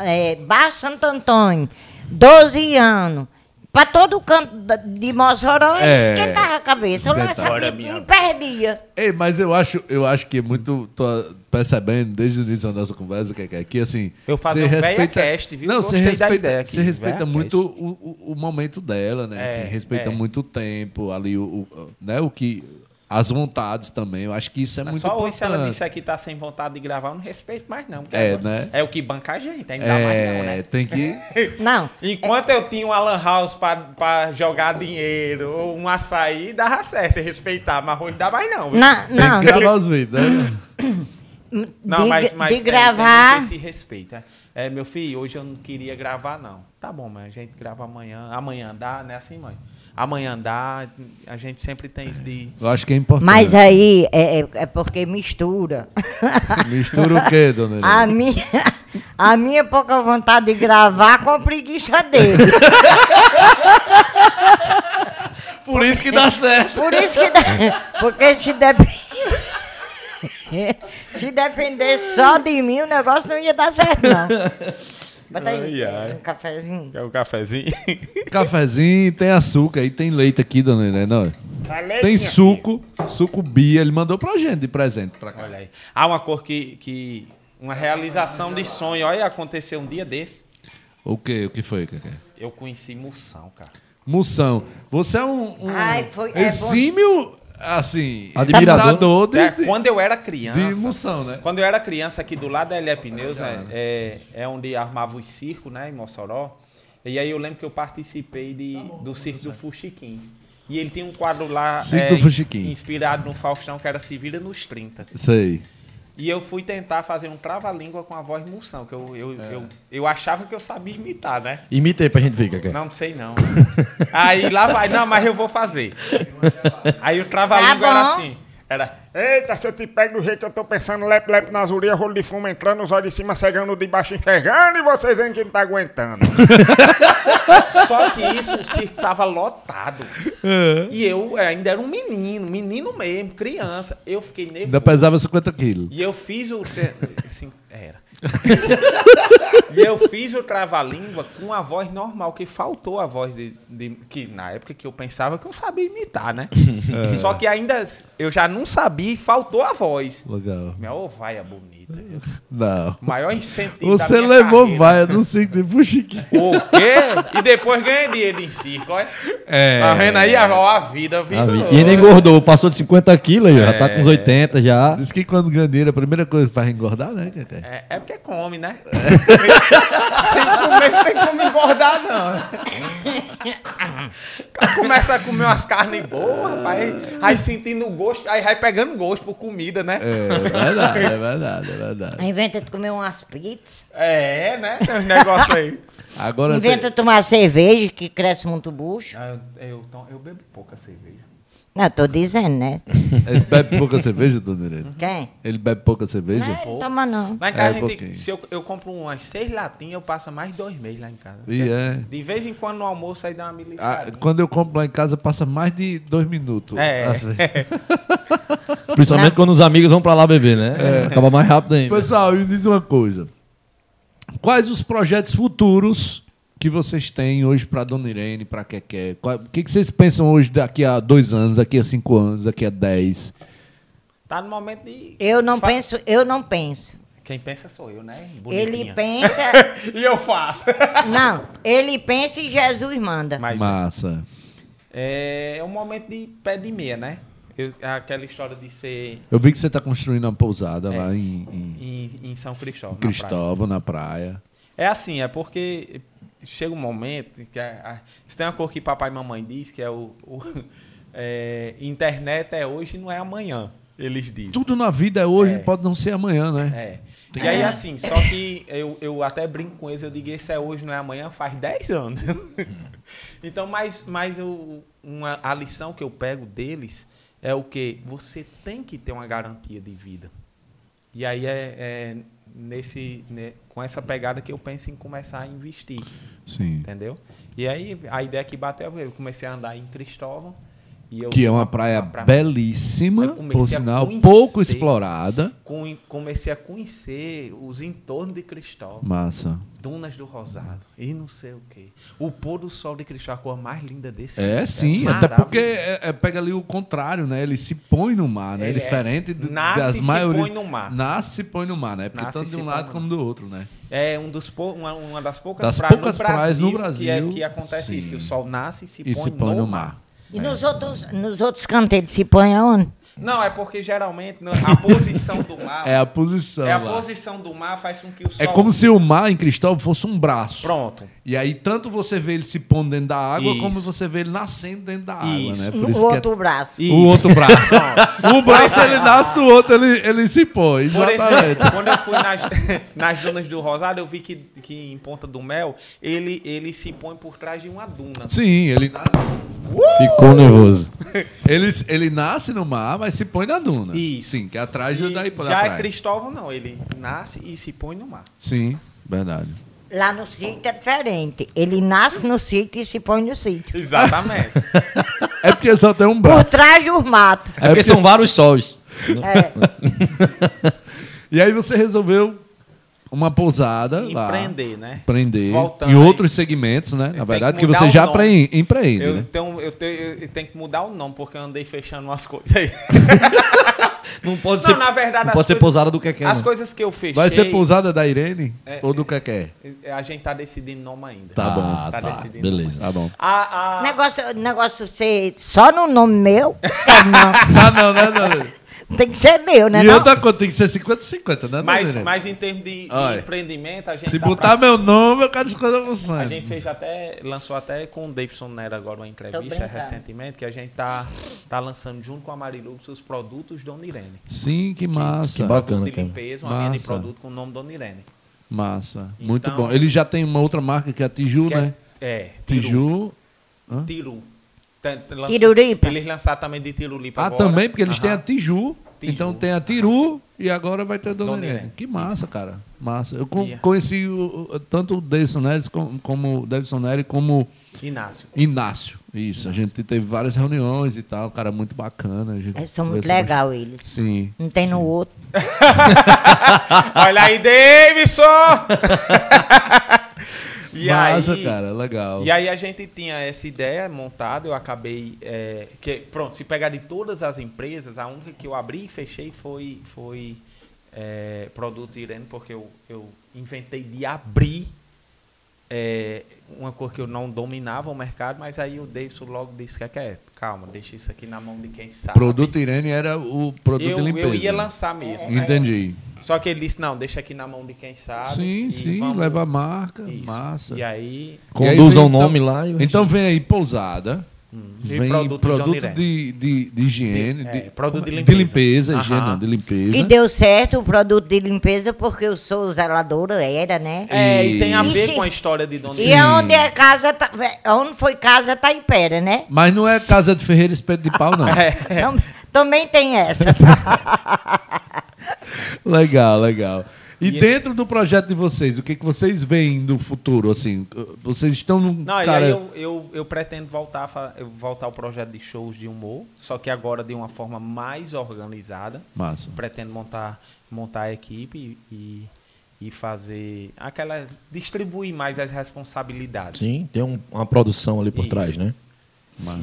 S3: É, Baixo Santo Antônio, 12 anos. Para todo o canto da- de Mossoró,
S1: É.
S3: ele esquentava a cabeça. Eu não
S1: Esquentava.
S3: sabia, me perdia.
S1: Ei, mas eu acho, eu acho que é muito. Tô percebendo desde o início da nossa conversa, que é que assim.
S2: Eu faço
S1: você
S2: um VeiaCast, viu?
S1: Não, você
S2: Gostei da ideia
S1: respeita,
S2: aqui,
S1: você respeita
S2: VeiaCast.
S1: muito o, o- o momento dela, né?
S2: É,
S1: assim, respeita
S2: é.
S1: muito o tempo, ali, o, o- né? o que. As vontades também. Eu acho que isso é muito
S2: Só hoje
S1: importante.
S2: se ela disse aqui tá sem vontade de gravar, eu não respeito mais não. porque
S1: É,
S2: agora
S1: né?
S2: É o que banca a gente, ainda mais não,
S1: é,
S2: né?
S1: tem que.
S3: Não,
S2: Enquanto eu tinha um Alan House pra, pra jogar dinheiro ou um açaí, dava certo e respeitar, mas hoje dá mais não. viu?
S3: na-
S1: Tem
S3: não,
S1: que
S3: de,
S1: gravar os vídeos, né?
S2: não
S3: de-
S2: mas, mas
S3: de
S2: tem- tem
S3: gravar.
S2: que ter esse respeito, né? É, meu filho, hoje eu não queria gravar, não. Tá bom, mas a gente grava amanhã. Amanhã dá, né? Assim, mãe. Amanhã dá, a gente sempre tem isso de.
S1: Eu acho que é
S2: assim.
S1: importante.
S3: mas aí é, é- é porque mistura.
S1: Mistura o quê, dona Helena?
S3: A minha, a minha pouca vontade de gravar com a preguiça dele. Ah,
S4: Por isso que dá certo.
S3: Por isso que. dá- Porque se depender. se depender só de mim, o negócio não ia dar certo, não. Bota aí
S2: Ai, ai.
S3: um cafezinho.
S2: Quer o cafezinho?
S1: Cafezinho, tem açúcar e tem leite aqui, dona Helena.
S2: É,
S1: Tem suco, suco bia, ele mandou pra gente de presente. Pra cá.
S2: Olha aí. Há uma cor que. que uma realização de sonho. Olha, aconteceu um dia desse.
S1: O que? O que foi, Cacá?
S2: Eu conheci Moção, cara.
S1: Moção. Você é um, um
S3: Ai, foi- é
S1: exímio, assim,
S4: Admirador.
S1: admirador de,
S2: É,
S1: de,
S2: quando eu era
S1: de
S2: criança.
S1: moção, né?
S2: Quando eu era criança, aqui do lado da Elia Pneus, né, é, é onde armava os circos, né, em Mossoró. E aí eu lembro que eu participei de, do circo do Fuxiquim. E ele tinha um quadro lá
S1: Circo do Fuxiquim.
S2: inspirado no Faustão, que era Se Vira nos 30.
S1: Sei.
S2: E eu fui tentar fazer um trava-língua com a voz Moção, que eu, eu, eu, eu achava que eu sabia imitar, né?
S4: Imita aí pra gente ver, Cacá.
S2: Não, não sei não. Aí lá vai, não, mas eu vou fazer. Aí o trava-língua
S3: Tá
S2: era
S3: bom.
S2: assim. Era,
S6: Eita, se eu te pego do jeito que eu tô pensando, lep-lep nas urias, rolo de fumo entrando, os olhos de cima cegando, o de baixo enxergando e vocês vendo que não tá aguentando.
S2: Só que isso, o circo tava lotado.
S1: É.
S2: E eu eh, ainda era um menino, menino mesmo, criança. Eu fiquei
S1: Ainda
S2: nervoso.
S1: pesava 50 quilos.
S2: E eu fiz o. te- Assim, era. e eu fiz o trava-língua com a voz normal, que faltou a voz de, de- Que na época que eu pensava que eu sabia imitar, né?
S1: É.
S2: Só que ainda eu já não sabia e faltou a voz.
S1: Legal.
S2: Minha ovaia bonita.
S1: Não.
S2: Maior incentivo. da
S1: Você
S2: minha
S1: levou
S2: carreira.
S1: vaia do circo de Fuxiquinho.
S2: O quê? E depois ganha dinheiro em circo, olha.
S1: É.
S2: Tá vendo aí? Ó, a vida, a vida.
S4: Ah, vi. E ainda engordou, passou de 50 quilos, aí, ó, já tá com uns 80 já.
S1: Diz que quando ganha dinheiro, a primeira coisa que faz é engordar, né, Cacá?
S2: É, é porque come, né? sem comer, tem como engordar, não. Começa a comer umas carnes boas, rapaz. Aí sentindo o gosto, aí vai pegando gosto por comida, né?
S1: É verdade, é verdade, é verdade.
S3: Inventa de comer umas pizzas.
S2: É, né? Tem uns negócios aí.
S1: Agora
S3: Inventa de tomar cerveja, que cresce muito bucho.
S2: Ah, Eu, eu, to- eu bebo pouca cerveja.
S3: Não, tô dizendo, né?
S2: Uhum.
S1: tem- ele bebe pouca cerveja, Dona Irene?
S3: Quem?
S1: Ele bebe pouca cerveja?
S2: É.
S3: Não, não toma não.
S2: Lá em casa,
S1: É,
S2: a
S1: um
S2: gente,
S1: pouquinho.
S2: se eu, eu compro umas seis latinhas, eu passo mais dois meses lá em casa.
S1: E é.
S2: De vez em quando no almoço aí dá uma
S1: Ah,
S2: militada.
S1: quando eu compro lá em casa, passa mais de dois minutos.
S2: É.
S1: às vezes.
S4: Principalmente quando os amigos vão pra lá beber, né?
S1: É.
S4: Acaba mais rápido ainda.
S1: Pessoal, me diz uma coisa. Quais os projetos futuros que vocês têm hoje para Dona Irene, para Keké? Qual- O que, que vocês pensam hoje daqui a dois anos, daqui a cinco anos, daqui a dez?
S2: Tá no momento de.
S3: Eu não
S2: Fa-
S3: penso, eu não penso.
S2: Quem pensa sou eu, né?
S3: Ele
S2: Bonitinha.
S3: pensa,
S2: E eu faço.
S3: não, ele pensa e Jesus manda.
S2: Mas
S1: Massa.
S2: é, é um momento de pé de meia, né? Eu- aquela história de ser
S1: Eu vi que você está construindo uma pousada
S2: É.
S1: lá em, em
S2: em, em São Cristóvão. na
S1: Cristóvão, na praia.
S2: É assim, é porque chega um momento que a, a, se tem uma coisa que papai e mamãe diz que é o, o- é, internet é hoje e não é amanhã, eles dizem.
S1: Tudo na vida é hoje,
S2: É.
S1: pode não ser amanhã, né?
S2: É.
S1: Tem
S2: e aí
S1: que-
S2: assim, só que eu, eu até brinco com eles, eu digo esse é hoje, não é amanhã, faz 10 anos.
S1: Hum.
S2: então, mas, mas eu, uma, a lição que eu pego deles é o que você tem que ter uma garantia de vida. E aí é, é nesse, né, com essa pegada que eu penso em começar a investir.
S1: Sim.
S2: Entendeu? E aí a ideia que bateu, eu comecei a andar em Cristóvão. E eu
S1: Que é uma praia belíssima,
S2: Eu comecei
S1: por
S2: a
S1: sinal,
S2: conhecer.
S1: pouco explorada.
S2: com- comecei a conhecer os entornos de Cristóvão,
S1: Massa.
S2: dunas do Rosado e não sei o quê. O pôr do sol de Cristóvão, a cor mais linda desse
S1: É,
S2: mundo.
S1: sim, até
S2: maravilhoso.
S1: porque é- é, pega ali o contrário, né? Ele se põe no mar, né?
S2: Ele é.
S1: Diferente do-
S2: Nasce
S1: das
S2: e se
S1: maiorias.
S2: põe no mar.
S1: Nasce e se põe no mar, né? Porque
S2: Nasce e
S1: tanto de
S2: se
S1: um
S2: põe
S1: lado
S2: no
S1: como do outro, né?
S2: É um dos pou- uma, uma das poucas,
S1: Das
S2: praias
S1: poucas praias no
S2: que, é-
S1: Brasil,
S2: que acontece isso,
S1: sim.
S2: que o sol nasce e se,
S1: E
S2: põe,
S1: se põe
S2: no,
S1: no
S2: mar.
S1: mar.
S3: E
S2: é.
S3: nos outros, nos outros cantos ele se põe aonde?
S2: Não, é porque geralmente no- a posição do mar...
S1: É a posição.
S2: é a
S1: lá.
S2: posição do mar faz com que o
S1: É
S2: sol...
S1: como se o mar em Cristóvão fosse um braço.
S2: Pronto.
S1: E aí, tanto você vê ele se pondo dentro da água,
S2: Isso.
S1: como você vê ele nascendo dentro da água,
S2: Isso.
S1: né?
S3: No
S1: que é-
S3: Um outro braço.
S1: O outro braço. um braço ele nasce, do outro ele, ele se põe.
S2: Por é.
S1: Exatamente.
S2: exemplo, quando eu fui nas, nas dunas do Rosário, eu vi que, que em Ponta do Mel, ele, ele se põe por trás de uma duna.
S1: Sim, ele nasce.
S4: Ficou nervoso.
S1: Ele, ele nasce no mar, mas se põe na duna.
S2: Isso.
S1: Sim, que é atrás
S2: E
S1: e, daí pra- da
S2: já
S1: praia.
S2: é Cristóvão, não. Ele nasce e se põe no mar.
S1: Sim, verdade.
S3: Lá no sítio é diferente. Ele nasce no sítio e se põe no sítio.
S2: Exatamente.
S1: É porque só tem um
S3: Por
S1: braço.
S3: trás dos matos.
S4: É porque são vários sóis.
S3: É,
S1: E aí você resolveu uma pousada lá.
S2: Empreender, né?
S1: Empreender.
S2: Voltando
S1: em
S2: aí.
S1: outros segmentos, né? Na
S2: que
S1: verdade, que,
S2: mudar
S1: você
S2: o
S1: já
S2: nome.
S1: pre- empreende,
S2: Eu,
S1: né?
S2: tenho, eu, tenho, eu tenho que mudar o nome, porque eu andei fechando umas coisas aí.
S4: Não pode
S2: Não, na verdade,
S4: não
S2: as
S4: pode ser
S2: coisas-
S4: pousada do que é.
S2: As coisas que eu fechei...
S1: Vai ser pousada da Irene
S2: É,
S1: ou do Keké?
S2: A gente tá decidindo nome ainda.
S1: Tá bom.
S4: Ah,
S2: Tá Ah,
S4: tá.
S2: decidido.
S4: Beleza.
S1: Tá bom.
S2: A, a-
S3: negócio, negócio ser só no nome meu, é,
S1: Ah, não, né, não.
S3: não. tem que ser meu,
S2: é
S3: né?
S1: E
S3: não?
S1: outra coisa, tem que ser 50-50, né,
S2: mas,
S1: Irene?
S2: mas em termos de, de
S1: Olha,
S2: empreendimento, a gente
S1: Se
S2: tá pra-
S1: botar meu nome, eu quero escolher você.
S2: A gente fez até, lançou até com o Davidson Nera agora uma entrevista
S3: brincando.
S2: recentemente, que a gente tá, tá lançando junto com a Marilux os produtos Dona Irene. Tipo
S1: Sim, que massa.
S4: Bacana,
S2: de
S4: cara.
S2: limpeza, uma linha de
S1: Massa.
S2: produto com o nome Dona Irene.
S1: Massa.
S2: Então-
S1: Muito bom. Ele já tem uma outra marca que é a Tiju,
S2: Que
S1: né?
S2: É, é, Tiru.
S1: Tiju. Hã?
S2: Tiru. Tá- tá lançou-
S3: Tiruripa.
S2: Eles lançaram também de Tirulipa
S1: Ah,
S2: agora.
S1: também, porque eles têm a
S2: Aham.
S1: Tiju,
S2: Tiju.
S1: Então tem a Tiru e agora vai ter a Dona
S2: Dona
S1: Irene.
S2: Irene.
S1: Que massa, cara. Massa. Eu co-
S2: E-
S1: conheci o- o- tanto o Davidson Neres como, como, o Davidson Neres como
S2: Inácio.
S1: Inácio. Isso. A gente teve várias reuniões e tal. Um cara muito bacana. A gente
S3: Eles É, são muito
S1: conversou
S3: legal eles.
S1: bastante. Sim.
S3: Não tem no outro.
S2: Olha aí, Davidson! e
S1: massa,
S2: aí,
S1: cara. Legal.
S2: E aí a gente tinha essa ideia montada, eu acabei. é, que, pronto, se pegar de todas as empresas, a única que eu abri e fechei foi, foi é, produtos Irene, porque eu, eu inventei de abrir é, uma cor que eu não dominava o mercado, mas aí o Davidson logo disse que é, que é, calma, deixa isso aqui na mão de quem sabe.
S1: Produto Irene era o produto
S2: eu,
S1: de
S2: eu
S1: limpeza.
S2: ia lançar mesmo.
S1: Entendi.
S2: Só que ele disse, não, deixa aqui na mão de quem sabe.
S1: Sim,
S2: e
S1: sim,
S2: vamos-
S1: leva a marca,
S2: Isso.
S1: massa.
S2: E aí,
S4: Conduz
S1: vem, então-
S4: o nome lá e...
S1: Então vem aí pousada,
S2: Hum. e
S1: vem
S2: produto
S1: produto,
S2: John
S1: de, de, de higiene,
S2: De- é,
S1: de,
S2: produto de
S1: como é?
S2: limpeza.
S1: limpeza,
S2: Aham.
S1: higiene não, de limpeza.
S3: E deu certo o produto de limpeza, porque eu sou zeladora, era, né?
S2: É, e tem a
S3: E
S2: ver
S3: se-
S2: com a história de Dona
S3: E onde é casa, tá, onde foi casa, tá em pera, né?
S1: Mas não é casa de Ferreira Espeto de Pau, não.
S2: É.
S1: É.
S3: Tam- também tem essa.
S1: Legal, legal. E,
S2: E-
S1: dentro do projeto de vocês, o que, que vocês veem do futuro? Assim, vocês estão num
S2: Não,
S1: cara.
S2: e aí eu, eu, eu pretendo voltar, a fa- eu voltar ao projeto de shows de humor, só que agora de uma forma mais organizada.
S1: Massa.
S2: Pretendo montar, montar a equipe e, e fazer aquela. distribuir mais as responsabilidades.
S4: Sim, tem um- uma produção ali por
S2: Isso.
S4: trás, né?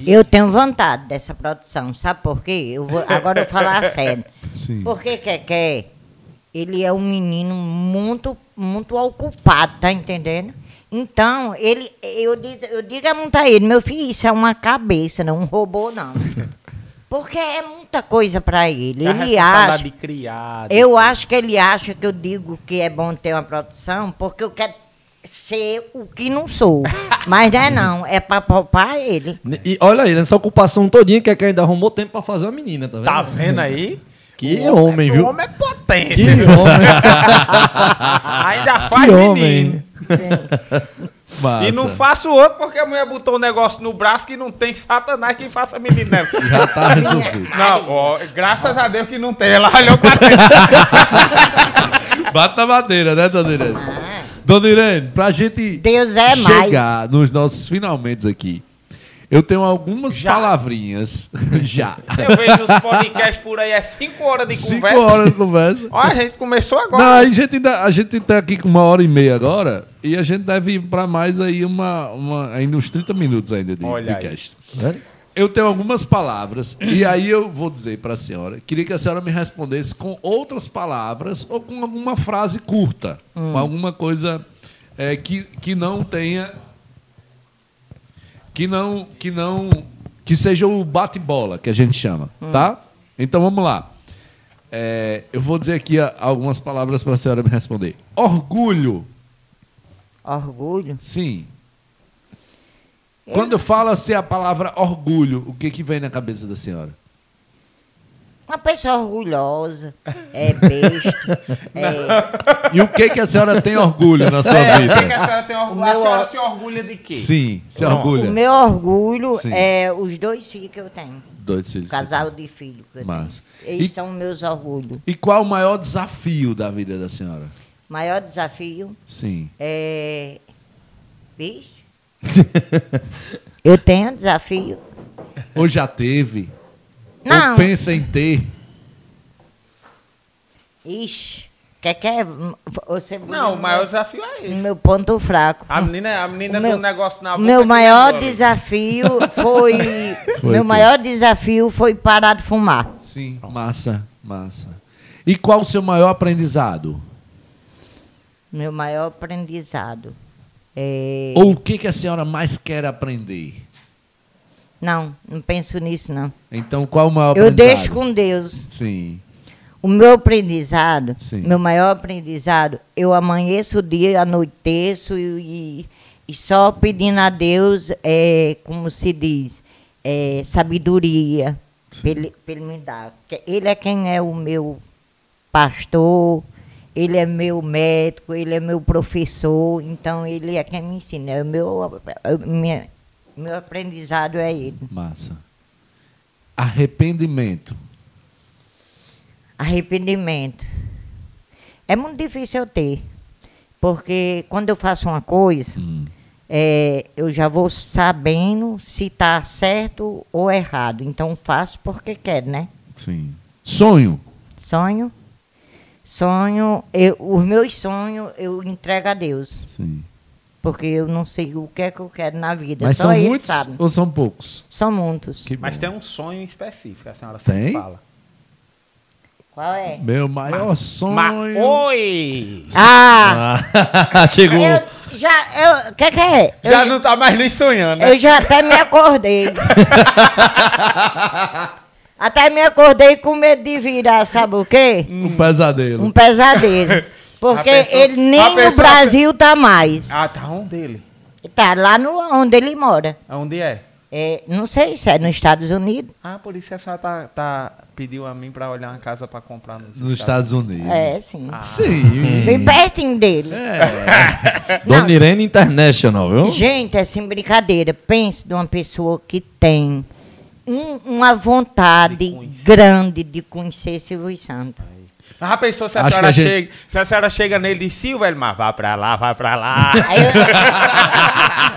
S3: Eu tenho vontade dessa produção, sabe por quê? Eu vou, agora eu vou falar sério.
S1: Sim.
S3: Porque Keké, ele é um menino muito, muito ocupado, tá entendendo? Então, ele, eu, diz, eu digo a muito a ele, meu filho, isso é uma cabeça, não um robô, não. Porque é muita coisa para ele.
S2: A
S3: Ele
S2: responsabilidade
S3: acha.
S2: de criar. de-
S3: Eu acho que ele acha que eu digo que é bom ter uma produção, porque eu quero ser o que não sou. Mas não é não, é para poupar ele.
S4: Ne- E olha aí, nessa ocupação todinha que a ainda arrumou tempo pra fazer uma menina, tá vendo?
S2: Tá vendo aí?
S4: Que
S2: O
S4: homem,
S2: é-
S4: viu?
S2: O homem é
S4: Que
S2: potência.
S4: homem,
S2: Ainda faz
S4: que
S2: menino.
S4: homem.
S1: Massa.
S2: E não faço outro porque a mulher botou um negócio no braço que não tem satanás que faça menino. né?
S1: Já tá resolvido.
S2: Não, ó, graças a Deus que não tem. Ela olhou pra mim.
S1: Bata na madeira, né, Dona Irene?
S2: é.
S1: Dona Irene, pra gente
S3: Deus é mais.
S1: chegar nos nossos finalmente aqui, eu tenho algumas
S2: Já.
S1: palavrinhas. Já.
S2: Eu vejo os podcasts por aí, é 5 horas de
S1: Cinco
S2: conversa.
S1: horas de conversa.
S2: Ó, a gente começou agora.
S1: Não, aí a gente, ainda, a gente tá aqui com uma hora e meia agora e a gente deve ir pra mais aí uma, uma, ainda uns 30 minutos ainda de,
S2: Olha
S1: de
S2: aí.
S1: cast. Eu tenho algumas palavras e aí eu vou dizer para a senhora. Queria que a senhora me respondesse com outras palavras ou com alguma frase curta, com alguma coisa é, que, que não tenha que não que não que seja o bate-bola que a gente chama, tá? Então vamos lá. É, eu vou dizer aqui a- algumas palavras para a senhora me responder. Orgulho,
S3: Orgulho.
S1: sim. Quando fala-se a palavra orgulho, o que que vem na cabeça da senhora?
S3: Uma pessoa orgulhosa, é besta. é-
S1: E o que que a senhora tem orgulho na sua
S2: É, o que que a
S1: vida?
S2: senhora tem orgulho? A
S3: meu
S2: senhora
S3: ó-
S2: se orgulha de quê?
S1: Sim, é se
S3: o
S1: orgulha.
S3: meu orgulho
S1: Sim.
S3: é os dois filhos que eu tenho.
S1: Dois filhos.
S3: O casal de filho que eu
S1: Massa.
S3: tenho. Eles
S1: E-
S3: são meus orgulhos.
S1: E qual o maior desafio da vida da senhora?
S3: Maior desafio
S1: Sim.
S3: é. Vixe. eu tenho um desafio.
S1: Ou já teve?
S3: Não.
S1: Ou pensa em ter?
S3: Ixi. Quer que é. Você
S2: Não, o maior desafio é esse.
S3: Meu ponto fraco.
S2: A menina, a menina
S3: O
S2: tem
S3: meu-
S2: um negócio na
S3: O
S2: boca.
S3: meu
S2: que
S3: maior
S2: não engole.
S3: desafio foi.
S1: Foi
S3: meu
S1: o quê?
S3: maior desafio foi parar de fumar.
S1: Sim. Massa, massa. E qual o seu maior aprendizado?
S3: Meu maior aprendizado. É...
S1: Ou o que que a senhora mais quer aprender?
S3: Não, não penso nisso, não.
S1: Então, qual o maior
S3: Eu
S1: aprendizado?
S3: deixo com Deus.
S1: Sim.
S3: O meu aprendizado,
S1: Sim.
S3: meu maior aprendizado, eu amanheço o dia, anoiteço e, e- e só pedindo a Deus, é, como se diz, é, sabedoria para ele, pra ele me dar. Que Ele é quem é o meu pastor, ele é meu médico, ele é meu professor, então ele é quem me ensina. É O meu, é minha- meu aprendizado é ele.
S1: Massa. Arrependimento.
S3: Arrependimento. É muito difícil eu ter. Porque quando eu faço uma coisa,
S1: Hum.
S3: eh, eu já vou sabendo se está certo ou errado. Então faço porque quero, né?
S1: Sim. Sonho.
S3: Sonho. Sonho, eu, os meus sonhos eu entrego a Deus.
S1: Sim.
S3: Porque eu não sei o que é que eu quero na vida.
S1: Mas
S3: Só
S1: são
S3: ele
S1: muitos
S3: sabe.
S1: ou são poucos?
S3: São muitos.
S1: Que
S2: Mas
S1: bom.
S2: tem um sonho específico, a senhora sempre
S1: Tem?
S2: fala.
S3: Qual é?
S1: Meu maior sonho.
S2: Ma- Oi!
S3: Ah,
S4: Ah, chegou.
S2: é-
S3: eu já. O que, que é? Eu
S2: Já não tá mais nem sonhando, né?
S3: Eu já até me acordei. até me acordei com medo de virar, sabe o quê?
S1: Um pesadelo.
S3: Um pesadelo. Porque
S2: A pessoa-
S3: ele nem
S2: a pessoa-
S3: no Brasil tá mais.
S2: Ah, tá onde ele?
S3: Tá lá no, onde ele mora.
S2: Onde é?
S3: É, não sei se é nos Estados Unidos.
S2: Ah, por isso a senhora tá, tá- pediu a mim pra olhar uma casa pra comprar nos
S1: Nos Estados
S2: Hum.
S1: Unidos.
S3: É, Hum. sim.
S1: Sim.
S3: Bem pertinho dele.
S2: É.
S4: Dona Irene International, viu?
S3: Gente, é sem brincadeira. Pense de uma pessoa que tem um- uma vontade
S2: De conhecer.
S3: grande de conhecer Silvio Santos.
S2: Mas já pensou se a,
S1: Acho que
S2: senhora
S1: a gente-
S2: chega, se a senhora chega nele e diz, "Sim, velho, mas vá pra lá, vá pra lá.
S3: Aí, eu-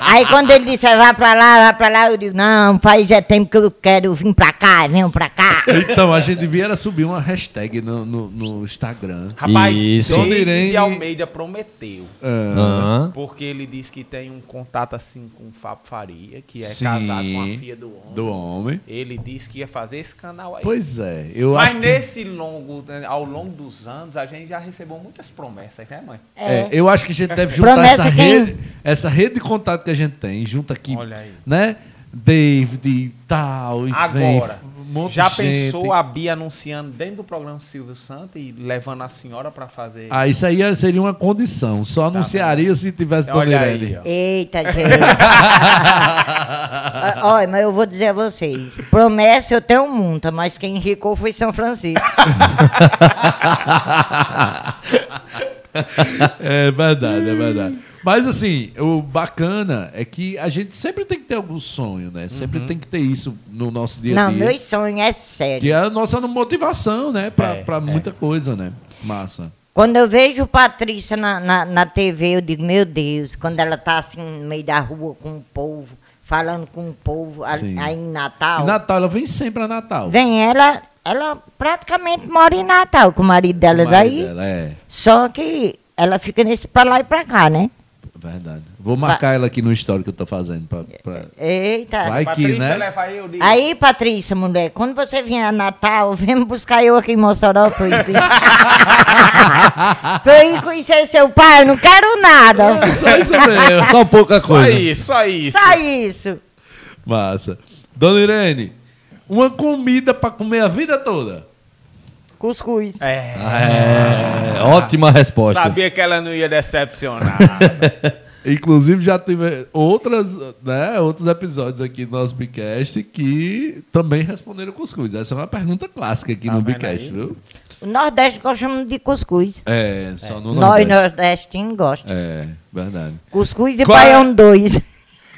S3: Aí quando ele disse, vai pra lá, vai pra lá, eu digo, não, faz é tempo que eu quero vir pra cá, venho pra cá.
S1: Então, a gente devia era subir uma hashtag no, no, no Instagram.
S2: Rapaz,
S4: Isso.
S2: David
S1: Irene- É.
S2: Almeida prometeu.
S4: Aham.
S2: Porque ele disse que tem um contato assim com o Fábio Faria, que é
S1: Sim.
S2: casado com a filha do homem.
S1: Do homem.
S2: Ele disse que ia fazer esse canal aí.
S1: Pois é, eu
S2: Mas
S1: acho que.
S2: nesse longo, né, ao longo dos anos, a gente já recebeu muitas promessas, né, mãe?
S1: é, eu acho que a gente deve juntar
S3: Promessa
S1: essa
S3: quem-
S1: rede, essa rede de contato que a gente tem, junta aqui,
S2: Olha aí.
S1: né? David e tal, e vem
S2: Agora,
S1: um monte
S2: já
S1: de
S2: pensou
S1: gente.
S2: a Bia anunciando dentro do programa Silvio Santos e levando a senhora pra fazer?
S1: Ah, isso aí é- seria uma condição. Só anunciaria se tivesse Dona
S2: Tá Olha
S1: Irene.
S2: aí, ó.
S3: Eita, gente. Ó, Olha, mas eu vou dizer a vocês, promessa eu tenho muita, mas quem enricou foi São Francisco.
S1: É verdade, é verdade. Mas assim, o bacana é que a gente sempre tem que ter algum sonho, né? Sempre
S2: Uhum.
S1: tem que ter isso no nosso dia a
S3: Não,
S1: dia.
S3: meu sonho é sério.
S1: Que é a nossa motivação, né? Pra,
S2: É,
S1: pra
S2: é.
S1: muita coisa, né? Massa.
S3: Quando eu vejo Patrícia na, na, na TV, eu digo, meu Deus, quando ela tá assim no meio da rua com o povo, falando com o povo a-
S1: Sim.
S3: aí em
S1: E
S3: Natal.
S1: Natal, ela vem sempre a Natal.
S3: Vem, ela, ela praticamente mora em Natal com o marido dela
S1: O marido
S3: daí.
S1: dela, é,
S3: Só que ela fica nesse pra lá e pra cá, né?
S1: verdade. Vou marcar ela aqui no histórico que eu tô fazendo. Pra, pra-
S3: Eita.
S1: Vai que,
S2: Patrícia
S1: né?
S2: leva eu digo.
S3: Aí, Patrícia, mulher, quando você vier a Natal, vem buscar eu aqui em Mossoró pra eu ir, pra eu ir conhecer seu pai, eu não quero nada.
S1: É, Só isso mesmo.
S4: Só pouca
S2: Só
S4: coisa.
S2: isso, só isso.
S3: Só isso.
S1: Massa. Dona Irene, uma comida pra comer a vida toda.
S3: Cuscuz.
S2: É,
S4: É, ótima resposta.
S2: sabia que ela não ia decepcionar.
S1: Inclusive já tive outras, né, outros episódios aqui do nosso Bicast que também responderam cuscuz. Essa é uma pergunta clássica aqui no
S2: Tá vendo
S1: Bicast,
S2: aí?
S1: viu?
S3: O Nordeste gostamos de cuscuz.
S1: É, só no
S3: Nós,
S1: Nordeste.
S3: nordestinos, gostamos.
S1: É, verdade.
S3: Cuscuz e
S1: Qual é?
S3: paião dois.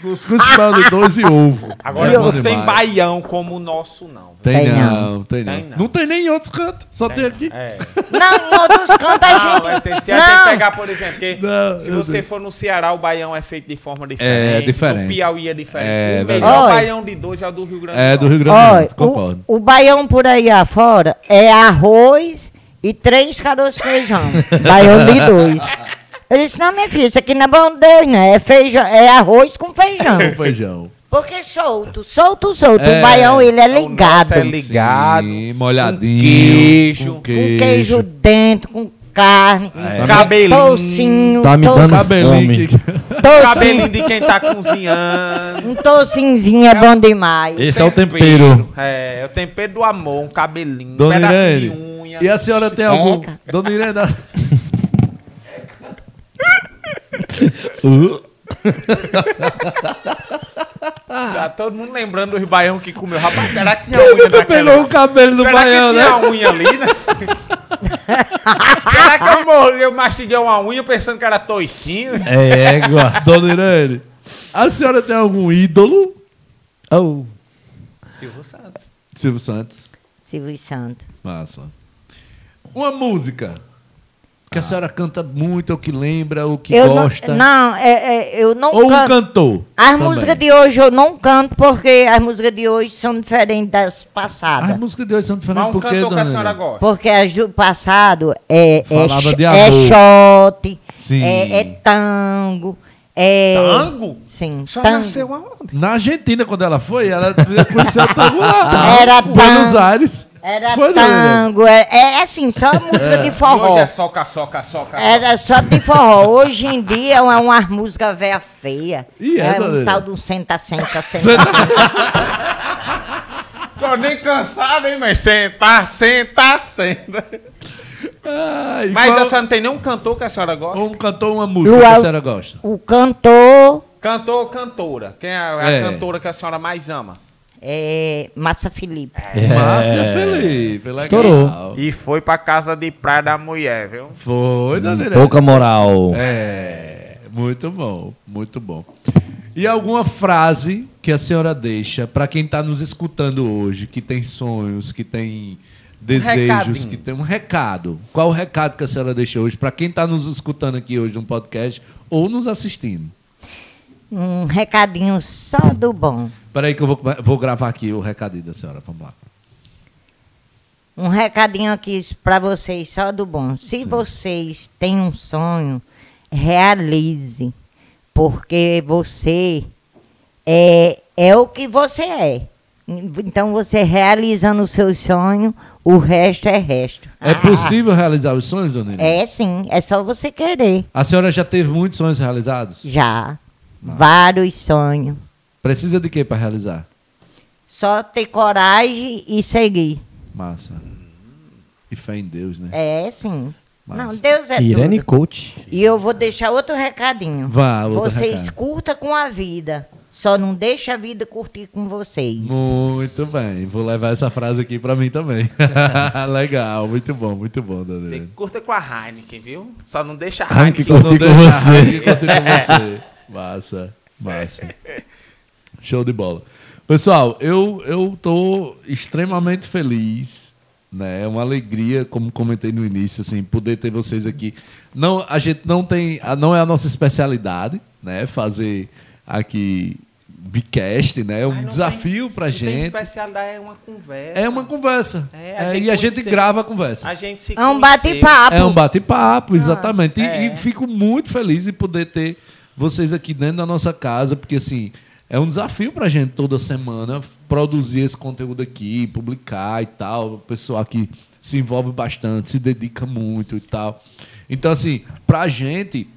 S1: Cuscuz com caldo de dois e ovo.
S2: Agora
S1: É bom
S2: não tem
S1: demais.
S2: baião como o nosso, não.
S1: Tem
S3: Tem
S1: não, tem não.
S2: Tem
S1: não.
S2: não.
S1: tem nem em outros cantos, só tem, aqui.
S2: É.
S3: Não, em outros cantos a
S2: Não,
S3: gente...
S2: vai ter, você vai ter que
S3: não,
S2: pegar, por exemplo, porque
S1: Não,
S2: se
S1: eu
S2: você for no Ceará, o baião é feito de forma diferente.
S1: É, diferente.
S2: O Piauí é diferente.
S1: É,
S2: o
S1: verdade.
S2: melhor
S3: Oi.
S2: baião de dois é o do Rio Grande
S1: É,
S2: Norte.
S1: do Rio Grande do
S3: Olha,
S1: Norte, concordo.
S3: o, o baião por aí afora é arroz e três caroços de feijão. baião de dois. Eu disse, não, minha filha, isso aqui não é bom dois, né? É, feijão, é arroz com feijão.
S1: O feijão.
S3: Porque solto, solto, solto.
S1: É.
S3: o baião, ele
S2: O
S3: é
S2: nosso
S3: ligado.
S2: é ligado.
S1: Sim, molhadinho.
S2: queijo.
S1: com
S3: Com queijo dentro, com carne,
S1: É.
S2: Cabelinho.
S3: toucinho,
S4: Tá me
S3: tou-
S4: dando
S1: Cabelinho.
S4: fome.
S2: Cabelinho
S3: toucinho,
S2: de quem tá cozinhando.
S3: um toucinzinho é bom demais.
S4: Esse é o tempero.
S2: É, é o tempero do amor, um cabelinho, um
S1: Dona
S2: pedaço
S1: Irene.
S2: de unha.
S1: E a senhora tem algum. Dona Irene.
S2: Tá todo mundo lembrando dos baião que comeu. Rapaz, será que tinha
S1: Quem
S2: unha
S1: nunca
S2: naquela?
S1: pegou o cabelo do
S2: será
S1: baião,
S2: que
S1: né?
S2: tinha unha ali, né? será que eu, morri, eu mastiguei uma unha pensando que era toicinho?
S4: É égua.
S1: Dona Irene, a senhora tem algum ídolo?
S4: Oh.
S2: Silvio Santos.
S1: Silvio Santos.
S3: Silvio Santo.
S1: Massa. Uma música que
S4: Ah.
S1: a senhora canta muito, ou que lembra, ou que
S3: Eu
S1: gosta.
S3: não, não é- é, eu não
S1: ou um
S3: canto.
S1: cantor.
S3: As
S1: também.
S3: músicas de hoje eu não canto porque as músicas de hoje são diferentes das
S1: As
S3: passadas.
S1: músicas de hoje são diferentes.
S2: Mas um
S1: Por quê,
S2: cantor que
S1: dona
S2: a senhora
S1: Irene?
S2: gosta.
S3: Porque as do passado é, é,
S1: Falava
S3: ch-
S1: de
S3: é
S1: amor.
S3: shot,
S1: Sim.
S3: é, é tango, é...
S2: Tango?
S3: Sim,
S2: Só
S3: tango.
S2: é nasceu aonde?
S1: Na Argentina, quando ela foi, ela conheceu o tango lá.
S3: Era
S1: Buenos
S3: tango.
S1: Aires.
S3: Era
S1: Foi, dona Helena?
S3: tango, é, é assim, só música de forró.
S2: Hoje é soca, soca, soca.
S1: É.
S3: Era só de forró. Hoje em dia é uma- umas músicas véia feia.
S1: E é,
S3: é um
S1: Dona
S3: tal do senta, senta, senta.
S2: Tô nem cansado, hein, mas senta, senta, senta.
S1: Ai, qual-
S2: Mas a senhora não tem nenhum cantor que a senhora gosta?
S1: Como cantou uma música que
S3: Luau.
S1: a senhora gosta?
S3: o cantor
S2: Cantor ou cantora? Quem é a
S1: É.
S2: cantora que a senhora mais ama?
S3: é Massa Felipe.
S4: É,
S1: Márcia Felipe, legal. Oh.
S4: Estourou.
S2: E foi pra casa de praia da mulher, viu?
S1: Foi,
S4: Um
S1: dona Irene.
S4: Pouca moral.
S1: É, muito bom, muito bom. E alguma frase que a senhora deixa para quem está nos escutando hoje, que tem sonhos, que tem desejos,
S2: Recadinho.
S1: que tem um recado. Qual o recado que a senhora deixa hoje para quem está nos escutando aqui hoje no podcast ou nos assistindo?
S3: Um recadinho só do bom.
S1: Peraí que eu vou, come- vou gravar aqui o recadinho da senhora, vamos lá.
S3: Um recadinho aqui para vocês só do bom. Se vocês têm um sonho, realize, porque você é, é o que você é. Então você realizando o seu sonho, o resto é resto.
S1: É possível realizar os sonhos, dona Irene?
S3: É sim, é só você querer.
S1: A senhora já teve muitos sonhos realizados?
S3: Já. Vários sonhos.
S1: Precisa de quê para realizar?
S3: Só ter coragem e seguir.
S1: Massa. E fé em Deus, né?
S3: É sim.
S1: Mas-
S3: Não, Deus é
S4: Irene
S3: tudo.
S4: Coach.
S3: E eu vou deixar outro recadinho.
S1: Vá, outro
S3: vocês
S1: recado.
S3: curta com a vida. Só não deixa a vida curtir com vocês.
S1: Muito bem, vou levar essa frase aqui pra mim também. Legal, muito bom, muito bom, Dona
S2: Você
S1: Irene.
S2: curta com a Heineken, viu? Só não deixa a
S4: Heineken
S2: Heineken.
S1: Só não
S4: curtir com
S1: deixa
S4: você.
S1: a Heineken curtir com você. Massa, massa. Show de bola. Pessoal, eu, eu tô extremamente feliz, né? É uma alegria, como comentei no início, assim, poder ter vocês aqui. Não, a gente não tem, a- não é a nossa especialidade, né? Fazer aqui bicast, né? É um
S2: Mas não
S1: desafio
S2: tem-
S1: pra
S2: não Tem
S1: gente.
S2: especialidade é uma conversa.
S1: É uma conversa.
S2: É, a
S1: É,
S2: gente
S1: e a gente
S2: conhece-
S1: grava a conversa.
S2: A gente se
S3: É
S2: conhecer.
S3: um bate-papo.
S1: É um bate-papo, exatamente. E,
S2: é.
S1: e fico muito feliz em poder ter vocês aqui dentro da nossa casa, porque assim, é um desafio pra gente toda semana produzir esse conteúdo aqui, publicar e tal. O pessoal aqui se envolve bastante, se dedica muito e tal. Então, assim, pra gente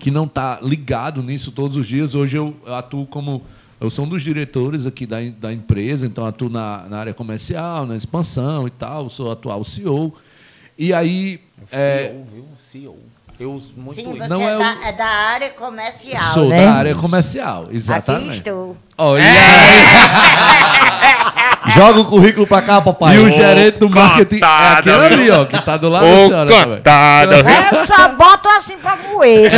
S1: que não está ligado nisso todos os dias. Hoje eu atuo como. Eu sou um dos diretores aqui da, em- da empresa, então atuo na, na área comercial, na expansão e tal, sou atual CEO. E aí. é,
S2: CEO, viu? CEO. Eu uso muito
S3: Sim, você
S2: isso.
S1: Não
S3: é,
S1: é
S3: da,
S1: o-
S3: é da área comercial,
S1: sou
S3: né?
S1: da área comercial, exatamente.
S3: Aqui estou.
S1: Olha
S4: Joga o currículo pra cá,
S1: aí,
S4: papai.
S1: E o gerente do marketing é aquele ali, ó, que tá do lado da senhora. também. Tá
S3: É, Eu só boto assim pra moer.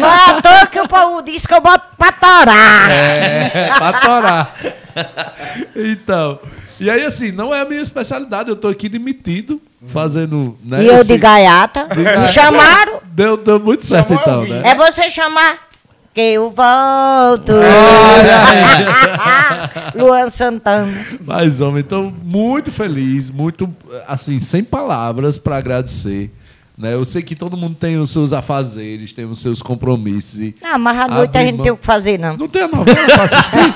S3: Não é à toa que o povo diz que eu boto pra torar.
S1: É, pra torar. Então. E aí, assim, não é a minha especialidade, eu tô aqui demitido, fazendo. né,
S3: e eu
S1: esse-
S3: de gaiata. Me chamaram.
S1: Deu, deu muito certo então, né?
S3: É você chamar que eu volto. Luan Santana.
S1: Mas, homem, então, muito feliz, muito, assim, sem palavras para agradecer. Né? Eu sei que todo mundo tem os seus afazeres, tem os seus compromissos. E
S3: Não, mas à noite a
S1: Abre
S3: gente
S1: mão.
S3: tem o que fazer, não.
S1: não tem a novela pra assistir.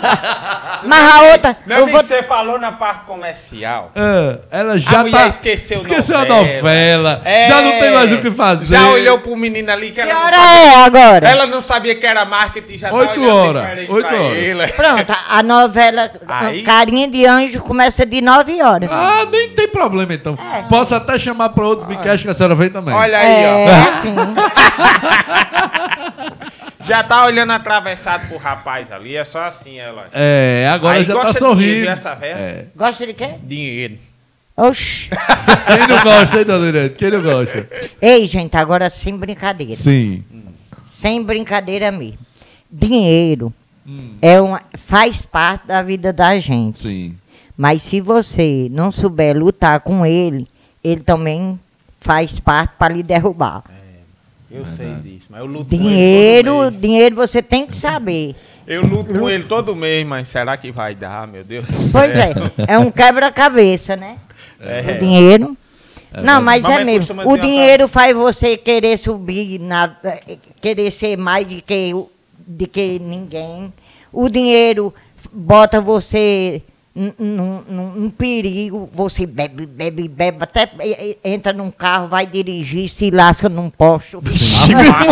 S3: Mas a é outra,
S2: Meu
S3: eu
S2: amigo,
S3: vou.
S2: é você falou na parte comercial.
S1: Ah, ela já
S2: mulher
S1: tá.
S2: esqueceu
S1: esqueceu a
S2: novela.
S1: novela.
S2: É.
S1: Já não tem mais o que fazer.
S2: Já olhou pro menino ali que
S3: Que
S2: ela não
S3: hora
S2: sabia.
S3: é agora?
S2: Ela não sabia que era marketing, já tá
S1: Oito
S2: olhando
S1: horas,
S2: diferente
S1: oito
S2: pra
S1: horas.
S2: ele.
S3: Pronto, a a novela
S2: Aí-
S3: Carinha de Anjo começa de 9 horas.
S1: Ah, nem tem problema então. Posso até chamar para outros bicast que a senhora vem também.
S2: É. Olha aí,
S3: é,
S2: ó.
S3: sim.
S2: Já tá olhando atravessado pro rapaz ali, é só assim ela.
S1: É, agora
S2: Aí
S1: já
S2: gosta
S1: tá
S2: de
S1: sorrindo.
S2: dinheiro, essa véia.
S1: É.
S3: Gosta de quê?
S2: Dinheiro.
S3: Oxi.
S1: Quem não gosta, hein, Dona Irene? Quem não gosta?
S3: Ei, gente, agora sem brincadeira.
S1: Sim.
S3: Sem brincadeira mesmo. Dinheiro
S2: Hum.
S3: é uma, faz parte da vida da gente.
S1: Sim.
S3: Mas se você não souber lutar com ele, ele também faz parte para lhe derrubar.
S2: Eu sei disso, mas eu luto com ele
S3: Dinheiro,
S2: todo mês.
S3: dinheiro você tem que saber.
S2: Eu luto com ele todo mês, mas será que vai dar, meu Deus? do
S3: Pois
S2: céu?
S3: é, é um quebra-cabeça, né?
S2: É.
S3: O dinheiro. não, mas
S2: Mamãe
S3: é mesmo.
S2: costuma
S3: O
S2: dizer uma
S3: dinheiro faz você querer subir, na, eh, querer ser mais de que, o- de que ninguém. O dinheiro bota você num- num num- num perigo, você bebe, bebe, bebe, até eh, eh, entra num carro, vai dirigir, se lasca num posto.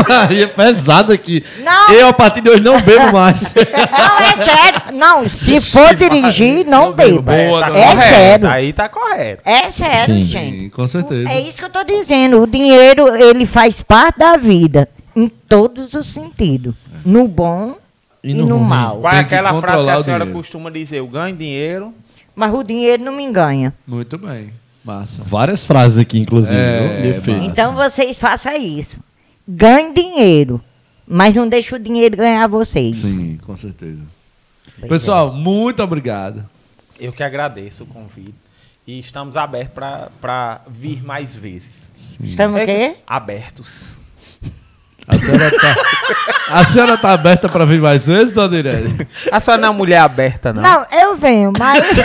S4: Maria, pesado aqui.
S1: Ah.
S3: Não.
S4: Eu, a partir de hoje, não bebo mais.
S3: Não, é sério. Não, se for dirigir, não beba.
S2: Boa,
S3: É sério.
S2: tá Aí tá correto.
S3: É sério,
S4: Sim.
S3: gente.
S1: Sim, com certeza.
S3: É isso que eu tô dizendo. O dinheiro, ele faz parte da vida. Em todos os sentidos. No bom e, no,
S4: ruim.
S3: mal.
S2: Qual é
S1: Tem que
S2: aquela frase que
S1: controlar
S2: a
S1: o
S2: senhora
S1: dinheiro.
S2: costuma dizer? Eu ganho dinheiro.
S3: Mas o dinheiro não me enganha.
S1: Muito bem. Massa.
S4: Várias frases aqui, inclusive.
S1: É,
S4: viu? Perfeito.
S1: massa.
S3: Então vocês façam isso. Ganhe dinheiro. Mas não deixe o dinheiro ganhar vocês.
S1: Sim, com certeza. é. Pessoal, muito obrigado.
S2: Eu que agradeço o convite. E estamos abertos pra- pra vir mais vezes. É
S3: Estamos o quê?
S2: Abertos.
S1: A senhora tá, a senhora tá aberta para vir mais vezes, dona Irene?
S2: A senhora não é uma mulher aberta, não.
S3: Não, eu venho, mas.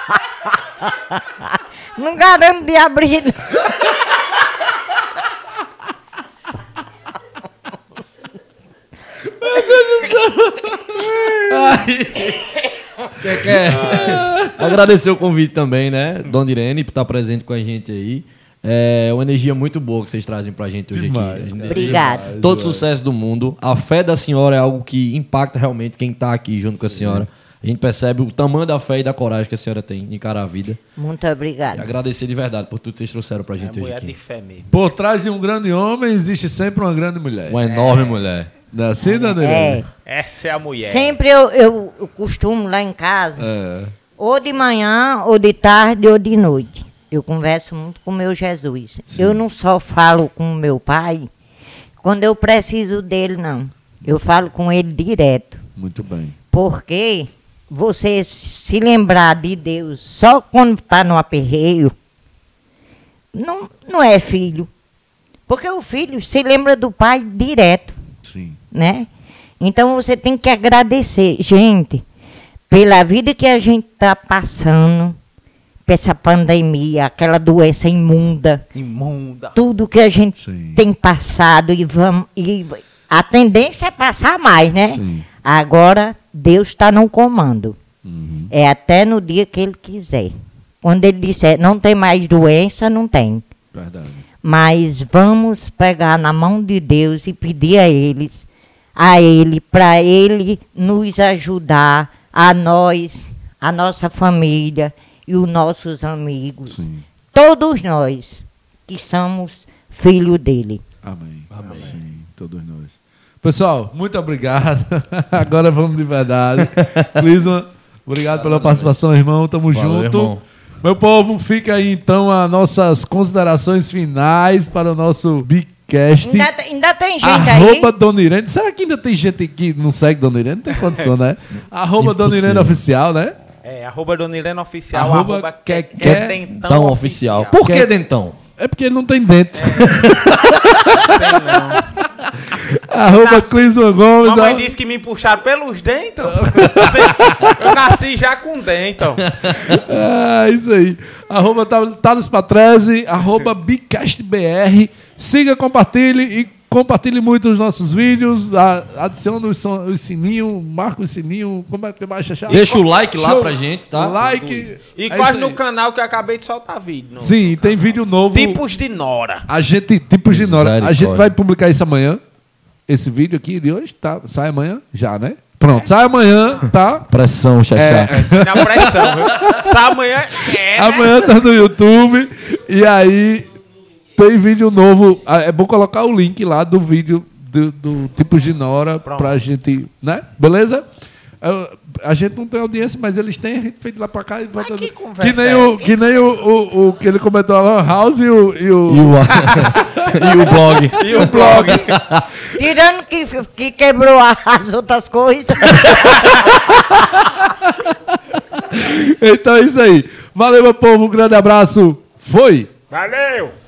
S3: não garanto de abrir. não.
S4: Quer, quer? Agradecer o convite também, né? Dona Irene, por estar presente com a gente aí. É uma energia muito boa que vocês trazem pra gente hoje
S1: Demais,
S4: aqui. A gente
S3: Obrigada.
S4: Todo sucesso do mundo. A fé da senhora é algo que impacta realmente quem tá aqui junto com a senhora. A gente percebe o tamanho da fé e da coragem que a senhora tem em encarar a vida.
S3: Muito
S4: E
S3: obrigada.
S4: agradecer de verdade por tudo que vocês trouxeram pra
S2: É
S4: gente hoje
S2: mulher de
S4: aqui.
S2: fé mesmo.
S1: Por trás de um grande homem existe sempre uma grande mulher.
S4: Uma enorme mulher.
S1: Não é assim, dona
S3: É.
S1: Irene?
S2: Essa é a mulher.
S3: Sempre eu, eu, eu costumo lá em casa,
S1: É.
S3: ou de manhã, ou de tarde, ou de noite. Eu converso muito com meu Jesus. Eu não só falo com meu pai quando eu preciso dele, não. Eu falo com ele direto.
S1: Muito bem.
S3: Porque você se lembrar de Deus só quando está no aperreio, não, não é filho. Porque o filho se lembra do pai direto,
S1: Sim.
S3: né? Então você tem que agradecer, gente, pela vida que a gente está passando, por essa pandemia, aquela doença imunda
S2: Imunda.
S3: tudo que a gente
S1: Sim.
S3: tem passado e vamos e v- a tendência é passar mais, né?
S1: Sim.
S3: Agora Deus está no comando.
S1: Uhum.
S3: É até no dia que Ele quiser. Quando Ele disser não tem mais doença, não tem.
S1: Verdade.
S3: Mas vamos pegar na mão de Deus e pedir a eles, a Ele, para Ele nos ajudar, a nós, a nossa família e os nossos amigos.
S1: Sim.
S3: Todos nós que somos filho dele.
S1: Amém. Amém. Sim, todos nós. Pessoal, muito obrigado. Agora vamos de verdade. Clisma, obrigado pela participação, irmão. Tamo
S4: Valeu,
S1: junto.
S4: irmão.
S1: Meu povo, fica aí então as nossas considerações finais para o nosso Bigcast.
S3: Ainda, te- ainda tem gente
S1: Arroba
S3: aí.
S1: Dona Irene. Será que ainda tem gente que não segue Dona Irene? Não tem condição, né? Arroba Dona
S4: Impossível.
S1: Irene Oficial, né?
S2: É, arroba Dona Irene Oficial. é
S1: Arroba que- que-
S2: Dentão
S4: Dentão oficial. Por que
S1: Quer-
S4: dentão?
S1: É porque ele não tem dentro.
S2: Tem não.
S1: Arroba
S2: Nas-
S1: Clisma Gomes.
S2: Mamãe
S1: arro-
S2: disse que me puxaram pelos dentes. Você- Eu nasci já com dente. então. ó.
S1: É isso aí. Arroba Tal- Thales Patrese, arroba BicastBR. Siga, compartilhe e compartilhe muito os nossos vídeos. A- Adicione os, son- os sininho, marca o sininho. Como é que mais achar?
S4: Deixa o like lá pra gente, tá?
S1: Like.
S2: E
S1: é
S2: quase
S1: isso
S2: no
S1: aí.
S2: canal que eu acabei de soltar vídeo. no-
S1: Sim, e tem vídeo novo.
S2: Tipos de Nora.
S1: A gente, tipos de Nora. A gente
S4: Tipo Misericórdia.
S1: vai publicar isso amanhã. Esse vídeo aqui de hoje, tá? Sai amanhã, já, né? Pronto, sai amanhã, tá?
S4: Pressão, xaxá.
S1: É.
S2: Na pressão, viu? Só amanhã é. né?
S1: Amanhã tá no YouTube. E aí tem vídeo novo. Ah, É bom colocar o link lá do vídeo do, do Tipos de Nora pra gente. Né? Beleza? Eu- a gente não tem audiência, mas eles têm, a gente feito lá pra cá e volta.
S2: que conversa
S1: que nem,
S2: é
S1: o, que nem o, o, o que ele comentou, a Lan House e o, e o-
S4: E o, e o blog.
S2: E o blog.
S3: Tirando que, que quebrou a- as outras coisas.
S1: Então é isso aí. Valeu, meu povo. Um grande abraço. Foi!
S6: Valeu!